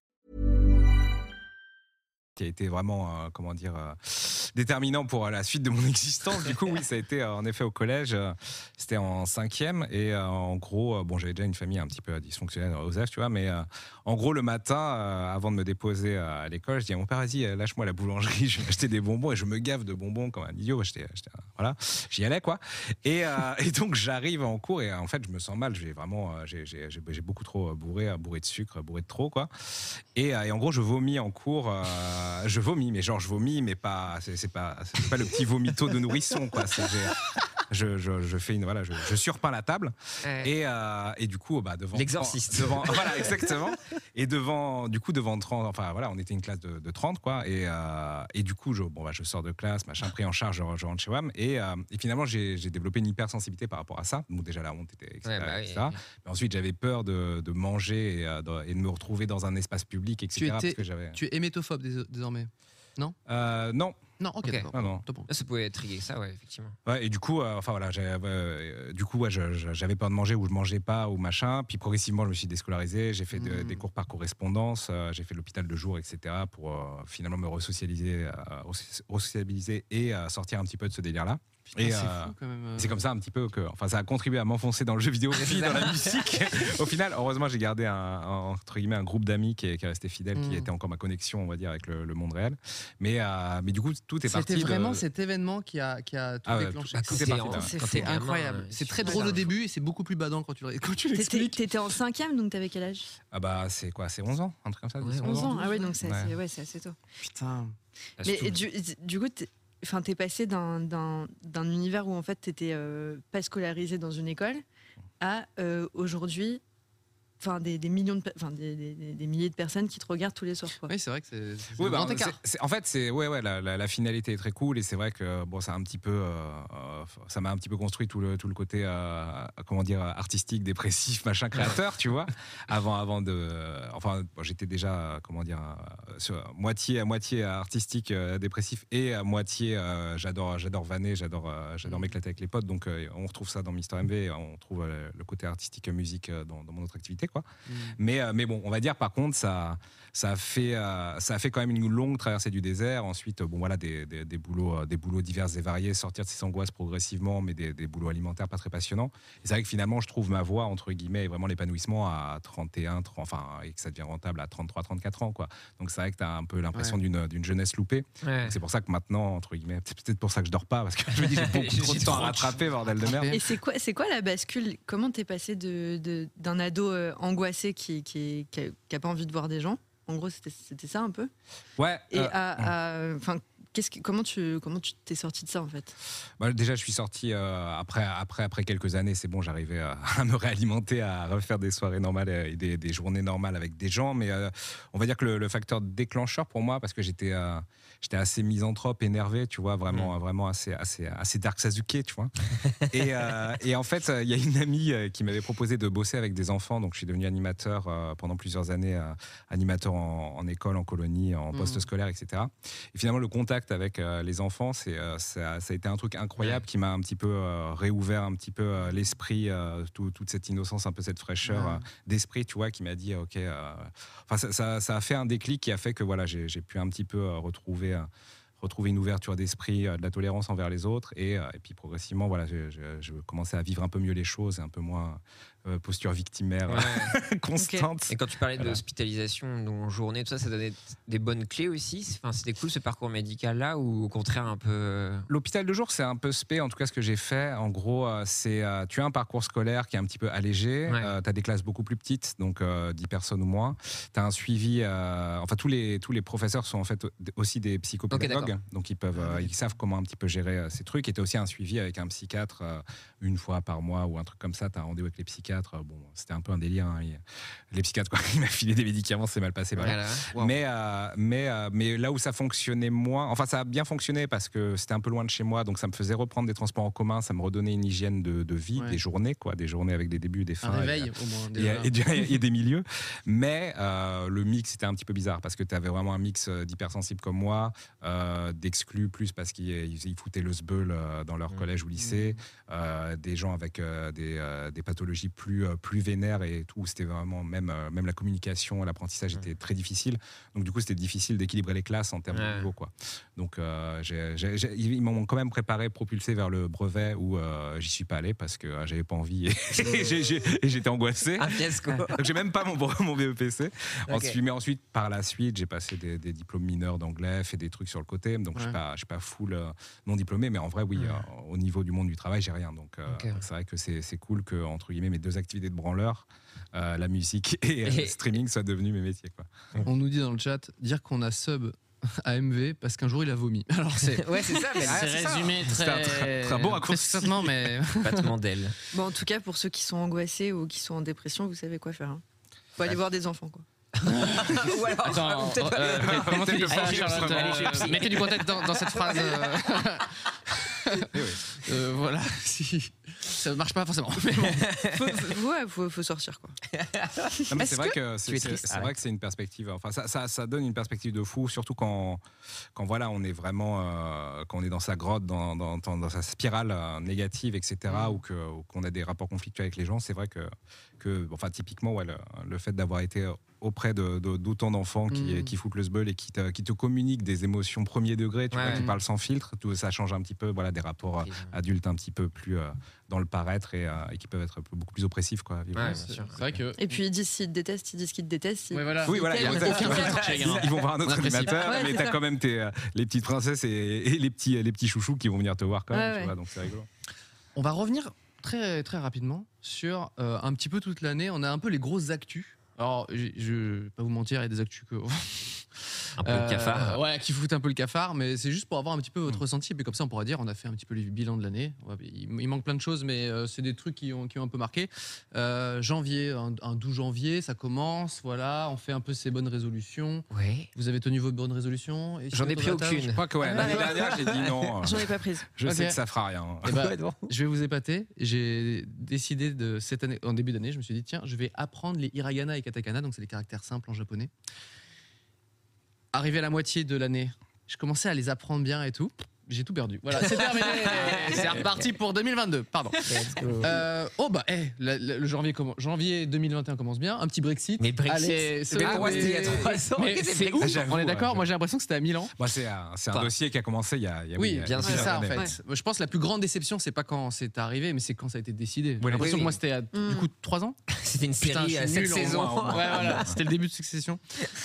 S2: qui a été vraiment, euh, comment dire, euh, déterminant pour euh, la suite de mon existence. Du coup, oui, ça a été euh, en effet au collège. euh, C'était en cinquième et euh, en gros, euh, bon, j'avais déjà une famille un petit peu dysfonctionnelle aux âges, tu vois, mais euh, en gros, le matin, euh, avant de me déposer euh, à l'école, je dis à mon père, vas-y, euh, lâche-moi la boulangerie, je vais acheter des bonbons et je me gave de bonbons comme un idiot. J'étais, j'étais, euh, voilà, j'y allais quoi. Et, euh, et donc, j'arrive en cours et euh, en fait, je me sens mal. J'ai vraiment, euh, j'ai, j'ai- j'ai- j'ai beaucoup trop euh, bourré, euh, bourré de sucre, bourré de trop quoi. Et, euh, et en gros, je vomis en cours. euh, je vomis, mais genre, je vomis, mais pas. C'est c'est pas, c'est pas le petit vomito de nourrisson, quoi. C'est- j'ai- Je, je, je fais une. Voilà, je, je surpeins la table.
S3: Ouais.
S2: Et, euh, et du coup, bah, devant.
S3: L'exorciste.
S2: devant- Voilà, exactement. Et devant. Du coup, devant 30. Enfin, voilà, on était une classe de, de 30, quoi. Et, euh, et du coup, je, bon, bah, je sors de classe, machin, pris en charge, je, je rentre chez WAM. Et, euh, et finalement, j'ai j'ai développé une hypersensibilité par rapport à ça. Donc, déjà, la honte était. etc.,
S3: Ouais, bah oui.
S2: etc. Mais ensuite, j'avais peur de, de manger et, euh, de, et de me retrouver dans un espace public, etc.
S1: Tu étais-
S2: parce que j'avais.
S1: Tu es hémétophobe dés- désormais
S2: Euh, non,
S1: Non, ok,
S3: Ok.
S1: d'accord.
S2: non, non.
S1: Top bon.
S3: Ça pouvait trigger ça, ouais, effectivement.
S2: Ouais, et du coup, euh, enfin voilà, j'avais, euh, du coup, ouais, je- je- j'avais peur de manger ou je mangeais pas ou machin. Puis progressivement, je me suis déscolarisé. J'ai fait de-
S1: Mm.
S2: des cours par correspondance. euh, j'ai fait l'hôpital de jour, etc. Pour euh, finalement me resocialiser, euh, reso- resocialiser et euh, sortir un petit peu de ce délire-là.
S1: Putain,
S2: Et,
S1: c'est
S2: euh,
S1: fou quand même. euh.
S2: C'est comme ça un petit peu que, enfin, ça a contribué à m'enfoncer dans le jeu vidéo, puis dans la musique. Au final, heureusement, j'ai gardé un, un- entre guillemets un groupe d'amis qui est, qui est resté fidèle,
S1: Mm.
S2: qui était encore ma connexion, on va dire, avec le, le monde réel. Mais, euh, mais du coup, tout est parti.
S1: C'était
S2: de-
S1: vraiment cet événement qui a, qui a tout
S2: Ah ouais,
S1: déclenché.
S2: bah, tout
S1: C'est-
S2: est parti de là.
S1: c'est-
S3: Quand
S1: C'est
S3: t'es gamin,
S1: incroyable.
S3: euh,
S1: C'est
S3: tu
S1: très
S3: vois
S1: drôle
S3: ça.
S1: au début et c'est beaucoup plus badant quand tu, le- quand tu
S4: T'étais
S1: l'expliques.
S4: t'étais en cinquième, donc t'avais quel âge
S2: Ah bah, c'est quoi C'est 11 ans, un truc comme ça.
S3: Ouais,
S2: 10,
S4: 11 ans. Ah ouais, donc c'est
S2: Ouais.
S4: assez- ouais, c'est assez tôt.
S1: Putain.
S3: Ah,
S4: Mais
S3: surtout-
S4: du, du coup, t'es- enfin, t'es passé d'un, d'un, d'un univers où en fait t'étais euh, pas scolarisé dans une école à euh, aujourd'hui, enfin des, des millions de, pe- enfin des, des- des- des milliers de personnes qui te regardent tous les soirs. Quoi.
S1: Oui, c'est vrai que c'est c'est
S2: Oui,
S1: un
S2: bah,
S1: grand
S2: c'est-
S1: écart.
S2: c'est- en fait, c'est ouais, ouais, la, la- la finalité est très cool et c'est vrai que bon, ça a un petit peu, euh, euh, ça m'a un petit peu construit tout le tout le côté, euh, comment dire, artistique, dépressif, machin, créateur, tu vois. Avant, avant de, euh, enfin, bon, j'étais déjà, euh, comment dire, euh, sur- moitié à moitié artistique, euh, dépressif et à moitié, euh, j'adore, j'adore vanner, j'adore, euh, j'adore m'éclater avec les potes. Donc, euh, on retrouve ça dans Mister MV, on trouve euh, le côté artistique euh, musique euh, dans, dans mon autre activité, quoi. Mais, euh, mais bon, on va dire par contre, ça, ça, a fait, euh, ça a fait quand même une longue traversée du désert. Ensuite, euh, bon, voilà, des, des- des boulots, euh, des boulots divers et variés, sortir de ces angoisses progressivement, mais des, des boulots alimentaires pas très passionnants. Et c'est vrai que finalement, je trouve ma voie, entre guillemets, et vraiment l'épanouissement à 31, 30, enfin, et que ça devient rentable à 33, 34 ans, quoi. Donc c'est vrai que tu as un peu l'impression d'une- euh, d'une jeunesse loupée.
S3: Ouais.
S2: C'est pour ça que maintenant, entre guillemets, c'est peut-être pour ça que je dors pas, parce que je me dis, j'ai beaucoup
S3: J'ai
S2: trop de
S3: trop
S2: temps à
S3: de-
S2: rattraper, bordel de merde.
S4: Et c'est quoi, c'est quoi la bascule Comment t'es passé de, de- d'un ado euh, angoissé qui, qui, qui, a, qui a pas envie de voir des gens En gros, c'était, c'était ça un peu.
S2: Ouais.
S4: Et
S2: euh,
S3: Ah.
S4: à, à- enfin, qu'est-ce que, comment tu, comment tu t'es sorti de ça en fait
S2: Bah, déjà, je suis sorti euh, après, après, après quelques années, c'est bon, j'arrivais à, à me réalimenter, à refaire des soirées normales euh, et des, des journées normales avec des gens. Mais euh, on va dire que le, le facteur déclencheur pour moi, parce que j'étais euh, j'étais assez misanthrope, énervé, tu vois, vraiment, vraiment assez, assez, assez Dark Sasuke, tu vois. et, euh, et en fait, euh, il y a une amie euh, qui m'avait proposé de bosser avec des enfants, donc je suis devenu animateur euh, pendant plusieurs années, euh, animateur en, en école, en colonie, en poste
S1: Mhm.
S2: scolaire, etc. Et finalement, le contact avec euh, les enfants, c'est, euh, ça, ça a été un truc incroyable qui m'a un petit peu euh, réouvert un petit peu euh, l'esprit, euh, tout- toute cette innocence, un peu cette fraîcheur
S1: Ouais.
S2: euh, d'esprit, tu vois, qui m'a dit, ok, euh, enfin, ça, ça- ça a fait un déclic qui a fait que voilà, j'ai j'ai pu un petit peu euh, retrouver. euh, retrouver une ouverture d'esprit, euh, de la tolérance envers les autres, et, euh, et puis progressivement, voilà, je, je- je commençais à vivre un peu mieux les choses, et un peu moins euh, posture victimaire constante.
S3: Et quand tu parlais
S2: Voilà.
S3: d'hospitalisation, dont journée, tout ça, ça donnait des bonnes clés aussi. C'est- Enfin, c'était cool ce parcours médical là ou au contraire un peu. euh,
S2: L'hôpital de jour, c'est un peu spé, en tout cas ce que j'ai fait. En gros, euh, c'est euh, tu as un parcours scolaire qui est un petit peu allégé.
S3: Ouais.
S2: tu as des classes beaucoup plus petites, donc euh, 10 personnes ou moins. Tu as un suivi. euh, enfin, tous les, tous les professeurs sont en fait aussi des
S3: Ok,
S2: psychopédagogues.
S3: d'accord.
S2: donc, ils, peuvent, euh, ils savent comment un petit peu gérer euh, ces trucs. Et tu as aussi un suivi avec un psychiatre euh, une fois par mois ou un truc comme ça. Tu as un rendez-vous avec les psychiatres. Euh, Bon, c'était un peu un délire. hein. Il- Les psychiatres, quoi, il m'a filé des médicaments, c'est mal passé. par
S3: voilà.
S2: mais, euh, mais, euh, mais là où ça fonctionnait moins, enfin ça a bien fonctionné parce que c'était un peu loin de chez moi, donc ça me faisait reprendre des transports en commun, ça me redonnait une hygiène de, de vie,
S1: Ouais.
S2: des journées, quoi, des journées avec des débuts, des fins.
S1: Un
S2: et-
S1: réveil, au moins.
S2: et,
S1: Hein, déjà.
S2: et du- et des milieux. Mais euh, le mix était un petit peu bizarre parce que tu avais vraiment un mix euh, d'hypersensibles comme moi, euh, d'exclus plus parce qu'ils euh, ils- ils foutaient le sbeul euh, dans leur
S3: Mhm.
S2: collège ou lycée, euh, des gens avec euh, des, euh, des pathologies plus, euh, plus vénères et tout. C'était vraiment même, euh, même la communication, l'apprentissage était très difficile. Donc du coup, c'était difficile d'équilibrer les classes en termes de
S3: Ouais.
S2: niveau. Quoi. Donc euh, j'ai- j'ai- j'ai- ils m'ont quand même préparé, propulsé vers le brevet où euh, j'y suis pas allé parce que euh, j'avais pas envie et, j'ai- j'ai- et j'étais angoissé.
S3: Un fiasco.
S2: Donc j'ai même pas mon, mon BEPC.
S3: Ok.
S2: Ensuite, mais ensuite, par la suite, j'ai passé des, des diplômes mineurs d'anglais, fait des trucs sur le côté. Donc je suis
S1: Ouais.
S2: pas, je suis pas full euh, non diplômé, mais en vrai, oui,
S3: Ouais.
S2: euh, au niveau du monde du travail, j'ai rien. Donc euh,
S3: Ok.
S2: c'est vrai que c'est c'est cool que entre guillemets mes deux activités de branleur, euh, la musique et euh, le streaming soient devenus mes métiers. Quoi.
S1: On nous dit dans le chat dire qu'on a sub à MV parce qu'un jour il a vomi. Alors c'est.
S3: Ouais, c'est ça, mais
S2: Ah, c'est ça. C'était un très- très bon raccourci.
S1: Précisément, mais.
S3: pas de mandel.
S4: Bon, en tout cas, pour ceux qui sont angoissés ou qui sont en dépression, vous savez quoi faire. hein.
S3: Bah,
S4: Faut aller
S2: Ouais.
S4: voir des enfants, quoi.
S3: Ou alors,
S1: Attends,
S3: peut-être pas-
S1: euh, mais comment tu
S2: Peut-être
S1: dis
S2: le
S1: ça,
S2: prendre
S1: Charlotte
S2: autrement.
S1: Euh,
S3: Allez, je-
S1: Mettez du contexte dans, dans cette phrase. euh.
S2: Et oui.
S1: Euh, voilà, si. Ça marche pas forcément. Mais bon.
S4: Faut, faut- ouais, faut, faut sortir, quoi.
S2: Non, mais
S3: Est-ce
S2: c'est vrai que
S3: tu
S2: c'est
S3: es
S2: c'est-
S3: triste
S2: c'est
S3: Ah ouais.
S2: vrai que c'est une perspective. Enfin, ça, ça, ça donne une perspective de fou, surtout quand, quand voilà, on est vraiment euh, quand on est dans sa grotte, dans, dans, dans- dans sa spirale euh, négative, etc.
S3: Mm.
S2: Ou que ou qu'on a des rapports conflictuels avec les gens. C'est vrai que que enfin typiquement, ouais, le, le fait d'avoir été auprès de de- d'autant d'enfants qui,
S1: Mm.
S2: qui foutent le sbeul et qui te, qui te communiquent des émotions premier degré, tu vois,
S3: Ouais.
S2: qui parlent sans filtre, tout, ça change un petit peu, voilà, des rapports euh, adultes un petit peu plus euh, dans le paraître et, euh, et qui peuvent être beaucoup plus oppressifs, quoi. à vivre.
S3: Ouais, bien
S1: C'est
S3: sûr.
S1: vrai que.
S4: Et puis ils disent s'ils te détestent, ils disent qu'ils te détestent. ils-
S1: Ouais, voilà.
S2: Oui, voilà, il y a
S4: Aucun
S2: aucun
S4: filtre.
S2: filtre.
S1: hein.
S2: Ils ils vont voir un
S1: On
S2: autre
S1: apprécie.
S2: animateur,
S4: Ouais,
S2: mais
S4: c'est
S2: t'as
S4: ça.
S2: quand même tes, euh, les petites princesses et, et les, petits, euh, les petits chouchous qui vont venir te voir quand même,
S4: Ouais,
S2: tu
S4: ouais.
S2: vois, donc c'est rigolo.
S1: On va revenir très, très rapidement sur euh, un petit peu toute l'année. On a un peu les grosses actus. Alors, j'ai- je vais pas vous mentir, il y a des actus que.
S3: Un peu
S1: Euh,
S2: Ah
S3: cafard.
S1: Ouais, qui foutent un peu le cafard, mais c'est juste pour avoir un petit peu votre
S3: Mm.
S1: ressenti. Et puis comme ça, on pourra dire, on a fait un petit peu le bilan de l'année. Ouais, il, il manque plein de choses, mais euh, c'est des trucs qui ont, qui ont un peu marqué. Euh, janvier, un, un 12 janvier, ça commence. Voilà, on fait un peu ses bonnes résolutions.
S3: Ouais.
S1: Vous avez tenu vos bonnes résolutions et
S3: J'en ai pris
S1: autour de la table
S3: aucune.
S2: Je crois que ouais, l'année
S4: bah,
S2: dernière, j'ai dit non, euh,
S4: J'en ai pas prise.
S2: je
S1: Ok.
S2: sais que ça fera rien.
S1: Eh ben,
S3: Ouais, non.
S1: Je vais vous épater. J'ai décidé de cette année, en début d'année, je me suis dit tiens, je vais apprendre les hiragana et katakana, donc c'est les caractères simples en japonais. Arrivé à la moitié de l'année, je commençais à les apprendre bien et tout. J'ai tout perdu. Voilà, c'est terminé. c'est reparti pour 2022. Pardon. Euh, oh bah, eh, la- la- le janvier comment Janvier 2021 commence bien. Un petit Brexit.
S3: Mais Brexit,
S1: Allez,
S3: mais pour moi,
S1: sauver-
S3: c'était il y a trois ans.
S1: Mais
S3: Qu'est-ce que
S1: c'est
S3: c'est
S1: où
S2: Brexit
S1: On est
S2: J'avoue,
S1: d'accord.
S2: ouais,
S1: Moi, j'ai l'impression que c'était à Milan.
S2: Moi, c'est un, c'est un
S3: Enfin.
S2: dossier qui a commencé il y a, il y a-
S1: Eh Oui,
S2: il y a-
S3: bien
S2: il y a
S1: c'est
S3: sûr.
S1: ça en
S2: des
S1: fait.
S2: années.
S1: Je pense que la plus grande déception, c'est pas quand c'est arrivé, mais c'est quand ça a été décidé. J'ai
S2: Oui,
S1: l'impression
S3: oui.
S1: que moi, c'était à du coup 3 ans.
S3: C'était une
S1: Putain,
S3: série euh,
S1: je
S3: à
S1: suis
S3: cette
S1: nul en
S3: saison.
S1: moi. Ouais, voilà, c'était le début de Succession.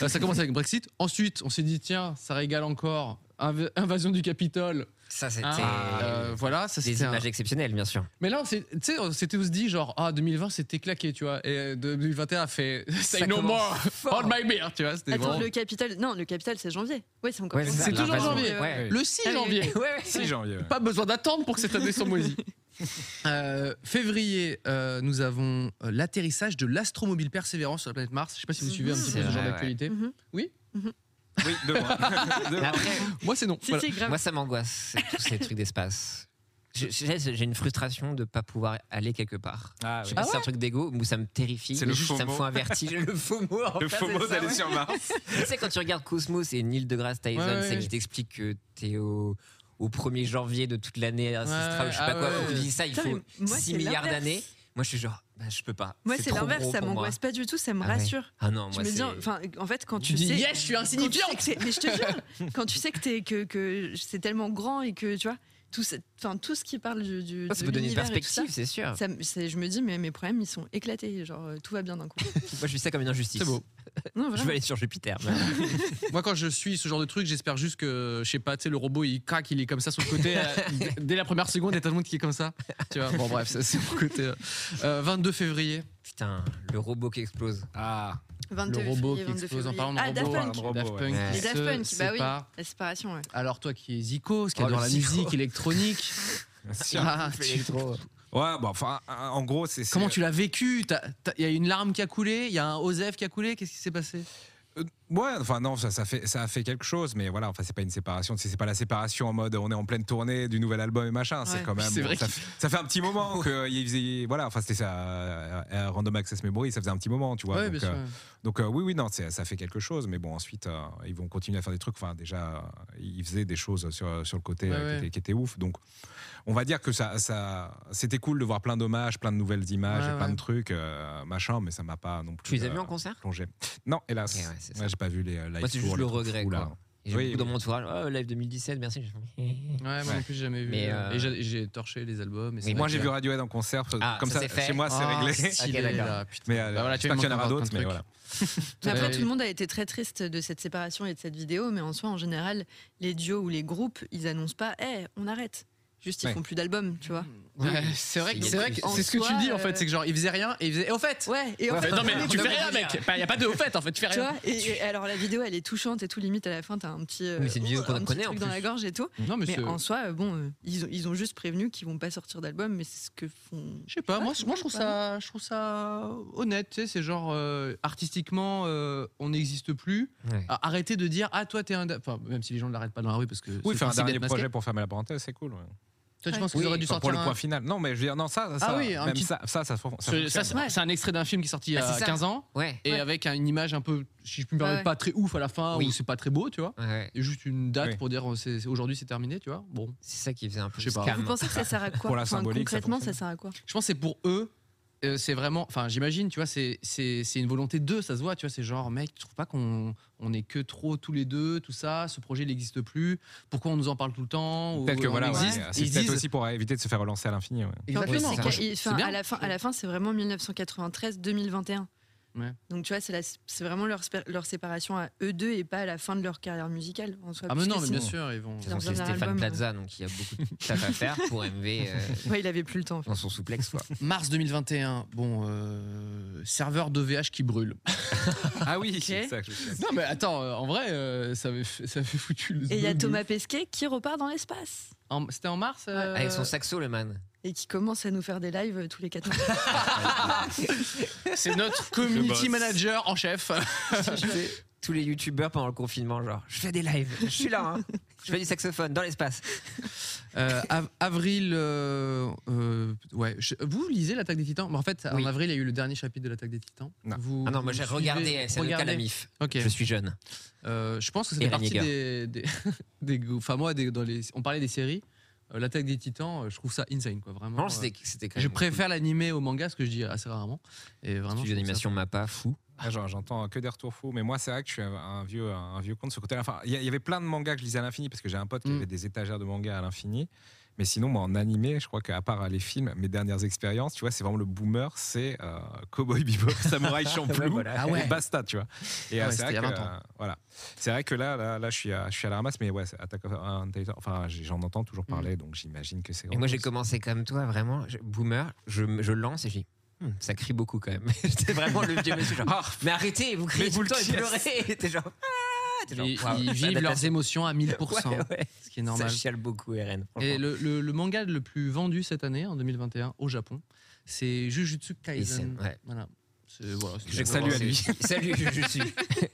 S1: Euh, ça commence avec Brexit. Ensuite, on s'est dit tiens, ça régale encore. Inv- invasion du Capitole.
S3: Ça, c'était.
S1: Hein, euh, voilà, ça
S3: Des
S1: c'était. un-
S3: images exceptionnelles, bien sûr.
S1: Mais là, on s'est- tu sais, on s'était tous dit genre ah 2020 c'était claqué, tu vois. Et euh, 2021 a fait say
S3: Ça
S1: no
S3: commence
S1: more,
S3: fort.
S1: hold my beer, tu vois. C'était
S4: Attends,
S1: vraiment-
S4: le capital. Non, le capital, c'est janvier. Oui, c'est encore.
S3: Ouais,
S4: plus
S1: C'est
S4: tard.
S1: toujours
S4: L'invasion,
S1: janvier.
S4: euh,
S3: Ouais.
S1: le 6
S4: Ah oui,
S1: janvier.
S4: oui.
S2: 6 janvier. ouais.
S1: Pas besoin d'attendre pour que cette année soit moisie. Euh, février, euh, nous avons euh, l'atterrissage de l'astromobile Persévérance sur la planète Mars. Je sais pas si vous suivez un petit
S3: C'est
S1: peu ce
S3: vrai,
S1: genre d'actualité.
S4: Mhm.
S2: Oui, deux mois. Deux mois.
S3: Après,
S1: Moi, c'est non.
S4: Si,
S1: Voilà.
S4: si, grave.
S3: Moi, ça m'angoisse, c'est tous ces trucs d'espace. Je- je- J'ai une frustration de ne pas pouvoir aller quelque part.
S2: Ah,
S3: Je
S2: oui.
S3: sais pas si c'est un truc d'ego ou ça me terrifie.
S2: C'est le
S3: juste, ça me
S2: FOMO.
S3: fait un vertige. Le faux mot,
S2: Le faux mot d'aller sur Mars.
S3: Tu sais, quand tu regardes Cosmos et Neil deGrasse Tyson,
S1: Ouais, ouais.
S3: c'est qu'il t'explique que t'es au, au 1er janvier de toute l'année, à Sistra ou je sais
S1: ah
S3: pas quoi.
S1: ouais.
S3: On te dit ça, il
S4: Putain,
S3: faut
S4: mais moi,
S3: 6
S4: c'est
S3: milliards
S4: l'inverse.
S3: d'années. Moi, je suis genre, bah, je peux pas.
S4: Moi, c'est
S3: trop
S4: l'inverse,
S3: gros
S4: ça
S3: pour moi.
S4: m'angoisse pas du tout, ça me
S3: Ah ouais.
S4: rassure.
S3: Ah non,
S4: Je
S3: moi,
S4: me dis,
S3: c'est.
S4: enfin, en fait, quand
S1: Tu
S4: tu,
S1: dis
S4: sais,
S1: yes, je suis
S4: quand tu sais
S1: insignifiant.
S4: que c'est- mais je te jure, quand tu sais que, t'es- que, que c'est tellement grand et que tu vois, tout, ce- enfin, tout ce qui parle du. du
S3: Ça
S4: de
S3: peut donner une
S4: l'univers et tout
S3: perspective, c'est sûr.
S4: Ça, Ça me- c'est- je me dis, mais mes problèmes, ils sont éclatés. Genre, euh, tout va bien d'un coup.
S3: Moi, je vis ça comme une injustice.
S1: C'est beau.
S4: Non,
S3: Je vais
S4: vraiment.
S3: aller sur Jupiter.
S1: Moi, quand je suis ce genre de truc, j'espère juste que, je sais pas, tu sais, le robot il craque, il est comme ça sur le côté. euh, d- dès la première seconde, il y a tout le monde qui est comme ça. Tu vois, bon, bref, ça c'est mon côté. euh. Euh, 22 février.
S3: Putain, le robot qui explose.
S2: Ah,
S4: 22
S1: le robot
S4: février,
S1: qui
S4: 22
S1: explose en
S4: février.
S1: parlant de
S4: Ah, Daft
S1: robot. hein,
S4: Punk.
S2: Punk.
S1: Daft Punk
S3: Ouais.
S1: qui
S4: Les Daft
S1: se
S4: Punk, bah oui.
S1: sépare.
S4: La séparation, ouais.
S1: Alors, toi qui es Zico, qui
S3: Oh,
S1: adore
S3: le
S1: la
S3: Zico.
S1: musique électronique. Ah, tu-
S2: ouais, bon, enfin, en gros, c'est. c'est-
S1: Comment tu l'as vécu T'as- t'as- Il y a une larme qui a coulé, il y a un Osef qui a coulé, qu'est-ce qui s'est passé
S2: Euh, Ouais, enfin non, ça, ça fait ça a fait quelque chose, mais voilà, enfin c'est pas une séparation, c'est c'est pas la séparation en mode on est en pleine tournée du nouvel album et machin, c'est
S4: Ouais.
S2: quand même
S1: C'est vrai
S2: ça,
S1: qu'il-
S2: fait- ça fait un petit moment que euh, il faisait voilà, enfin c'était ça euh, euh, Random Access Memory, ça faisait un petit moment, tu vois.
S1: Ouais,
S2: donc
S1: bien
S2: euh,
S1: sûr.
S2: donc, euh, oui oui non, c'est- ça fait quelque chose, mais bon ensuite euh, ils vont continuer à faire des trucs. Enfin déjà euh, ils faisaient des choses sur sur le côté
S1: Ouais, ouais.
S2: euh, Qui, étaient, qui étaient ouf, donc on va dire que ça ça c'était cool de voir plein d'hommages, plein de nouvelles images,
S1: Ouais,
S2: et plein
S1: ouais.
S2: de trucs euh, machin, mais ça m'a pas non plus.
S3: Tu les as
S2: euh,
S3: vus en concert
S2: plongé. Non, hélas.
S3: Ok, ouais, c'est ça.
S2: Ouais, j'ai pas vu les euh, live
S3: Moi, c'est juste
S2: tours, les
S3: le
S2: trucs
S3: regret.
S2: fous, là.
S3: quoi. Et J'ai
S2: Oui,
S3: beaucoup dans
S2: oui.
S3: mon entourage. Oh, live 2017, merci. Je fais-
S1: Ouais, moi non plus, j'ai jamais vu.
S3: Mais,
S1: euh,
S3: euh,
S1: Et j'ai- j'ai torché les albums. et c'est
S2: Et moi,
S1: vrai
S2: j'ai
S1: que-
S2: vu Radiohead en concert. euh,
S3: Ah,
S2: comme
S3: ça,
S2: ça,
S3: c'est fait.
S2: chez moi, c'est
S3: Oh,
S2: réglé.
S3: c'est-
S1: Stylé,
S3: Ok, d'accord.
S1: là, putain.
S2: Mais euh,
S1: Bah voilà, tu
S2: j'espère
S1: vas
S2: qu'il y en
S1: m'en
S2: aura
S1: faire
S2: d'autres.
S1: un truc.
S2: Mais voilà.
S4: Mais après,
S1: Ouais.
S4: tout le monde a été très triste de cette séparation et de cette vidéo, mais en soi, en général, les duos ou les groupes, ils annoncent pas, hé, on arrête. Juste, ils
S2: Ouais.
S4: font plus d'albums, tu vois.
S1: Ouais, c'est vrai,
S3: Il
S1: que-
S3: y a
S1: c'est vrai
S3: des
S1: que
S3: trucs.
S1: c'est ce que tu
S4: En
S1: dis
S4: soi,
S1: en fait,
S4: euh,
S1: c'est que genre il faisait rien et il faisait. Et au fait
S4: Ouais, et en fait,
S1: Non mais
S3: on
S1: tu
S3: est
S1: fais
S3: obligé
S1: rien
S3: de
S1: mec
S3: faire.
S1: Il n'y a pas de au fait en fait, tu fais
S4: tu
S1: Ah, rien
S4: vois, et, et alors la vidéo, elle est touchante et tout, limite à la fin, t'as un petit, euh,
S3: Mais c'est une vidéo
S4: oh,
S3: qu'on
S4: un petit
S3: connaît, en
S4: truc dans
S3: plus.
S4: la gorge et tout.
S1: Non mais
S4: Mais
S1: c'est-
S4: en soi, euh, bon, euh, ils, ont, ils ont juste prévenu qu'ils vont pas sortir d'album, mais c'est ce que font.
S3: Ah,
S1: Je sais pas, moi, je- moi je trouve
S4: Ouais.
S1: ça, je trouve ça euh, honnête, tu sais, c'est genre euh, artistiquement euh, on n'existe plus.
S3: Ouais.
S1: Ah, Arrêtez de dire ah toi t'es un, da- enfin même si les gens ne l'arrêtent pas dans la rue parce que c'est
S2: Oui,
S1: le
S2: faire un
S1: principe
S2: dernier
S1: d'être masqué.
S2: projet pour fermer la parenthèse, c'est cool. ouais.
S1: Toi tu
S4: Ouais.
S1: penses qu'ils
S3: Oui,
S1: auraient dû
S2: Enfin,
S1: sortir
S2: pour le
S1: un-
S2: point final. Non, mais je veux dire, non, ça, ça,
S1: Ah oui, un
S2: même
S1: petit-
S2: ça, ça, ça, fon- ça
S1: Ce- ça,
S2: fonctionne.
S1: c'est c'est un extrait d'un film qui est sorti il y
S3: Ah,
S1: a
S3: c'est ça.
S1: 15 ans
S3: Ouais.
S1: et
S4: Bah, Ouais.
S1: avec un- une image un peu, si je puis me
S4: Ouais,
S1: permettre,
S4: ouais.
S1: pas très ouf à la fin
S3: Oui.
S1: où c'est pas très beau, tu vois.
S3: Ouais.
S1: Et juste une date
S2: Oui.
S1: pour dire oh, c'est- c'est- aujourd'hui c'est terminé, tu vois. Bon,
S3: C'est ça qui faisait un peu
S1: Je sais pas.
S3: scam.
S4: Vous pensez que ça sert à quoi
S2: Pour la
S4: Enfin,
S2: symbolique, ça
S4: Concrètement, ça,
S2: fonctionne.
S4: sert à quoi
S1: Je pense que c'est pour eux. euh, c'est vraiment, enfin, j'imagine, tu vois, c'est c'est c'est une volonté d'eux, ça se voit, tu vois, c'est genre, mec, tu trouves pas qu'on on est que trop tous les deux, tout ça, ce projet il n'existe plus, pourquoi on nous en parle tout le temps, ou euh,
S2: Peut-être que
S1: on
S2: voilà, ouais, euh,
S1: existe,
S2: c'est
S1: ils
S2: peut-être
S1: disent-
S2: aussi pour éviter de se faire relancer à l'infini. ouais.
S1: Exactement.
S4: En fait, c'est qu'à- enfin,
S1: C'est bien.
S4: à la fin, à la fin, c'est vraiment 1993-2021.
S1: Ouais.
S4: Donc tu vois, c'est la- c'est vraiment leur, spé- leur séparation à eux deux et pas à la fin de leur carrière musicale en soi.
S1: Ah mais
S4: puisque
S1: non, mais
S4: sinon-
S1: bien sûr, ils vont.
S3: De toute façon,
S4: Dans un
S3: c'est Stéphane
S4: album, hein.
S3: Plaza, donc il y a beaucoup de taf à faire pour MV euh,
S4: Ouais, il avait plus le temps. en fait.
S3: dans son souplex. Quoi.
S1: Mars 2021, bon, euh, serveur de VH qui brûle.
S2: Ah oui,
S4: c'est
S2: ça que je
S1: non mais attends, euh, en vrai, euh, ça avait fait- ça fait foutu. le
S4: Et il y a
S1: bleu de
S4: Thomas Pesquet qui repart dans l'espace
S1: ouf. En- C'était en mars. euh,
S3: Avec son saxo, le man.
S4: et qui commence à nous faire des lives euh, tous les quatre mois.
S1: C'est notre community
S2: boss.
S1: manager en chef.
S3: Tous les youtubeurs pendant le confinement, genre, je fais des lives, je suis là, hein. je fais du saxophone dans l'espace.
S1: Euh, av- avril, euh, euh, ouais. Je- vous lisez l'attaque des Titans Mais En fait,
S3: Oui.
S1: en avril, il y a eu le dernier chapitre de l'attaque des Titans.
S2: Non.
S1: Vous-
S3: Ah non, moi
S1: vous
S3: j'ai
S1: suivez-
S3: regardé SNK
S1: regardez.
S3: la MIF.
S1: Ok.
S3: Je suis jeune.
S1: Euh, je pense que ça
S3: Et
S1: fait
S3: Ren
S1: partie
S3: Yeager.
S1: des, des, des goûts- Enfin moi, des- dans les, on parlait des séries. euh, l'attaque des Titans, euh, je trouve ça insane, quoi. Vraiment.
S3: Vraiment,
S1: euh,
S3: c'était c'était quand
S1: je
S3: même.
S1: préfère l'animé au manga, ce que je dis assez rarement. Et
S3: cool.
S1: vraiment.
S3: Studio
S1: je trouve ça-
S3: d'animation MAPA, fou.
S2: Ah, genre, j'entends que des retours fous, mais moi c'est vrai que je suis un- un vieux, un vieux con de ce côté-là. Enfin, il y, a- il y avait plein de mangas que je lisais à l'infini parce que j'ai un pote qui
S1: Mm.
S2: avait des étagères de mangas à l'infini. Mais sinon, moi en animé, je crois qu'à part les films, mes dernières expériences, tu vois, c'est vraiment le boomer, c'est euh, Cowboy Bebop, Samurai Champloo,
S3: Ouais, voilà.
S1: Ah ouais.
S2: et basta, tu vois. Et
S1: Ah
S2: euh,
S1: ouais,
S2: c'est vrai
S1: c'était il y a
S2: que
S1: 20 ans.
S2: euh, voilà, c'est vrai que là, là, là, je suis, à, je suis à la ramasse, mais ouais, c'est Attack of on Titan. Enfin, j'ai- j'en entends
S1: Mm.
S2: toujours parler, donc j'imagine que c'est.
S3: Et moi j'ai commencé comme toi, vraiment, je- boomer, je, je lance et je dis. Hmm, ça crie beaucoup quand même. J'étais vraiment le vieux monsieur. Genre, mais arrêtez, vous criez
S2: Mais
S3: tout
S2: vous
S3: le temps
S2: le
S3: et pleurez. T'es genre. Ah, T'es genre,
S1: Ils,
S3: waouh,
S1: ils
S3: ça
S1: vivent
S3: date
S1: leurs
S3: assez-
S1: émotions à 1000%,
S3: Ouais, ouais.
S1: hein, ce qui est
S3: Ça
S1: normal.
S3: chiale beaucoup, RN.
S1: Et
S3: franchement.
S1: le, le- le manga le plus vendu cette année, en 2021, au Japon, c'est Jujutsu
S3: Et
S1: Kaisen.
S3: scène, ouais.
S1: Voilà. C'est- voilà, c'est-
S3: J'ai
S2: Salut à
S3: commencé- Salut, je, je suis.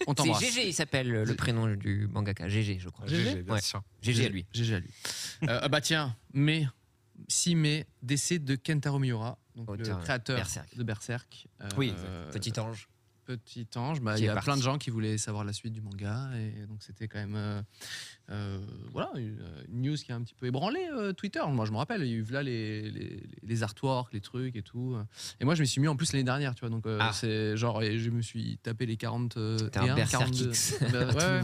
S1: On
S3: C'est
S1: t'embrasse.
S3: GG, il s'appelle euh, le prénom du mangaka. GG, je crois.
S1: GG?
S2: bien
S3: Ouais.
S2: sûr.
S3: GG à lui.
S1: GG à lui. Euh, ah bah tiens, mai, 6 mai, décès de Kentaro Miura, donc
S3: Oh,
S1: le
S3: tiens,
S1: créateur
S3: Berserk.
S1: de Berserk. Euh,
S3: Oui, petit ange.
S1: pe- petit ange, bah,
S3: Qui
S1: il y
S3: est
S1: a
S3: parti.
S1: plein de gens qui voulaient savoir la suite du manga. Et donc, c'était quand même. euh, euh, voilà, une, euh, une news qui a un petit peu ébranlé euh, Twitter. Moi, je me rappelle, il y a eu là les, les, les artworks, les trucs et tout. Et moi, je me suis mis en plus l'année dernière, tu vois. Donc, euh,
S3: Ah.
S1: c'est genre, et je me suis tapé les 40. euh,
S3: T'es un
S1: et un, 42.
S3: Berserkix.
S1: Bah, ouais, ouais.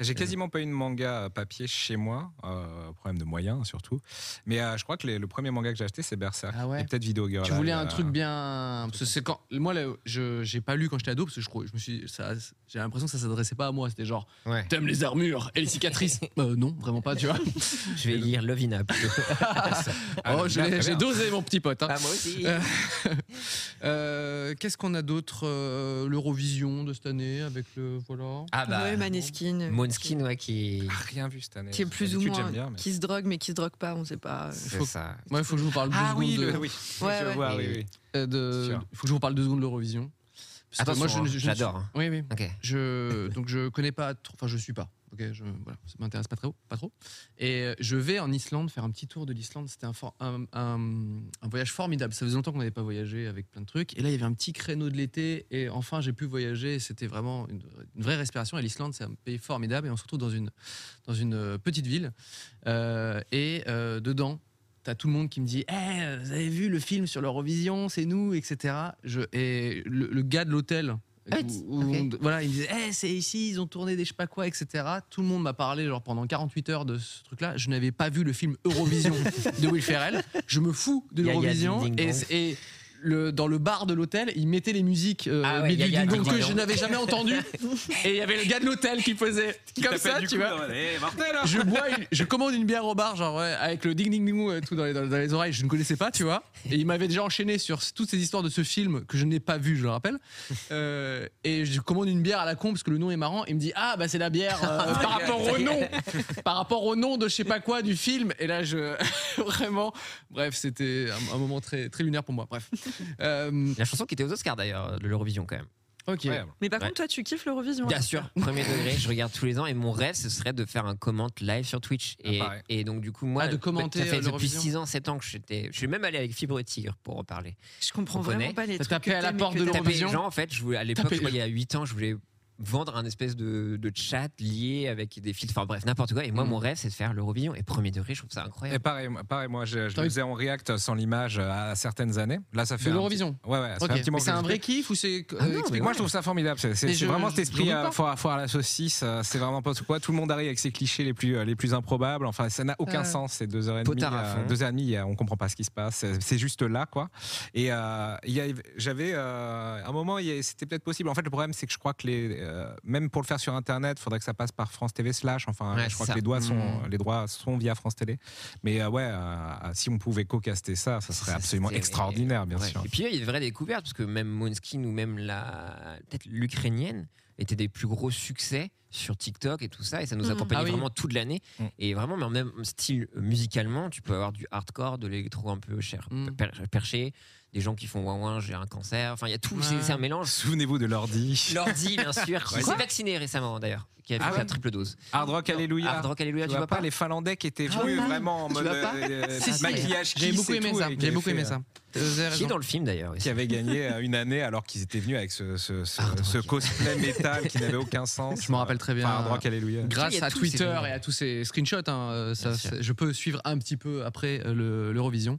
S2: J'ai
S1: Mmh.
S2: quasiment pas eu de manga papier chez moi, euh, problème de moyens surtout. Mais euh, je crois que les- le premier manga que j'ai acheté, c'est Berserk.
S1: Ah ouais.
S2: Et peut-être Video Girl. euh,
S1: Tu voulais
S2: là,
S1: un
S2: là.
S1: truc bien. Parce que c'est quand. Moi, là, je j'ai pas lu quand j'étais ado, parce que je, crois- je me suis. ça- J'ai l'impression que ça s'adressait pas à moi. C'était genre,
S3: Ouais.
S1: t'aimes les armures et les cicatrices Euh, Non, vraiment pas, tu vois.
S3: Je vais lire Lovina plutôt.
S2: Ah,
S1: Oh,
S2: bien,
S1: je l'ai-
S2: très
S1: j'ai
S2: bien. Ah.
S1: dosé, mon petit pote. hein.
S3: moi aussi.
S1: Euh, Euh, Qu'est-ce qu'on a d'autre Euh, L'Eurovision de cette année avec le. Voilà.
S3: Ah bah.
S4: Ouais, Maneskin. euh,
S3: Måneskin, ouais, qui.
S2: Ah, Rien vu cette année.
S4: Qui est plus ou
S2: D'habitude,
S4: moins.
S2: j'aime bien, mais-
S4: Qui se drogue, mais qui se drogue pas, on sait pas.
S3: C'est
S1: Ah, faut-
S3: ça.
S1: Moi, il faut que je vous parle deux
S2: Ah oui,
S1: secondes.
S2: le-
S1: de-
S2: oui.
S4: Ouais,
S2: je
S4: ouais.
S2: vois,
S3: Et-
S2: oui, oui.
S1: euh, de-
S2: Sûr.
S1: faut que je vous parle deux secondes de l'Eurovision. Parce que
S3: Attention,
S1: moi, je ne-
S3: hein,
S1: je ne suis-
S3: j'adore. hein.
S1: Oui, oui.
S3: Ok.
S1: Je, donc je connais pas trop, enfin je suis pas. Ok, je, voilà, ça m'intéresse pas trop, pas trop. Et euh, je vais en Islande faire un petit tour de l'Islande. C'était un, for- un, un- un voyage formidable. Ça faisait longtemps qu'on n'avait pas voyagé avec plein de trucs. Et là, il y avait un petit créneau de l'été. Et enfin, j'ai pu voyager. Et C'était vraiment une, une vraie respiration. Et l'Islande, c'est un pays formidable. Et on se retrouve dans une, dans une euh, petite ville. Euh, et euh, dedans, t'as tout le monde qui me dit Eh, vous avez vu le film sur l'Eurovision C'est nous, etc. Je, et le, le gars de l'hôtel.
S3: Ah,
S1: où- où
S3: ok.
S1: on- voilà, il me disait, Eh, c'est ici, ils ont tourné des je sais pas quoi, etc. Tout le monde m'a parlé genre pendant 48 heures de ce truc-là. Je n'avais pas vu le film Eurovision de Will Ferrell. Je me fous de
S3: Yaya
S1: l'Eurovision.
S3: Ding Dong.
S1: Et, et le, dans le bar de l'hôtel, ils mettaient les musiques euh,
S3: Ah ouais,
S1: mais du
S3: Yaya
S1: Ding Dong
S3: Ding
S1: que
S3: Dong.
S1: je n'avais jamais entendues. Et il y avait le gars de l'hôtel qui faisait comme ça,
S2: Du
S1: tu
S2: coup,
S1: vois
S2: dans- Eh, Martin, là
S1: je bois, une- je commande une bière au bar, genre ouais, avec le ding ding ding euh, tout dans les, dans les oreilles. Je ne connaissais pas, tu vois. Et il m'avait déjà enchaîné sur c- toutes ces histoires de ce film que je n'ai pas vu, je le rappelle. Euh, et je commande une bière à la con parce que le nom est marrant. Il me dit ah bah c'est la bière euh, par rapport au nom, par rapport au nom de je sais pas quoi du film. Et là je vraiment, bref, c'était un, un moment très très lunaire pour moi. Bref. Euh,
S3: La chanson qui était aux Oscars d'ailleurs, euh, de l'Eurovision quand même.
S1: ok.
S2: Incroyable.
S4: Mais par
S3: Ouais.
S4: contre, toi, tu kiffes l'Eurovision. hein
S3: Bien sûr, premier degré, je regarde tous les ans et mon rêve ce serait de faire un comment live sur Twitch. Et,
S2: Ah, pareil.
S3: et donc du coup moi,
S1: Ah, de commenter,
S3: ça fait
S1: euh,
S3: depuis
S1: l'Eurovision.
S3: 6 ans, 7 ans que j'étais, je suis même allé avec Fibre et Tigre pour en parler.
S4: Je comprends
S3: On connaît.
S4: vraiment pas les
S1: T'as
S4: trucs.
S1: tapé
S4: que
S1: à la
S4: t'aimes et
S1: porte
S4: que
S1: de
S4: t'aimes.
S3: Taper les
S1: l'Eurovision.
S3: gens en fait, je voulais, à l'époque,
S1: Taper-
S3: je crois, il y a 8 ans, je voulais vendre un espèce de, de chat lié avec des filtres, enfin bref, n'importe quoi. Et moi
S1: Mm.
S3: mon rêve c'est de faire l'Eurovision et premier degré, je trouve ça
S2: Et
S3: incroyable.
S2: pareil, pareil moi, je, je
S1: T'as
S2: le
S1: eu-
S2: faisais en React sans l'image euh, à certaines années. Là, ça fait.
S1: De
S2: un
S1: l'Eurovision.
S2: petit- Ouais, ouais, ça
S1: Ok.
S2: fait un petit
S1: Mais
S2: moment
S1: C'est
S2: que
S1: un
S2: je
S1: vrai kiff ou c'est euh,
S3: Ah non, mais
S1: explique-moi.
S2: Moi, je trouve ça formidable. C'est c'est-
S1: Mais
S2: c'est
S1: je-
S2: vraiment
S1: je-
S2: cet
S1: j'en
S2: esprit
S1: doute
S2: euh,
S1: pas.
S2: foire, foire à la saucisse. euh, C'est vraiment pas quoi. Tout le monde arrive avec ses clichés les plus, euh, les plus improbables. Enfin, ça n'a aucun
S1: Euh,
S2: sens. C'est deux heures et demie.
S3: potard à
S2: euh,
S3: fond.
S2: deux heures et demie, euh, on comprend pas ce qui se passe. C'est- C'est juste là, quoi. Et euh, il y a- j'avais euh, un moment, il y a- c'était peut-être possible. En fait, le problème, c'est que je crois que les, euh, même pour le faire sur Internet, il faudrait que ça passe par France TV slash. Enfin,
S3: Ouais,
S2: je crois
S3: c'est
S2: que les
S3: ça.
S2: droits sont,
S3: Mmh.
S2: les droits sont via France Télé. Mais euh, ouais, euh, si on pouvait co-caster ça, ça serait
S3: Ça,
S2: absolument
S3: c'était-
S2: extraordinaire, bien
S3: Ouais.
S2: sûr.
S3: Et puis il y a une vraie découverte parce que même Måneskin ou même la peut-être l'ukrainienne étaient des plus gros succès sur TikTok et tout ça et ça nous
S4: Mm.
S3: accompagnait
S1: Ah oui.
S3: vraiment toute l'année
S2: Mm.
S3: et vraiment mais en même style euh, musicalement tu peux avoir du hardcore de l'électro un peu cher
S1: Mm.
S3: per- perché des gens qui font ouin ouin j'ai un cancer enfin il y a tout c'est
S1: Ouais.
S3: c'est un mélange
S2: Souvenez-vous de l'ordi.
S3: Lordi bien sûr qui
S2: Ouais.
S3: s'est vacciné récemment d'ailleurs qui a fait
S2: Ah ouais.
S3: la triple dose
S2: Hard Rock, alléluia.
S3: Hard Rock Alléluia tu,
S2: Tu, vois
S3: vois
S2: pas, les Finlandais qui étaient
S1: Ah
S2: venus
S1: ouais.
S2: vraiment en
S1: Tu
S2: mode
S1: vois pas
S2: euh,
S1: Si, si.
S2: maquillage
S1: J'ai
S2: kiss
S1: beaucoup
S2: et
S1: aimé
S2: tout,
S1: ça.
S2: et qui
S1: J'ai
S2: avait
S1: beaucoup
S2: fait,
S1: aimé
S2: euh,
S1: ça. Vous avez
S3: qui est
S1: raison.
S3: dans le film d'ailleurs aussi.
S2: Qui avait gagné euh, une année alors qu'ils étaient venus avec ce, ce, ce-
S3: Hard
S2: ce
S3: Rock.
S2: cosplay métal qui n'avait aucun sens.
S1: Je me rappelle très bien.
S2: Enfin, Hard Rock, alléluia.
S3: Euh, Il y
S1: grâce
S3: a
S1: à
S3: tous ces
S1: Twitter
S3: éléments.
S1: et à tous ces screenshots, hein, euh, ça,
S3: Bien sûr.
S1: c'est- je peux suivre un petit peu après euh, le- l'Eurovision.
S3: Non,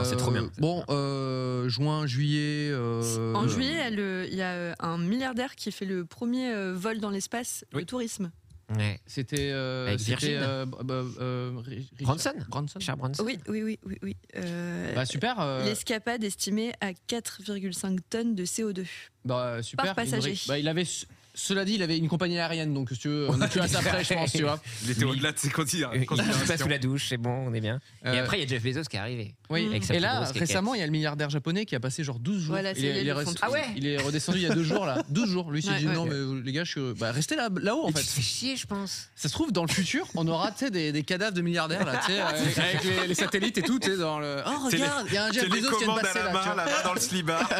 S3: Ah, c'est trop bien.
S1: Euh, Bon, euh, juin, juillet. euh,
S4: En juillet, elle, euh, il y a euh, un milliardaire qui fait le premier euh, vol dans l'espace,
S2: Oui.
S4: le tourisme.
S3: Ouais.
S1: C'était. euh,
S3: Avec
S1: c'était,
S3: Virgin.
S1: euh, bah, euh, Ri- Richard-
S3: Branson
S1: Branson.
S3: Charles Bronson.
S4: Oui, oui, oui, oui. oui. Euh,
S1: Bah, super, euh,
S4: L'escapade estimée à 4,5 tonnes de CO2.
S1: bah, super.
S4: par
S1: il aurait-
S4: passager.
S1: bah, il avait. ce- Cela dit, il avait une compagnie aérienne, donc si tu veux, on est plus à ça après, je pense, tu vois.
S2: Il était
S3: Oui.
S2: au-delà de ses considér-
S3: Il passe
S2: considérations.
S3: sous la douche, c'est bon, on est bien. Et
S1: Euh,
S3: après, il y a Jeff Bezos qui est arrivé.
S1: Oui.
S3: Avec sa
S1: Et
S3: plus
S1: là,
S3: grosse caquette.
S1: récemment, il y a le milliardaire japonais qui a passé genre 12 jours.
S4: Voilà,
S1: il,
S4: ça y est,
S1: est, il,
S4: ils
S1: est
S4: le font
S1: res-
S4: tous.
S3: Ah ouais
S1: il est redescendu il y a deux jours, là. 12 jours. Lui, il s'est
S4: Ouais,
S1: dit
S4: ouais.
S1: non, mais les gars, je suis. Bah, restez là- là-haut, en
S3: Et
S1: fait.
S3: tu te fais chier, je pense.
S1: Ça se trouve, dans le futur, on aura tu sais, des, des cadavres de milliardaires là, tu sais, euh, avec, avec les, les satellites et tout. tu sais, Dans le... Oh,
S2: Télé-
S1: regarde, il y a un Jeff Bezos qui vient de
S2: Télécommande à
S1: passer
S2: la
S1: là. tu
S2: main,
S1: vois.
S2: là-bas dans le slibard.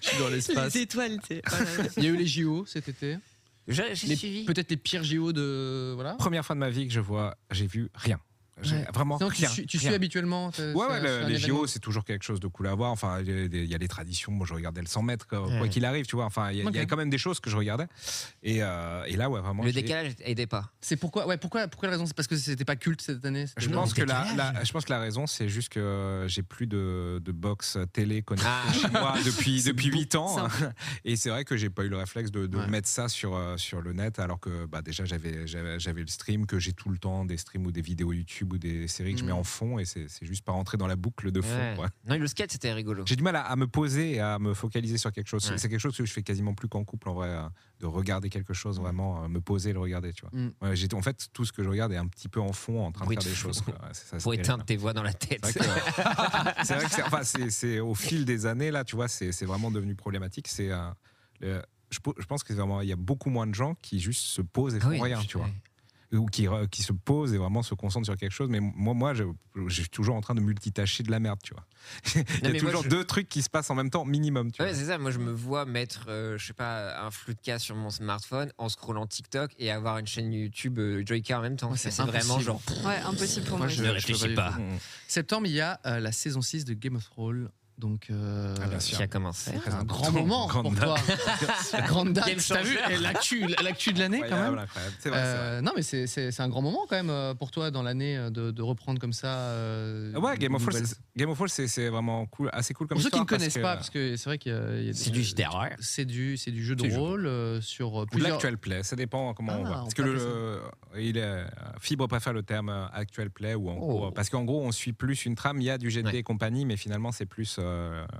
S1: Je suis dans l'espace.
S4: Les étoiles, tu sais. Oh là là.
S1: Il y a eu les JO cet été.
S3: J'ai j'ai
S1: Les-
S3: suivi.
S1: Peut-être les pires JO de. Voilà.
S2: Première fois de ma vie que je vois, j'ai vu rien. J'ai
S1: Ouais.
S2: Vraiment
S1: Non, tu,
S2: rien.
S1: suis- tu
S2: rien.
S1: suis habituellement t'as-
S2: Ouais,
S1: c'est
S2: ouais,
S1: un-
S2: le-
S1: c'est un
S2: les
S1: événement.
S2: JO, c'est toujours quelque chose de cool à voir. Enfin, il y a des- il y, a les traditions. Moi, je regardais le 100 mètres, quoi quoi
S3: Ouais.
S2: qu'il arrive, tu vois. Enfin, il y, a- il y a
S1: Ok.
S2: quand même des choses que je regardais. Et, euh, et là, ouais, vraiment.
S3: Le
S2: j'ai-
S3: décalage aidait pas.
S1: C'est pourquoi, ouais, pourquoi, pourquoi la raison C'est parce que c'était pas culte cette année c'était-
S2: Je
S3: Le
S2: pense, que la,
S3: décalage.
S2: la- je pense que la raison, c'est juste que euh, j'ai plus de, de box télé connectée
S3: Ah.
S2: chez moi depuis, depuis
S1: beau,
S2: 8 ans.
S1: simple.
S2: Et c'est vrai que j'ai pas eu le réflexe de, de
S1: Ouais.
S2: mettre ça sur, euh, sur le net, alors que bah, déjà j'avais, j'avais, j'avais le stream, que j'ai tout le temps des streams ou des vidéos YouTube ou des séries que je mets
S1: Mm.
S2: en fond, et c'est, c'est juste pas rentré dans la boucle de fond.
S3: Ouais.
S2: quoi.
S3: Non, le skate, c'était rigolo.
S2: J'ai du mal à, à me poser et à me focaliser sur quelque chose.
S3: Ouais.
S2: C'est quelque chose que je fais quasiment plus qu'en couple, en vrai, euh, de regarder quelque chose, vraiment, euh, me poser et le regarder, tu vois.
S1: Mm.
S2: Ouais, j'ai- en fait, tout ce que je regarde est un petit peu en fond, en train
S3: Bruit
S2: de
S3: de
S2: faire des
S3: fond.
S2: choses. quoi. Ouais, c'est ça, c'est
S3: Pour
S2: terrible.
S3: éteindre tes voix dans la tête.
S2: C'est vrai que, c'est vrai que c'est- enfin, c'est- c'est au fil des années, là, tu vois, c'est c'est vraiment devenu problématique. C'est euh, le- je, po- je pense que c'est vraiment, il y a beaucoup moins de gens qui juste se posent et
S3: Ah
S2: font
S3: oui,
S2: rien,
S3: je-
S2: tu vois. Ou qui, re- qui se posent et vraiment se concentrent sur quelque chose. Mais moi, moi je, je suis toujours en train de multitâcher de la merde, tu vois. il
S3: Non,
S2: y a
S3: mais moi,
S2: toujours
S3: je-
S2: deux trucs qui se passent en même temps, minimum, tu
S3: Ouais,
S2: vois.
S3: c'est ça. Moi, je me vois mettre, euh, je sais pas, un flux de cas sur mon smartphone en scrollant TikTok et avoir une chaîne YouTube euh, Joyka en même temps.
S1: Ouais,
S3: Ça,
S1: c'est
S3: c'est vraiment
S1: impossible.
S3: genre.
S4: Ouais, impossible pour moi.
S3: je- ne réfléchis
S1: du
S3: pas.
S1: tout.
S2: Mmh,
S1: Septembre, il y a euh, la saison 6 de Game of Thrones. Donc, euh,
S2: Ah, bien sûr.
S3: Qui a commencé.
S1: c'est un grand
S2: important.
S1: moment
S2: Grande
S1: pour
S2: date.
S1: toi. Grande date.
S3: Game
S1: T'as vu
S3: changer.
S1: et l'actu, l'actu de l'année quand même.
S2: Incroyable, incroyable. C'est vrai, c'est vrai.
S1: Euh, non, mais c'est- c'est c'est un grand moment quand même euh, pour toi dans l'année euh, de, de reprendre comme ça. euh,
S2: Ouais, Game of
S1: une
S2: Thrones,
S1: nouvelle-
S2: c'est- Game of Thrones, c'est c'est vraiment cool, assez cool comme
S1: Pour ceux qui ne
S2: histoire parce
S1: connaissent
S2: que- euh,
S1: pas, parce que c'est vrai qu'il y a, il y a des-
S3: C'est du JDR.
S1: C'est du, c'est du jeu de
S2: C'est du jeu de
S1: rôle euh, sur euh,
S2: Ou de
S1: plusieurs.
S2: l'actuel play, ça dépend comment
S1: Ah,
S2: on voit.
S1: on
S2: Parce que
S1: peut
S2: le, il est, Fibre préfère le terme euh, actuel play ou en
S3: Oh.
S2: gros, parce qu'en gros on suit plus une trame, il y a du GD
S3: Ouais.
S2: et compagnie, mais finalement c'est plus euh,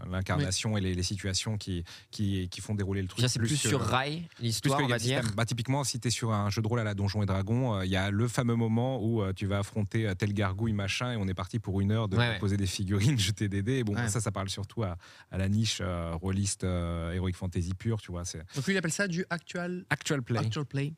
S2: l'incarnation et les, les situations qui, qui qui font dérouler
S3: Je
S2: le truc.
S3: veux dire, C'est plus
S2: que-
S3: sur rail,
S2: plus
S3: l'histoire,
S2: que
S3: on
S2: le
S3: va
S2: game system.
S3: dire.
S2: Bah, typiquement, si tu es sur un jeu de rôle à la Donjon et Dragon, euh, il y a le fameux moment où euh, tu vas affronter euh, tel gargouille, machin, et on est parti pour une heure de
S3: Ouais, ouais.
S2: poser des figurines, jeter des dés. Et Bon,
S1: Ouais.
S2: ça, ça parle surtout à, à la niche euh, rôliste euh, Heroic Fantasy pure, tu vois. C'est
S1: Donc lui, il appelle ça du actual
S2: actual play.
S1: Actual play.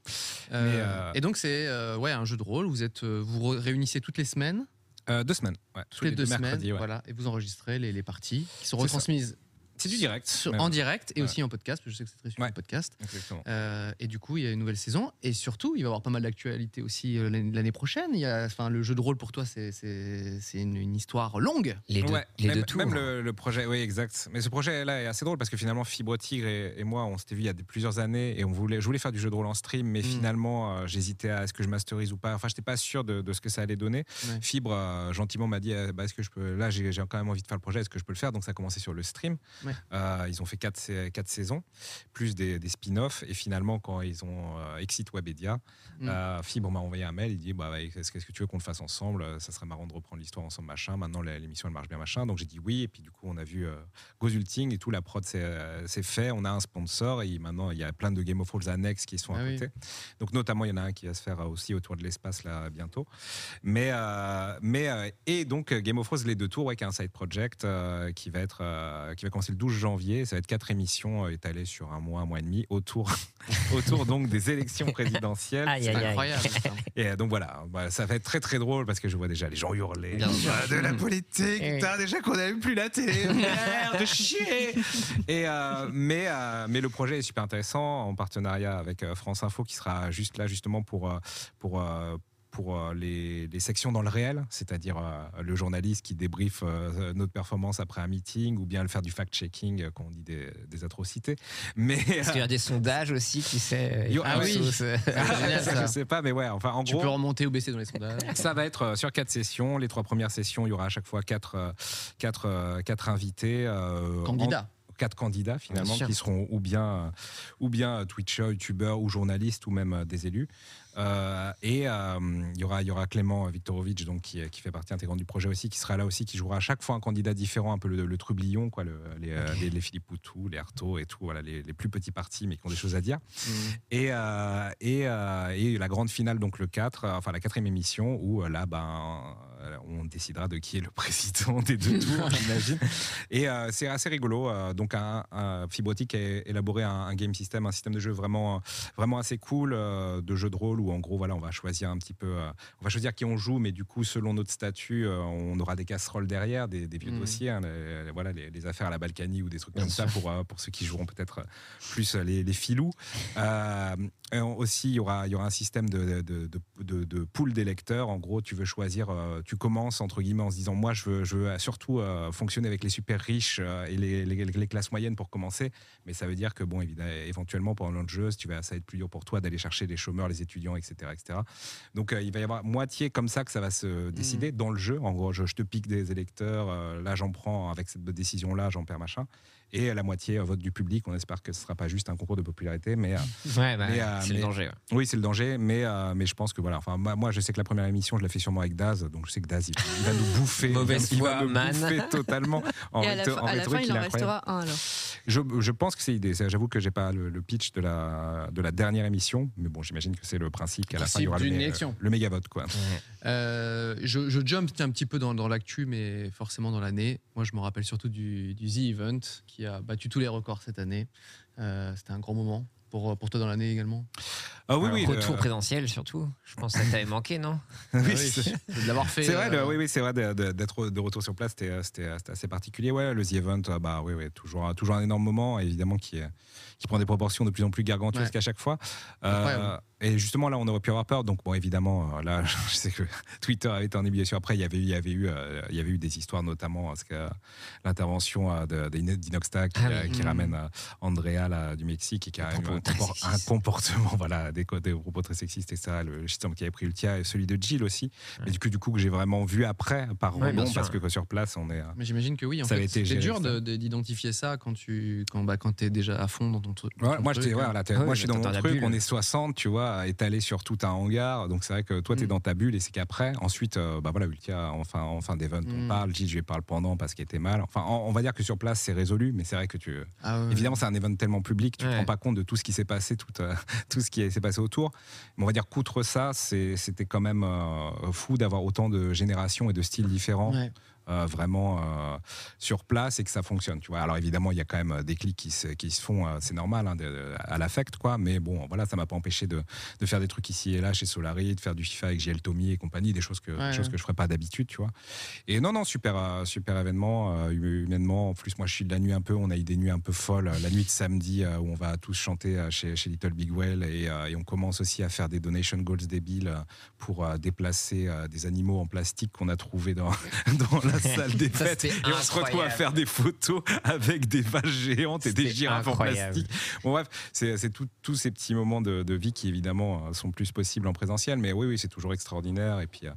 S2: euh,
S1: Et donc c'est euh, ouais un jeu de rôle. Vous êtes euh, vous re- réunissez toutes les semaines,
S2: Euh, deux semaines. ouais.
S1: toutes
S2: Tous
S1: les, deux
S2: mercredis,
S1: semaines,
S2: ouais.
S1: voilà, et vous enregistrez les, les parties qui sont
S2: C'est ça.
S1: retransmises
S2: C'est du direct.
S1: sur-
S2: même.
S1: en direct et
S2: Ouais.
S1: aussi en podcast. parce que Je sais que c'est très suivi
S2: Ouais.
S1: le podcast.
S2: Exactement.
S1: Euh, et du coup, il y a une nouvelle saison. Et surtout, il va y avoir pas mal d'actualités aussi euh, l'année l'année prochaine. Il y a, enfin, le jeu de rôle pour toi, c'est c'est- c'est une, une histoire longue.
S3: Les deux,
S2: Ouais,
S3: les
S2: même,
S3: deux tours.
S2: même le, le projet, oui, exact. Mais ce projet-là est assez drôle parce que finalement, Fibre Tigre et, et moi, on s'était vu il y a des- plusieurs années et on voulait, je voulais faire du jeu de rôle en stream, mais
S1: Mm.
S2: finalement, euh, j'hésitais à est-ce que je masterise ou pas. Enfin, j'étais pas sûr de, de ce que ça allait donner.
S1: Ouais.
S2: Fibre, euh, gentiment, m'a dit euh, bah, est-ce que je peux, là, j'ai j'ai quand même envie de faire le projet, est-ce que je peux le faire Donc, ça a commencé sur le stream.
S1: Ouais.
S2: Euh, ils ont fait quatre, sa- quatre saisons, plus des, des spin-offs. Et finalement, quand ils ont euh, Exit Webedia,
S1: Mm.
S2: euh, Fibre m'a envoyé un mail, il dit bah, bah, est-ce que est-ce que tu veux qu'on le fasse ensemble Euh, Ça serait marrant de reprendre l'histoire ensemble, machin. Maintenant, la- l'émission, elle marche bien, machin. Donc j'ai dit oui, et puis du coup, on a vu euh, Gozulting et tout, la prod, c'est euh, c'est fait, on a un sponsor, et maintenant, il y a plein de Game of Thrones annexes qui sont à
S1: Ah oui.
S2: côté. Donc notamment, il y en a un qui va se faire euh, aussi autour de l'espace, là, bientôt. Mais, euh, mais euh, et donc, euh, Game of Thrones, les deux tours, ouais, qui est un side project euh, qui, va être, euh, qui va commencer le 12 janvier. Ça va être quatre émissions euh, étalées sur un mois, un mois et demi, autour, autour donc des élections présidentielles.
S3: Aïe,
S1: C'est
S3: aïe, aïe.
S1: incroyable. ça.
S2: Et euh, donc voilà, voilà, ça va être très très drôle parce que je vois déjà les gens hurler.
S3: Bien sûr.
S2: Ah, de la politique,
S3: Eh oui.
S2: putain, déjà qu'on n'allume plus la télé, merde, de chier. Et euh, mais euh, mais le projet est super intéressant en partenariat avec euh, France Info qui sera juste là justement pour euh, pour euh, pour euh, les, les sections dans le réel, c'est-à-dire euh, le journaliste qui débriefe euh, notre performance après un meeting, ou bien le faire du fact-checking euh, quand on dit des, des atrocités. Mais
S3: Parce qu'il y a des sondages aussi, euh, tu sais.
S2: Yo-
S1: ah oui. génial,
S2: ça,
S1: ça.
S2: je sais pas, mais ouais, enfin en
S1: Tu
S2: gros.
S1: peux remonter ou baisser dans les sondages.
S2: Ça va être euh, sur quatre sessions. Les trois premières sessions, il y aura à chaque fois quatre, euh, quatre, euh, quatre invités. euh,
S1: Candidat.
S2: en- quatre candidats finalement
S3: Bien sûr.
S2: qui seront ou bien euh, ou bien euh, twitchers, youtubeurs ou journalistes ou même euh, des élus Euh, et euh, il y aura il y aura Clément euh, Viktorovitch donc qui, qui fait partie intégrante du projet aussi qui sera là aussi qui jouera à chaque fois un candidat différent un peu le, le trublion quoi le- les, euh, les, les Philippe Poutou les Artaud et tout voilà les, les plus petits partis mais qui ont des choses à dire et, euh, et, euh, et la grande finale, donc le 4, euh, enfin la quatrième émission, où euh, là, ben, euh, on décidera de qui est le président des deux tours, j'imagine. Et euh, c'est assez rigolo. euh, donc, un, un- Fibrotic a élaboré un, un game system, un système de jeu vraiment, euh, vraiment assez cool, euh, de jeu de rôle, où en gros, voilà, on va choisir un petit peu, euh, on va choisir qui on joue, mais du coup, selon notre statut, euh, on aura des casseroles derrière, des, des vieux
S1: Mhm.
S2: dossiers, hein, les- les- voilà, les, les affaires à la Balkany ou des trucs
S3: Bien
S2: comme ça pour, euh, pour ceux qui joueront peut-être plus les, les filous. Euh, Et on- aussi, il y aura, il y aura un système de, de, de, de- de pool d'électeurs. En gros, tu veux choisir, euh, tu commences entre guillemets en se disant Moi, je veux, je veux surtout euh, fonctionner avec les super riches euh, et les, les- les classes moyennes pour commencer. Mais ça veut dire que, bon, évidemment, éventuellement, pendant le jeu, tu vas, ça va être plus dur pour toi d'aller chercher les chômeurs, les étudiants, etc. etc. Donc, euh, il va y avoir moitié comme ça que ça va se décider dans le jeu. En gros, je, je te pique des électeurs, euh, là, j'en prends avec cette décision-là, j'en perds machin. Et la moitié euh, vote du public. On espère que ce ne sera pas juste un concours de popularité, mais. euh,
S3: Ouais, bah,
S2: Mais, euh,
S3: c'est le
S2: mais-
S3: danger. ouais.
S2: oui, c'est le danger, mais, euh, mais je pense que voilà. Enfin, moi, moi, je sais que la première émission, je l'ai fait sûrement avec Daz, donc je sais que Daz, il, il va nous bouffer.
S3: Mauvaise
S2: il va- il va
S3: foi,
S2: nous
S3: man.
S2: bouffer totalement en,
S4: et à la,
S2: réto-
S4: fin- à
S2: en
S4: la
S2: rhétorique,
S4: fin, il en
S2: est incroyable.
S4: restera un alors.
S2: Je, je pense que c'est l'idée. C'est- J'avoue que j'ai pas le, le pitch de la, de la dernière émission, mais bon, j'imagine que c'est le principe qu'à la fin, il y aura le,
S1: Principe d'une
S2: mé-
S1: élection.
S2: le méga vote, quoi.
S1: Euh, je, je jump un petit peu dans, dans l'actu, mais forcément dans l'année. Moi, je me rappelle surtout du, du The Event qui a battu tous les records cette année. Euh, C'était un grand moment pour, pour toi dans l'année également.
S2: Ah oui,
S3: Un
S2: oui.
S3: retour
S2: euh,
S3: présentiel surtout. Je pense que ça t'avait manqué, non
S2: oui,
S1: Ah
S2: c'est-
S1: de l'avoir fait.
S2: C'est vrai, bah de-
S1: euh,
S2: oui, oui, c'est vrai de- de- d'être de retour sur place, c'était, euh, c'était, euh, c'était assez particulier. Ouais, le The Event, euh, bah oui, oui, toujours, un- toujours un énorme moment, évidemment, qui, euh, qui prend des proportions de plus en plus gargantuesques
S1: Ouais.
S2: à chaque fois. Euh,
S1: Incroyable.
S2: et justement, là, on aurait pu avoir peur. Donc, bon, évidemment, euh, là, je sais que Twitter avait été en ébullition. Après, il y avait eu, il y avait eu, euh, il y avait eu des histoires, notamment parce que euh, l'intervention euh, de- d'In- d'Inoxtag qui,
S3: Ah
S2: euh,
S3: oui.
S2: qui
S1: Mm.
S2: ramène euh, Andrea là, du Mexique et qui a
S3: Des
S2: eu
S3: propos
S2: un,
S3: très
S2: compor- un
S3: sexistes.
S2: comportement, voilà, des, co- des propos très sexistes et ça, le shitstorm qui avait pris Ultia et celui de Jill aussi.
S3: Ouais.
S2: Et du coup, du coup, que j'ai vraiment vu après par
S3: Ouais, bien
S2: rebond
S3: sûr,
S2: parce
S3: ouais.
S2: que quoi, sur place, on est. euh,
S1: Mais j'imagine que oui, en
S2: Ça avait
S1: fait,
S2: été
S1: c'est
S2: géré,
S1: dur
S2: ça.
S1: de- de- d'identifier ça quand tu quand, bah, quand t'es déjà à fond dans ton truc.
S2: Voilà, moi, j'étais- voilà, là, t'es-
S3: Ah oui,
S2: moi, je suis
S3: mais
S2: dans
S3: t'es
S2: mon
S3: dans la
S2: truc,
S3: bulle.
S2: on est 60, tu vois, étalé sur tout un hangar. Donc c'est vrai que toi, tu es
S1: Mm.
S2: dans ta bulle et c'est qu'après, ensuite, euh, bah voilà, Ultia, enfin, en fin d'event,
S1: Mm.
S2: on parle, Gilles, je lui parle pendant parce qu'il était mal. Enfin, on, on va dire que sur place, c'est résolu, mais c'est vrai que tu.
S1: Ah
S2: Évidemment, c'est un événement tellement public, tu ne
S3: Ouais.
S2: te rends pas compte de tout ce qui s'est passé, tout, euh, tout ce qui s'est passé autour. Mais on va dire qu'outre ça, c'est- c'était quand même euh, fou d'avoir autant de générations et de styles différents euh, vraiment euh, sur place et que ça fonctionne. Tu vois. Alors évidemment, il y a quand même euh, des clics qui se, qui se font, euh, c'est normal, hein, de- de- à l'affect, quoi. Mais bon, voilà, ça m'a pas empêché de, de faire des trucs ici et là chez Solari, de faire du FIFA avec JL Tommy et compagnie, des choses que, des
S1: Ouais,
S2: choses
S1: ouais.
S2: que je ferais pas d'habitude, tu vois. Et non, non, super, euh, super événement, euh, humainement. En plus, moi, je suis de la nuit un peu, on a eu des nuits un peu folles. La nuit de samedi, euh, où on va tous chanter euh, chez, chez Little Big Well et, euh, et on commence aussi à faire des donation goals débiles euh, pour euh, déplacer euh, des animaux en plastique qu'on a trouvés dans, dans la salle des
S3: Ça,
S2: fêtes. Et
S3: c'était
S2: on se retrouve à
S3: incroyable.
S2: faire des photos avec des vaches géantes et des
S3: C'était
S2: girafes en
S3: incroyable.
S2: plastique. Bon, bref, c'est c'est tout- tous ces petits moments de, de vie qui, évidemment, euh, sont plus possibles en présentiel. Mais oui, oui, c'est toujours extraordinaire. Et puis, euh,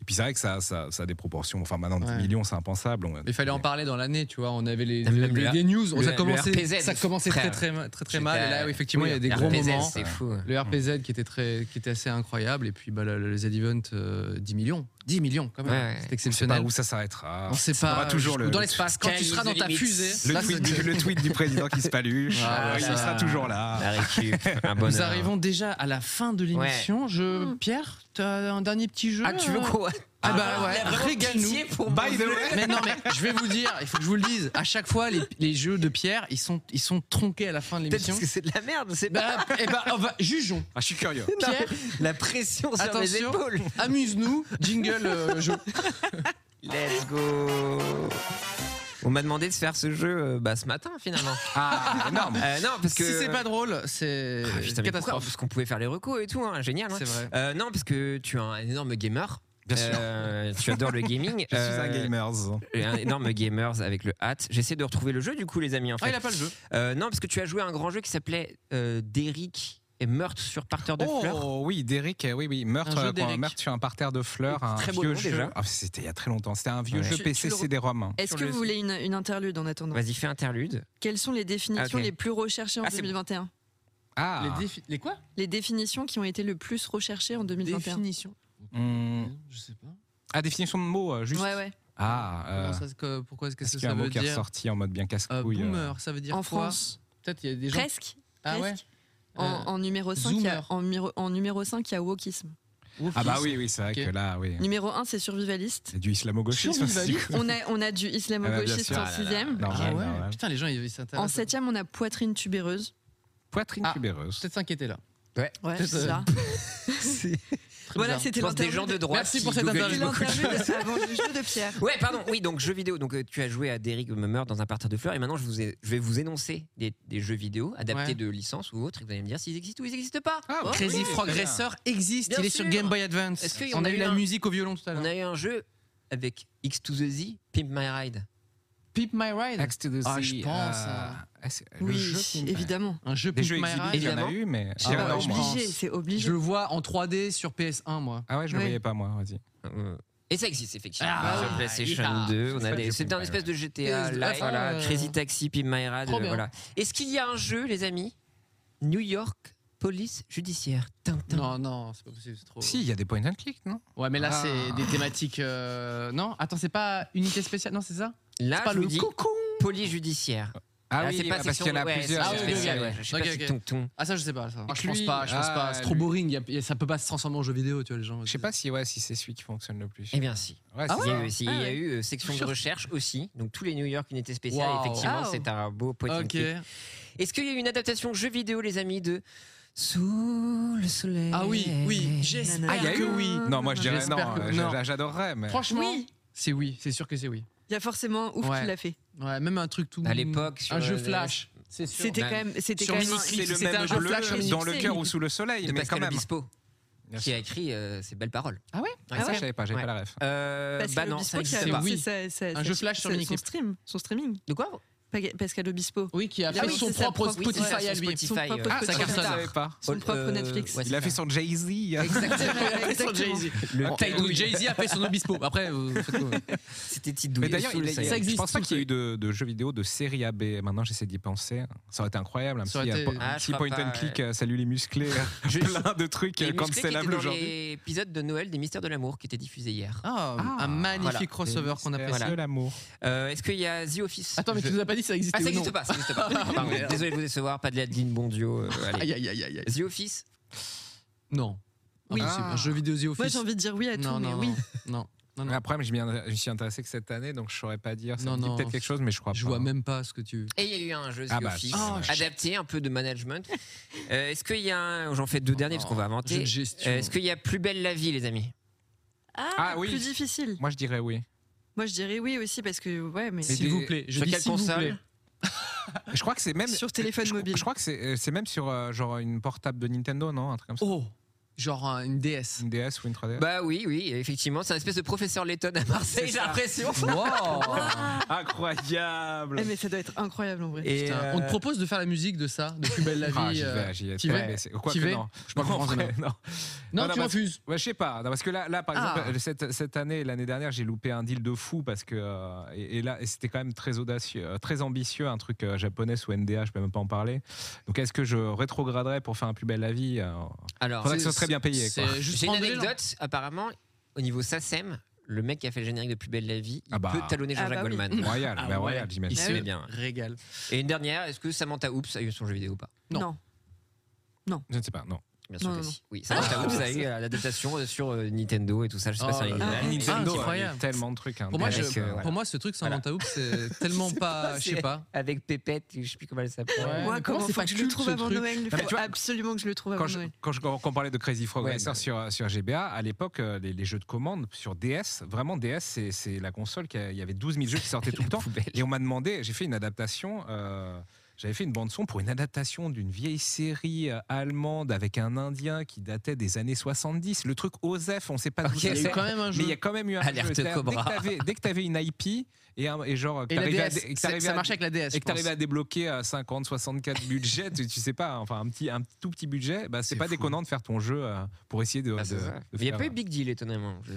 S2: et puis c'est vrai que ça, ça, ça a des proportions. Enfin, maintenant, 10
S1: Ouais.
S2: millions, c'est impensable. On-
S1: Mais il fallait en parler dans l'année, tu vois. On avait les,
S3: Ah,
S1: les-
S3: même le
S1: les-
S3: R-
S1: les news. on-
S3: le-
S1: ça
S3: le
S1: commençait,
S3: RPZ,
S1: ça commençait très,
S3: frère.
S1: très, ma- très, très
S3: J'étais
S1: mal. Et
S3: à-
S1: là, oui, effectivement,
S3: oui,
S1: il y a des
S3: RPZ,
S1: gros moments.
S3: C'est fou.
S1: Le
S2: Mm.
S1: RPZ qui était, très, qui était assez incroyable. Et puis bah, le, le Z-Event, 10 millions. 10 millions, quand même.
S3: Ouais, ouais.
S1: C'est
S2: on sait pas
S1: exceptionnel.
S2: où ça s'arrêtera.
S1: On sait pas. euh,
S2: aura toujours le-
S1: Dans l'espace. Quand tu
S3: Sky
S1: seras
S3: is
S1: dans
S3: the
S1: ta
S3: limit.
S1: fusée.
S2: Le
S1: là,
S2: tweet,
S1: c'est-
S2: du, le tweet du président qui se paluche,
S1: Ah,
S2: euh, il
S1: ça-
S2: sera toujours là.
S3: La récup, un bonheur.
S1: Nous arrivons déjà à la fin de l'émission. Je... Pierre, tu as un dernier petit jeu
S3: Ah, tu veux
S1: euh,
S3: quoi
S1: Ah bah ouais, régale-nous.
S2: By the way,
S1: Mais non, mais je vais vous dire, il faut que je vous le dise, à chaque fois, les, les jeux de Pierre, ils sont, ils sont tronqués à la fin de
S3: Peut-être
S1: l'émission.
S3: parce que c'est de la merde, c'est pas
S1: Bah, eh ben, on va- jugeons.
S2: Ah, je suis curieux.
S1: Pierre,
S3: la pression sur les
S1: Attention.
S3: épaules.
S1: amuse-nous, jingle euh, jeu.
S3: Let's go. On m'a demandé de faire ce jeu euh, bah, ce matin finalement.
S2: Ah, énorme.
S3: Euh, non, parce que
S1: Si c'est pas drôle, c'est
S3: Ah, putain, mais pourquoi
S1: catastrophe.
S3: parce qu'on pouvait faire les recos et tout, hein, génial. hein.
S1: C'est vrai.
S3: Euh, non, parce que tu es un énorme gamer.
S2: Bien sûr.
S3: Euh, tu adores le gaming.
S2: Je suis un
S3: Euh,
S2: gamers.
S3: et un énorme gamers avec le hat. J'essaie de retrouver le jeu du coup, les amis. En
S1: Ah,
S3: fait.
S1: il a pas le jeu.
S3: Euh, non, parce que tu as joué à un grand jeu qui s'appelait euh, Derrick et meurtre sur parterre de fleurs.
S2: Oh oui, Derrick, euh, oui, oui, meurtre,
S1: Un jeu
S2: euh, quoi,
S1: d'Eric.
S2: meurtre sur un parterre de fleurs, un
S3: Très beau
S2: vieux
S3: nom,
S2: jeu.
S3: déjà.
S2: Ah, c'était il y a très longtemps, c'était un vieux
S3: Ouais.
S2: jeu
S4: Tu-
S2: PC
S4: tu le re-
S2: CD-ROM.
S4: Est-ce
S3: Sur
S4: que
S3: le-
S4: vous voulez une, une interlude en attendant
S3: Vas-y, fais interlude.
S4: Quelles sont les définitions
S3: Ah, ok.
S4: les plus recherchées en
S3: Ah, c'est bon.
S4: 2021
S2: Ah,
S1: Les, défi- les quoi
S4: Les définitions qui ont été le plus recherchées en 2021
S1: Définition.
S2: hmm,
S1: Je sais pas.
S2: ah, définition de mots, euh, juste.
S4: Ouais, ouais.
S2: Ah, euh,
S1: Comment ça, c'est que- pourquoi est-ce que
S2: est-ce
S1: ça,
S2: qu'il y a un mot
S1: veut
S2: qui est
S1: dire
S2: ressorti en mode bien
S1: Euh,
S2: casse-couille euh,
S1: Boomer, ça veut dire
S4: En
S1: quoi
S4: France.
S1: Peut-être il y a des gens.
S4: Presque.
S1: ah ouais.
S4: presque. En,
S1: Euh,
S4: en numéro 5, il y a,
S1: Zoomer.
S4: en, miro- en numéro 5, il y a wokisme.
S1: Ouf.
S2: Ah bah oui, oui, c'est vrai
S1: Ok.
S2: que là, oui.
S4: Numéro 1, c'est survivaliste.
S2: C'est du islamo-gauchisme aussi.
S1: Survivaliste.
S4: On a, on a du
S2: Ah bah, bien
S4: islamo-gauchiste
S2: sûr.
S4: en
S2: Ah là là.
S4: 6ème.
S2: Non,
S1: Ah
S2: ouais,
S1: ouais.
S2: non, ouais.
S1: Putain, les gens ils s'intéressent.
S4: En 7ème, on a poitine tubéreuse.
S2: Poitrine
S1: Ah.
S2: tubéreuse.
S1: Peut-être s'inquiéter là.
S3: Ouais.
S4: Ouais,
S1: C'est
S4: c'est
S1: ça.
S4: ça.
S1: C'est très
S4: Voilà,
S1: bizarre.
S3: Je
S4: c'était
S3: pense des gens
S4: l'interview
S3: de
S4: de-
S3: droite.
S1: Merci
S3: qui
S1: pour cette
S3: googlent
S4: c'était
S1: interview.
S3: beaucoup de
S4: l'interview
S3: choses.
S4: de- avant le jeu de Pierre.
S3: Ouais, pardon. Oui, donc jeux vidéo. Donc euh, tu as joué à Derrick Mummer dans un parterre de fleurs et maintenant je, vous ai- je vais vous énoncer des, des jeux vidéo adaptés
S1: Ouais.
S3: de licences ou autres et vous allez me dire s'ils existent ou ils n'existent pas.
S2: Ah,
S3: Oh,
S1: Crazy
S3: oui.
S1: Frog
S2: très bien.
S1: Racer existe,
S3: Bien
S1: il est
S3: sûr.
S1: sur Game Boy Advance.
S3: Est-ce qu'il y en
S1: On
S3: a
S1: a
S3: eu
S1: eu la
S3: un
S1: musique au violon tout à
S3: On
S1: l'heure.
S3: a eu un jeu avec X to the Z, Pimp My Ride.
S1: Pip My Ride.
S2: Next to the
S1: Ah,
S2: Sea,
S1: je pense,
S2: euh,
S1: hein.
S2: ah, c'est- le
S4: Oui,
S2: jeu qui me-
S4: évidemment.
S1: Un jeu
S2: Des
S1: Pimp
S2: jeux
S1: My
S2: exhibits, il y
S1: Ride.
S2: en a
S3: évidemment.
S2: eu, mais.
S1: Ah,
S4: C'est
S1: non,
S4: obligé,
S1: moi.
S4: c'est obligé.
S1: Je le vois en 3D sur PS1 moi.
S2: Ah ouais, je le
S4: Ouais.
S2: voyais pas, moi, vas-y.
S3: Euh, Et ça existe effectivement.
S1: Ah,
S3: sur PlayStation
S1: yeehaw.
S3: 2, on
S2: C'est
S3: a
S2: pas
S3: des-
S2: du
S3: c'est un
S2: Pimp My
S3: espèce de GTA,
S1: Ride.
S3: live,
S1: Ah,
S3: voilà,
S1: euh,
S3: Crazy Taxi, Pimp My Ride.
S1: trop
S3: euh,
S1: bien.
S3: Voilà. Est-ce qu'il y a un jeu, les amis New York Police Judiciaire. Tintin.
S1: Non non, c'est pas possible, c'est trop.
S2: Si, il y a des point and click, non
S1: Ouais, mais là
S2: Ah.
S1: c'est des thématiques euh, non, attends, c'est pas unité spéciale, non, c'est ça
S3: Là,
S1: C'est pas
S3: je vous
S1: le
S3: dis
S1: coucou.
S3: Police Judiciaire.
S2: Ah
S3: Là,
S2: oui,
S3: c'est pas
S2: parce
S3: section-
S2: qu'il y en a
S3: ouais,
S2: plusieurs.
S3: c'est
S1: Ah
S3: section
S1: oui, ok,
S3: spéciale,
S1: ok.
S3: ouais. Je sais
S1: Ok,
S3: pas si
S1: ok.
S3: Tonton.
S1: Ah ça je sais pas ça.
S2: Et
S1: je
S2: que
S1: pense
S2: lui-
S1: pas, je pense
S2: Ah,
S1: pas, c'est trop
S2: lui.
S1: boring, y a- y a- ça peut pas se transformer en jeu vidéo, tu vois les gens.
S2: Je sais pas si, ouais, si c'est celui qui fonctionne le plus.
S3: Eh bien, si.
S2: Ouais,
S3: Il y a
S2: c'est
S3: eu, si,
S1: Ah
S3: il y a
S1: ouais.
S3: eu, euh, section de
S1: Sure.
S3: recherche aussi. Donc, tous les New York unités spéciales,
S1: Wow.
S3: effectivement,
S4: Ah,
S3: c'est un beau point and
S1: OK.
S3: click. Est-ce qu'il y a eu une adaptation jeu vidéo, les amis, de Sous le soleil
S1: Ah oui, oui,
S4: Nanana.
S2: Ah,
S1: j'espère
S2: il y a
S1: que
S2: eu
S1: oui.
S2: Non, moi je dirais non,
S1: J'espère que-
S2: euh,
S1: non.
S2: j'a- j'adorerais, mais.
S1: Franchement,
S4: Oui.
S1: c'est oui, c'est sûr que c'est oui.
S4: Il y a forcément ouf
S1: Ouais.
S4: qui l'a fait.
S1: Ouais, même un truc tout
S3: À l'époque, sur
S1: un jeu
S3: le-
S1: flash. C'est sûr.
S4: C'était
S3: Bah,
S4: quand même, c'était
S1: sur
S4: quand même.
S1: Minix,
S4: un-
S2: C'est le
S1: C'était un
S2: même
S1: jeu
S2: bleu
S1: flash
S4: remixé.
S2: dans le cœur ou sous le soleil,
S3: de
S2: mais quand
S3: Pascal
S2: même.
S3: Obispo,
S2: Bien
S3: qui
S2: sûr.
S3: a écrit euh, ces belles paroles.
S1: Ah ouais
S3: Ah
S2: Ça,
S3: ouais
S2: je savais pas, j'avais
S3: Ouais.
S2: pas la ref.
S3: Euh,
S4: Pascal
S3: bah non, ça
S4: Obispo qui a
S3: n'existe pas.
S1: oui.
S4: lancé sa- sa- sa-
S1: Un jeu flash sur
S4: sa-
S1: Minix.
S4: son stream, son streaming.
S3: De quoi
S4: Pa- Pascal Obispo.
S1: Oui, qui a
S4: Ah
S1: fait
S4: oui,
S1: son
S4: c'est sa
S1: propre
S4: propre-
S1: Spotify
S4: oui,
S1: à
S3: sur
S1: lui.
S3: Spotify,
S4: Son propre
S3: euh,
S1: Ah, ça
S4: Spotify.
S2: Je
S1: cartonne.
S2: savais pas.
S4: Son
S3: Paul-
S4: propre
S3: euh,
S4: Netflix.
S3: ouais, c'est
S2: Il a fait
S3: ça.
S2: son Jay-Z.
S3: Exactement.
S1: Il a fait son Jay-Z.
S3: Le
S1: Bon,
S3: taille-
S1: ou Jay-Z a fait son Obispo. Après, vous faites quoi
S3: C'était Tite
S2: Mais
S3: Douillet
S2: d'ailleurs,
S3: sous
S2: il
S3: le
S2: a-
S3: soleil.
S1: Ça
S2: je
S1: existe,
S2: pense pas
S1: tout
S2: qu'il y ait eu de, de jeux vidéo de série AB. Maintenant, j'essaie d'y penser. Ça aurait été incroyable. Un
S1: Ça
S2: petit,
S1: aurait été-
S2: euh, po-
S3: Ah, je
S2: petit
S3: crois
S2: point
S3: pas,
S2: and click, euh, salut les musclés, euh,
S3: Je-
S2: plein de trucs
S3: Et
S2: euh,
S3: Musclé qui était
S2: cancellables
S3: dans
S2: aujourd'hui.
S3: l'épisode de Noël des Mystères de l'amour qui était diffusé hier.
S1: Ah,
S2: Ah,
S1: un magnifique
S3: voilà.
S1: crossover qu'on a
S2: fait.
S1: fait.
S3: voilà.
S2: de l'amour.
S3: Euh, Est-ce qu'il y a The Office
S1: Attends, mais
S3: Je-
S1: tu nous as pas dit que ça existait
S3: Ah, ça
S1: ou non
S3: n'existe pas, ça n'existe pas. Pardon,
S1: Merde.
S3: Désolé de vous décevoir, pas de Adeline Bondio. euh, allez.
S1: Aïe, aïe, aïe, aïe. aïe.
S3: The Office
S1: Non.
S2: Oui.
S1: Impossible.
S2: Ah.
S1: Un jeu vidéo The Office.
S4: Moi j'ai envie de dire oui à tout,
S1: non,
S4: mais
S1: non,
S4: oui.
S1: non, non, non, non.
S2: Après, moi, je m'y in- je m'y suis intéressé que cette année, donc je saurais pas dire. Ça
S1: Non,
S2: me dit
S1: non.
S2: peut-être quelque chose, mais je crois
S1: Je
S2: pas.
S1: vois même pas ce que tu.
S3: Et il y a eu un jeu The
S2: Ah bah,
S3: Office
S2: oh,
S1: shit.
S3: adapté, un peu de management. Euh, Est-ce qu'il y a un... J'en fais deux derniers parce qu'on va
S1: Jeu
S3: inventer.
S1: de gestion.
S3: Euh, Est-ce qu'il y a Plus belle la vie, les amis
S4: Ah,
S2: oui.
S4: plus difficile.
S2: Moi, je dirais oui.
S4: Moi je dirais oui aussi parce que ouais, mais
S1: S'il
S2: des-
S1: vous plaît, je
S3: sur
S1: dis
S3: quelle
S1: s'il vous
S3: console
S1: plaît.
S2: Je crois que c'est même.
S4: sur téléphone
S2: je, je
S4: mobile.
S2: crois que c'est euh, c'est même sur euh, genre une portable de Nintendo, non Un truc comme ça.
S1: Oh, genre un- une DS.
S4: Oh.
S2: Une DS ou une 3DS
S3: Bah oui, oui, effectivement. C'est un espèce de professeur Letton à Marseille, j'ai l'impression.
S1: Wow.
S2: Incroyable
S4: Eh, mais ça doit être incroyable en vrai.
S3: Et
S1: Putain,
S3: euh,
S1: On te propose de faire la musique de ça, de plus belle la vie.
S2: Ah, j'y
S1: euh,
S2: vais, j'y vais.
S1: t'y vas
S2: mais c'est- quoi
S1: T'y
S2: que
S1: vas
S2: non.
S1: Je pense
S2: Non,
S1: qu'on
S2: en
S1: prend
S2: vrai, non.
S1: Non,
S2: Non,
S1: tu
S2: non,
S1: refuses.
S2: Ouais, je sais pas, non, parce que là, là par
S1: Ah.
S2: exemple, cette, cette année et l'année dernière, j'ai loupé un deal de fou parce que. euh, et, et là, et c'était quand même très audacieux, euh, très ambitieux, un truc euh, japonais ou NDA, je peux même pas en parler. Donc est-ce que je rétrograderais pour faire un plus bel avis euh,
S3: Alors,
S2: Faudrait que ce
S1: C'est-
S2: serait bien payé. quoi.
S1: C'est juste
S3: j'ai Euh, une
S1: prendre de l'élan.
S3: anecdote. Apparemment, au niveau SACEM, le mec qui a fait le générique de Plus belle la vie, il
S2: Ah bah.
S3: peut talonner
S4: Ah
S3: Jean-Jacques
S4: bah oui.
S3: Goldman.
S2: Royal,
S1: Ah
S2: bah,
S1: ouais.
S2: royal,
S1: Il
S2: j'imagine.
S3: Ah
S1: se
S3: oui. bien.
S1: régale.
S3: Et une dernière, est-ce que Samantha Oops a eu son jeu vidéo ou pas
S1: non.
S2: Je ne sais pas, non.
S1: Ah,
S3: Bien sûr
S4: Non,
S3: que
S4: non.
S3: si. Oui, Samantha Oops a eu euh, l'adaptation euh, sur euh, Nintendo et tout ça. Je sais pas
S1: Oh
S3: si ça
S1: là là.
S3: existe.
S1: Ah, Nintendo,
S2: euh, il y a
S1: incroyable.
S2: tellement de trucs. hein,
S1: Pour moi,
S2: des-
S1: je-
S3: Avec, euh, voilà.
S1: pour moi, ce truc sans
S3: Voilà.
S1: Manta Oups, c'est tellement pas. Je sais pas.
S3: Avec Pépette, je sais plus comment elle s'appelle.
S1: Ouais.
S4: Moi
S1: mais
S4: comment
S1: comment c'est
S4: faut
S1: pas
S4: que je le
S1: culte,
S4: trouve
S1: ce
S4: avant
S1: truc
S4: Noël,
S2: mais
S4: faut
S2: tu vois,
S4: absolument que je le trouve
S2: quand,
S4: avant
S2: je-
S4: Noël.
S2: quand, je- quand on parlait de Crazy Frog euh,
S3: Ouais,
S2: Racer
S3: mais-
S2: sur, sur GBA, à l'époque, euh, les, les jeux de commande sur DS, vraiment DS, c'est- c'est la console qui a- il y avait 12 000 jeux qui sortaient tout le temps. Et on m'a demandé, j'ai fait une adaptation. euh, j'avais fait une bande-son pour une adaptation d'une vieille série euh, allemande avec un Indien qui datait des années 70. Le truc OSEF, on sait pas d'où
S3: Ok,
S1: Il y a
S2: ça
S1: eu
S3: c'est-
S1: quand même un
S2: mais
S1: jeu.
S2: il y a quand même eu un
S3: Alerte
S2: jeu. C'est-à-dire,
S3: Cobra.
S2: Dès que t'avais- dès que tu avais une IP et, un, et genre que
S1: Et la
S2: t'arrivais à
S1: DS,
S2: dé- que
S1: ça-
S2: t'arrivais
S1: ça
S2: à-
S1: marchait avec la DS.
S2: et que
S1: je pense.
S2: t'arrivais à débloquer à 50, 64 budgets, tu, tu sais pas, hein, enfin un petit, un tout petit budget, bah, c'est
S1: C'est
S2: pas
S1: fou.
S2: déconnant de faire ton jeu euh, pour essayer de.
S3: Ah,
S2: de- de
S3: Il n'y a
S2: faire- euh,
S3: pas eu Big Deal, étonnamment. Je-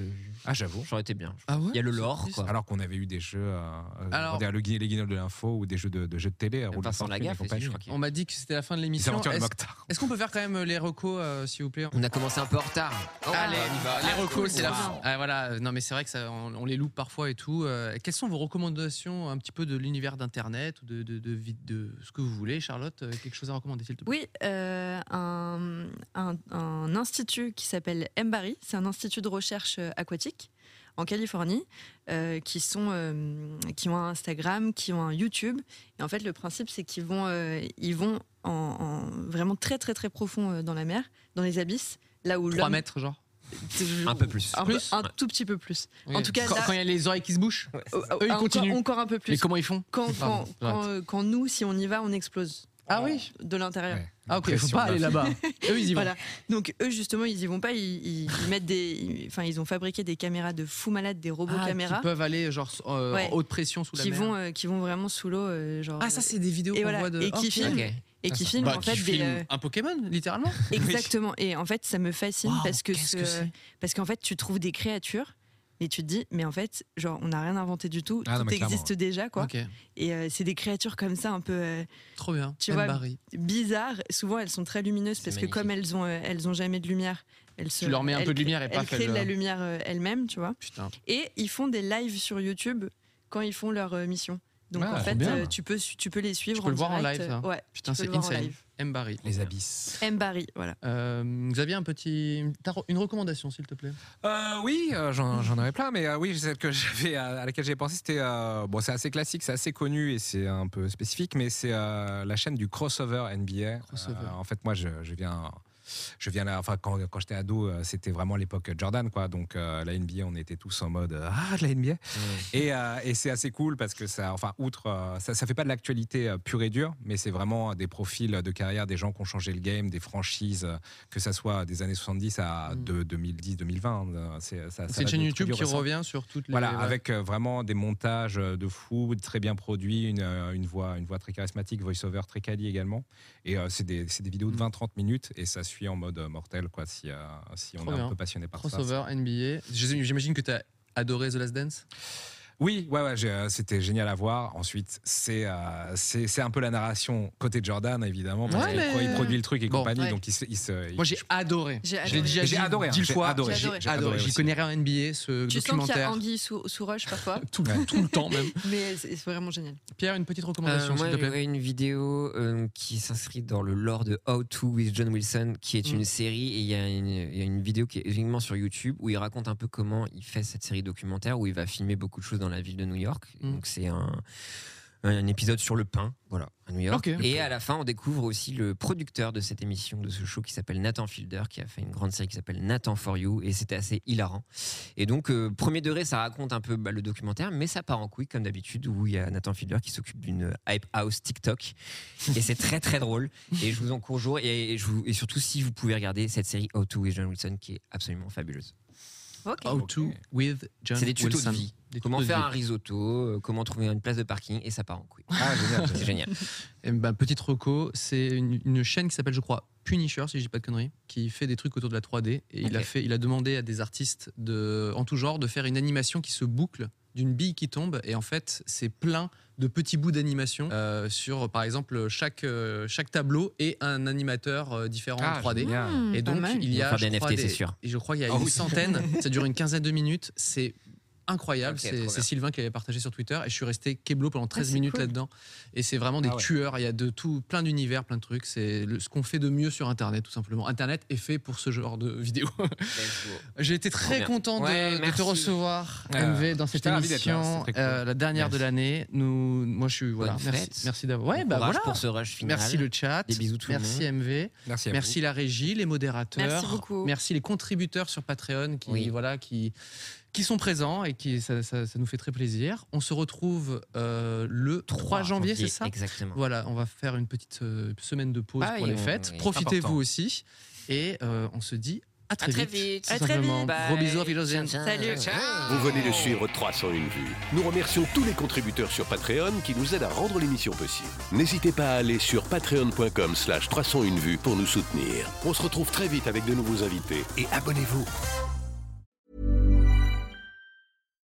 S2: Ah j'avoue.
S3: J'aurais été bien.
S1: Ah ouais
S3: Il y a le lore, quoi.
S2: Alors qu'on avait eu des jeux, euh, euh,
S1: Alors-
S2: on dirait le guin- les guignols de l'info ou des jeux de, de jeux de télé, Roule
S3: Vincent
S2: Fortune et
S3: Lagaffe aussi,
S2: compagnie.
S3: je crois qu'il-
S1: On m'a dit que c'était la fin de
S2: Les
S1: l'émission.
S2: aventures de
S1: Est-ce
S2: Mokhtar.
S1: est-ce qu'on peut faire quand même les recos, euh, s'il vous plaît
S3: On a commencé un peu en retard. Oh,
S1: Allez,
S3: on y va.
S1: les recos, c'est la
S3: Wow.
S1: fin. Ah, voilà, euh, non mais c'est vrai que ça, on, on les loupe parfois et tout. Euh, quelles sont vos recommandations un petit peu de l'univers d'Internet ou de, de, de, vi- de ce que vous voulez, Charlotte euh, Quelque chose à recommander, s'il te plaît
S4: Oui, euh, un, un- un institut qui s'appelle Mbari, c'est un institut de recherche euh, aquatique. en Californie euh, qui, sont, euh, qui ont un Instagram, qui ont un YouTube. Et en fait, le principe, c'est qu'ils vont, euh, ils vont en, en vraiment très, très, très profond euh, dans la mer, dans les abysses, là où
S1: 3
S4: l'homme-
S1: mètres, genre.
S3: Un peu plus.
S4: Un, peu-
S1: Plus
S4: un tout petit peu plus. En tout cas,
S1: quand
S4: là-
S1: quand il y a les oreilles qui se bouchent.
S4: Euh,
S1: Eux, ils
S4: encore-
S1: continuent.
S4: Encore un peu plus.
S1: Mais comment ils font
S4: quand, quand,
S1: Pardon,
S4: quand, euh, quand nous, si on y va, on explose.
S1: Ah oui.
S4: De l'intérieur.
S3: Ouais.
S1: Ah ok, faut
S3: Pression
S1: pas aller là-bas. Eux, ils y vont.
S4: Voilà. Donc eux justement ils y vont pas, ils, ils- ils mettent des, ils- enfin ils ont fabriqué des caméras de fous malades, des robots
S1: Ah,
S4: caméras
S1: Qui peuvent aller genre euh,
S4: Ouais.
S1: en haute pression sous la
S4: qui
S1: mer.
S4: vont, euh, qui vont vraiment sous l'eau, euh, genre
S1: Ah ça c'est des vidéos
S4: Et
S1: qu'on
S4: voilà,
S1: voit de
S4: et qui
S1: Ok.
S4: filment.
S3: Ok.
S4: et qui filment
S1: Bah,
S4: en fait
S1: qui
S4: des,
S1: filment
S4: euh,
S1: un Pokémon littéralement.
S4: exactement. Et en fait ça me fascine
S1: Waouh,
S4: parce que,
S1: qu'est-ce
S4: ce-
S1: que c'est
S4: parce qu'en fait tu trouves des créatures et tu te dis mais en fait genre on n'a rien inventé du tout,
S3: Ah, non,
S4: tout
S3: mais clairement,
S4: existe déjà quoi.
S1: Ok,
S4: Et euh, c'est des créatures comme ça un peu euh,
S1: trop bien.
S4: Tu
S1: Anne
S4: vois,
S1: Barry.
S4: bizarres. Souvent elles sont très lumineuses parce
S3: magnifique.
S4: que comme elles ont euh, elles ont jamais de lumière, elles se,
S1: Tu leur mets un
S4: elles
S1: peu de
S4: créent-
S1: lumière et
S4: elles
S1: paf,
S4: créent de la
S1: elles-
S4: lumière euh, elles-mêmes tu vois.
S1: Putain.
S4: et ils font des lives sur YouTube quand ils font leur euh, mission. Donc
S2: Ah,
S4: en fait,
S2: bien.
S4: euh, tu peux su- tu peux les suivre.
S1: Tu peux le voir en
S4: direct,
S1: live,
S4: euh,
S1: ça.
S4: Ouais.
S1: Putain,
S4: peux
S1: c'est
S4: le voir en
S1: insane.
S4: live.
S1: M Barry.
S3: Les abysses.
S4: M Barry, voilà.
S1: Euh, Xavier, un petit, t'as re- une recommandation s'il te plaît.
S2: Euh, oui, euh, j'en j'en avais plein, mais euh, oui, celle que j'avais à, à laquelle j'ai pensé, c'était euh, bon, c'est assez classique, c'est assez connu et c'est un peu spécifique, mais c'est euh, la chaîne du crossover NBA.
S1: Crossover.
S2: Euh, en fait, moi, je, je viens, je viens là, enfin quand, quand j'étais ado, euh, c'était vraiment l'époque Jordan, quoi. Donc euh, la NBA, on était tous en mode euh, ah de la NBA. Et, euh, et c'est assez cool parce que ça, enfin, outre, euh, ça, ça fait pas de l'actualité euh, pure et dure, mais c'est vraiment des profils de carrière, des gens qui ont changé le game, des franchises, euh, que ça soit des années 70 à
S1: Mm.
S2: de- 2010, 2020. euh, C'est ça- ça
S1: C'est une
S2: va
S1: chaîne
S2: de
S1: YouTube
S2: trucs
S1: qui
S2: récents.
S1: revient sur toutes les.
S2: Voilà,
S1: ouais.
S2: avec euh, vraiment des montages euh, de fou, très bien produits, une, euh, une voix, une voix très charismatique, voice-over très quali également. Et euh, c'est des, c'est des vidéos de
S1: Mm.
S2: 20-30 minutes et ça suit en mode euh, mortel, quoi, si, euh, si on
S1: Trop
S2: est
S1: bien.
S2: un peu passionné par ça.
S1: crossover NBA. J'ai- J'imagine que t'as adoré The Last Dance.
S2: Oui, ouais, ouais, j'ai, euh, c'était génial à voir. Ensuite, c'est, euh, c'est, c'est un peu la narration côté de Jordan, évidemment, parce
S1: Ouais,
S2: que
S1: mais-
S2: quand il produit le truc et
S1: Bon,
S2: compagnie,
S4: ouais.
S2: donc il se. il se- il-
S1: Moi j'ai adoré.
S4: J'ai
S1: Je l'ai
S4: adoré.
S1: déjà dit
S2: J'ai adoré, hein,
S1: dix
S2: j'ai
S1: fois.
S2: adoré.
S4: J'ai adoré.
S1: J'ai adoré. J'y
S2: aussi.
S1: connais rien en
S4: Tu
S1: NBA, ce
S4: sens qu'il y a
S1: documentaire.
S4: Andy sous, sous roche parfois,
S1: Tout,
S2: Ouais.
S1: tout le temps même.
S4: mais c'est c'est vraiment génial.
S1: Pierre, une petite
S3: Euh,
S1: recommandation
S3: moi,
S1: s'il te plaît.
S3: j'aurais une vidéo euh, qui s'inscrit dans le lore de How to with John Wilson, qui est
S1: Mm.
S3: une série, et il y, a une- il y a une vidéo qui est uniquement sur YouTube, où il raconte un peu comment il fait cette série documentaire, où il va filmer beaucoup de choses dans la ville de New York.
S1: Mm.
S3: Donc c'est un, un épisode sur le pain, voilà, à New York.
S1: Ok.
S3: Et à la fin, on découvre aussi le producteur de cette émission, de ce show, qui s'appelle Nathan Fielder, qui a fait une grande série qui s'appelle Nathan For You, et c'était assez hilarant. Et donc, euh, premier degré, ça raconte un peu bah, le documentaire, mais ça part en couille, comme d'habitude, où il y a Nathan Fielder qui s'occupe d'une hype house TikTok. et c'est très, très drôle. Et je vous encourage, et, et, je vous- et surtout si vous pouvez regarder cette série How to with John Wilson, qui est absolument fabuleuse.
S4: Ok.
S1: How to with John
S3: C'est des tutos
S1: Wilson.
S3: de vie.
S1: Des
S3: Comment
S1: tutos de
S3: faire
S1: vie.
S3: un risotto, euh, comment trouver une place de parking, et ça part en couille.
S2: Ah, génial,
S3: C'est
S2: génial.
S3: génial.
S1: Eh ben, petite reco, c'est une, une chaîne qui s'appelle, je crois, Punisher, si je dis pas de conneries, qui fait des trucs autour de la 3D. Et il, a
S3: Ok.
S1: fait, il a demandé à des artistes de, en tout genre de faire une animation qui se boucle d'une bille qui tombe. Et en fait, c'est plein de petits bouts d'animation euh, sur, par exemple, chaque, euh, chaque tableau et un animateur euh, différent
S2: Ah,
S1: en 3D.
S2: génial.
S4: Hmm,
S1: Et donc, il y
S3: Ils vont
S1: a.
S3: faire des
S1: je crois,
S3: NFT, c'est sûr. Ah
S1: Et je crois qu'il y a
S2: Oh
S1: une
S2: oui.
S1: centaine. ça dure une quinzaine de minutes. C'est incroyable.
S3: Ok,
S1: c'est
S3: trop
S1: c'est
S3: bien.
S1: Sylvain qui l'avait partagé sur Twitter. Et je suis resté keblo pendant 13
S4: c'est
S1: minutes
S4: cool.
S1: là-dedans. Et c'est vraiment des
S2: Ah ouais.
S1: tueurs. Il y a de tout, plein d'univers, plein de trucs. C'est le- ce qu'on fait de mieux sur Internet, tout simplement. Internet est fait pour ce genre de vidéo. J'ai été très
S3: bien. Ah,
S1: content de,
S3: Ouais,
S1: de te
S3: merci.
S1: recevoir,
S2: Euh,
S1: MV, dans cette
S2: j'étais ravi d'être là,
S1: émission.
S2: c'était très cool.
S1: euh, la dernière de
S3: Merci.
S1: l'année. Nous, moi, je suis. Voilà,
S3: Bonne
S1: merci
S3: fête.
S1: merci d'avoir. Ouais,
S3: Bon
S1: bah
S3: courage
S1: voilà.
S3: pour ce rush final.
S1: Merci le chat.
S3: Des bisous tout le
S1: Merci
S3: monde.
S1: MV.
S2: Merci à vous.
S1: Merci la régie, les modérateurs.
S4: Merci beaucoup.
S1: Merci les contributeurs sur Patreon qui,
S3: Oui.
S1: voilà, qui, qui sont présents et qui, ça, ça- ça nous fait très plaisir. On se retrouve euh, le 3 janvier, c'est ça
S3: Exactement.
S1: Voilà, on va faire une petite euh, semaine de pause
S3: Ah
S1: pour
S3: oui,
S1: les
S3: on-
S1: fêtes.
S3: oui,
S1: Profitez-vous
S2: important.
S1: aussi. Et euh, on se dit à très,
S3: très
S1: vite.
S3: vite.
S1: tout
S4: À très
S1: simplement.
S4: vite.
S1: Gros
S3: Bye.
S1: bisous, auf Wiedersehen.
S4: Salut.
S5: Vous venez de suivre 301 vues. Nous remercions tous les contributeurs sur Patreon qui nous aident à rendre l'émission possible. N'hésitez pas à aller sur patreon.com slash 301 vues pour nous soutenir. On se retrouve très vite avec de nouveaux invités et abonnez-vous.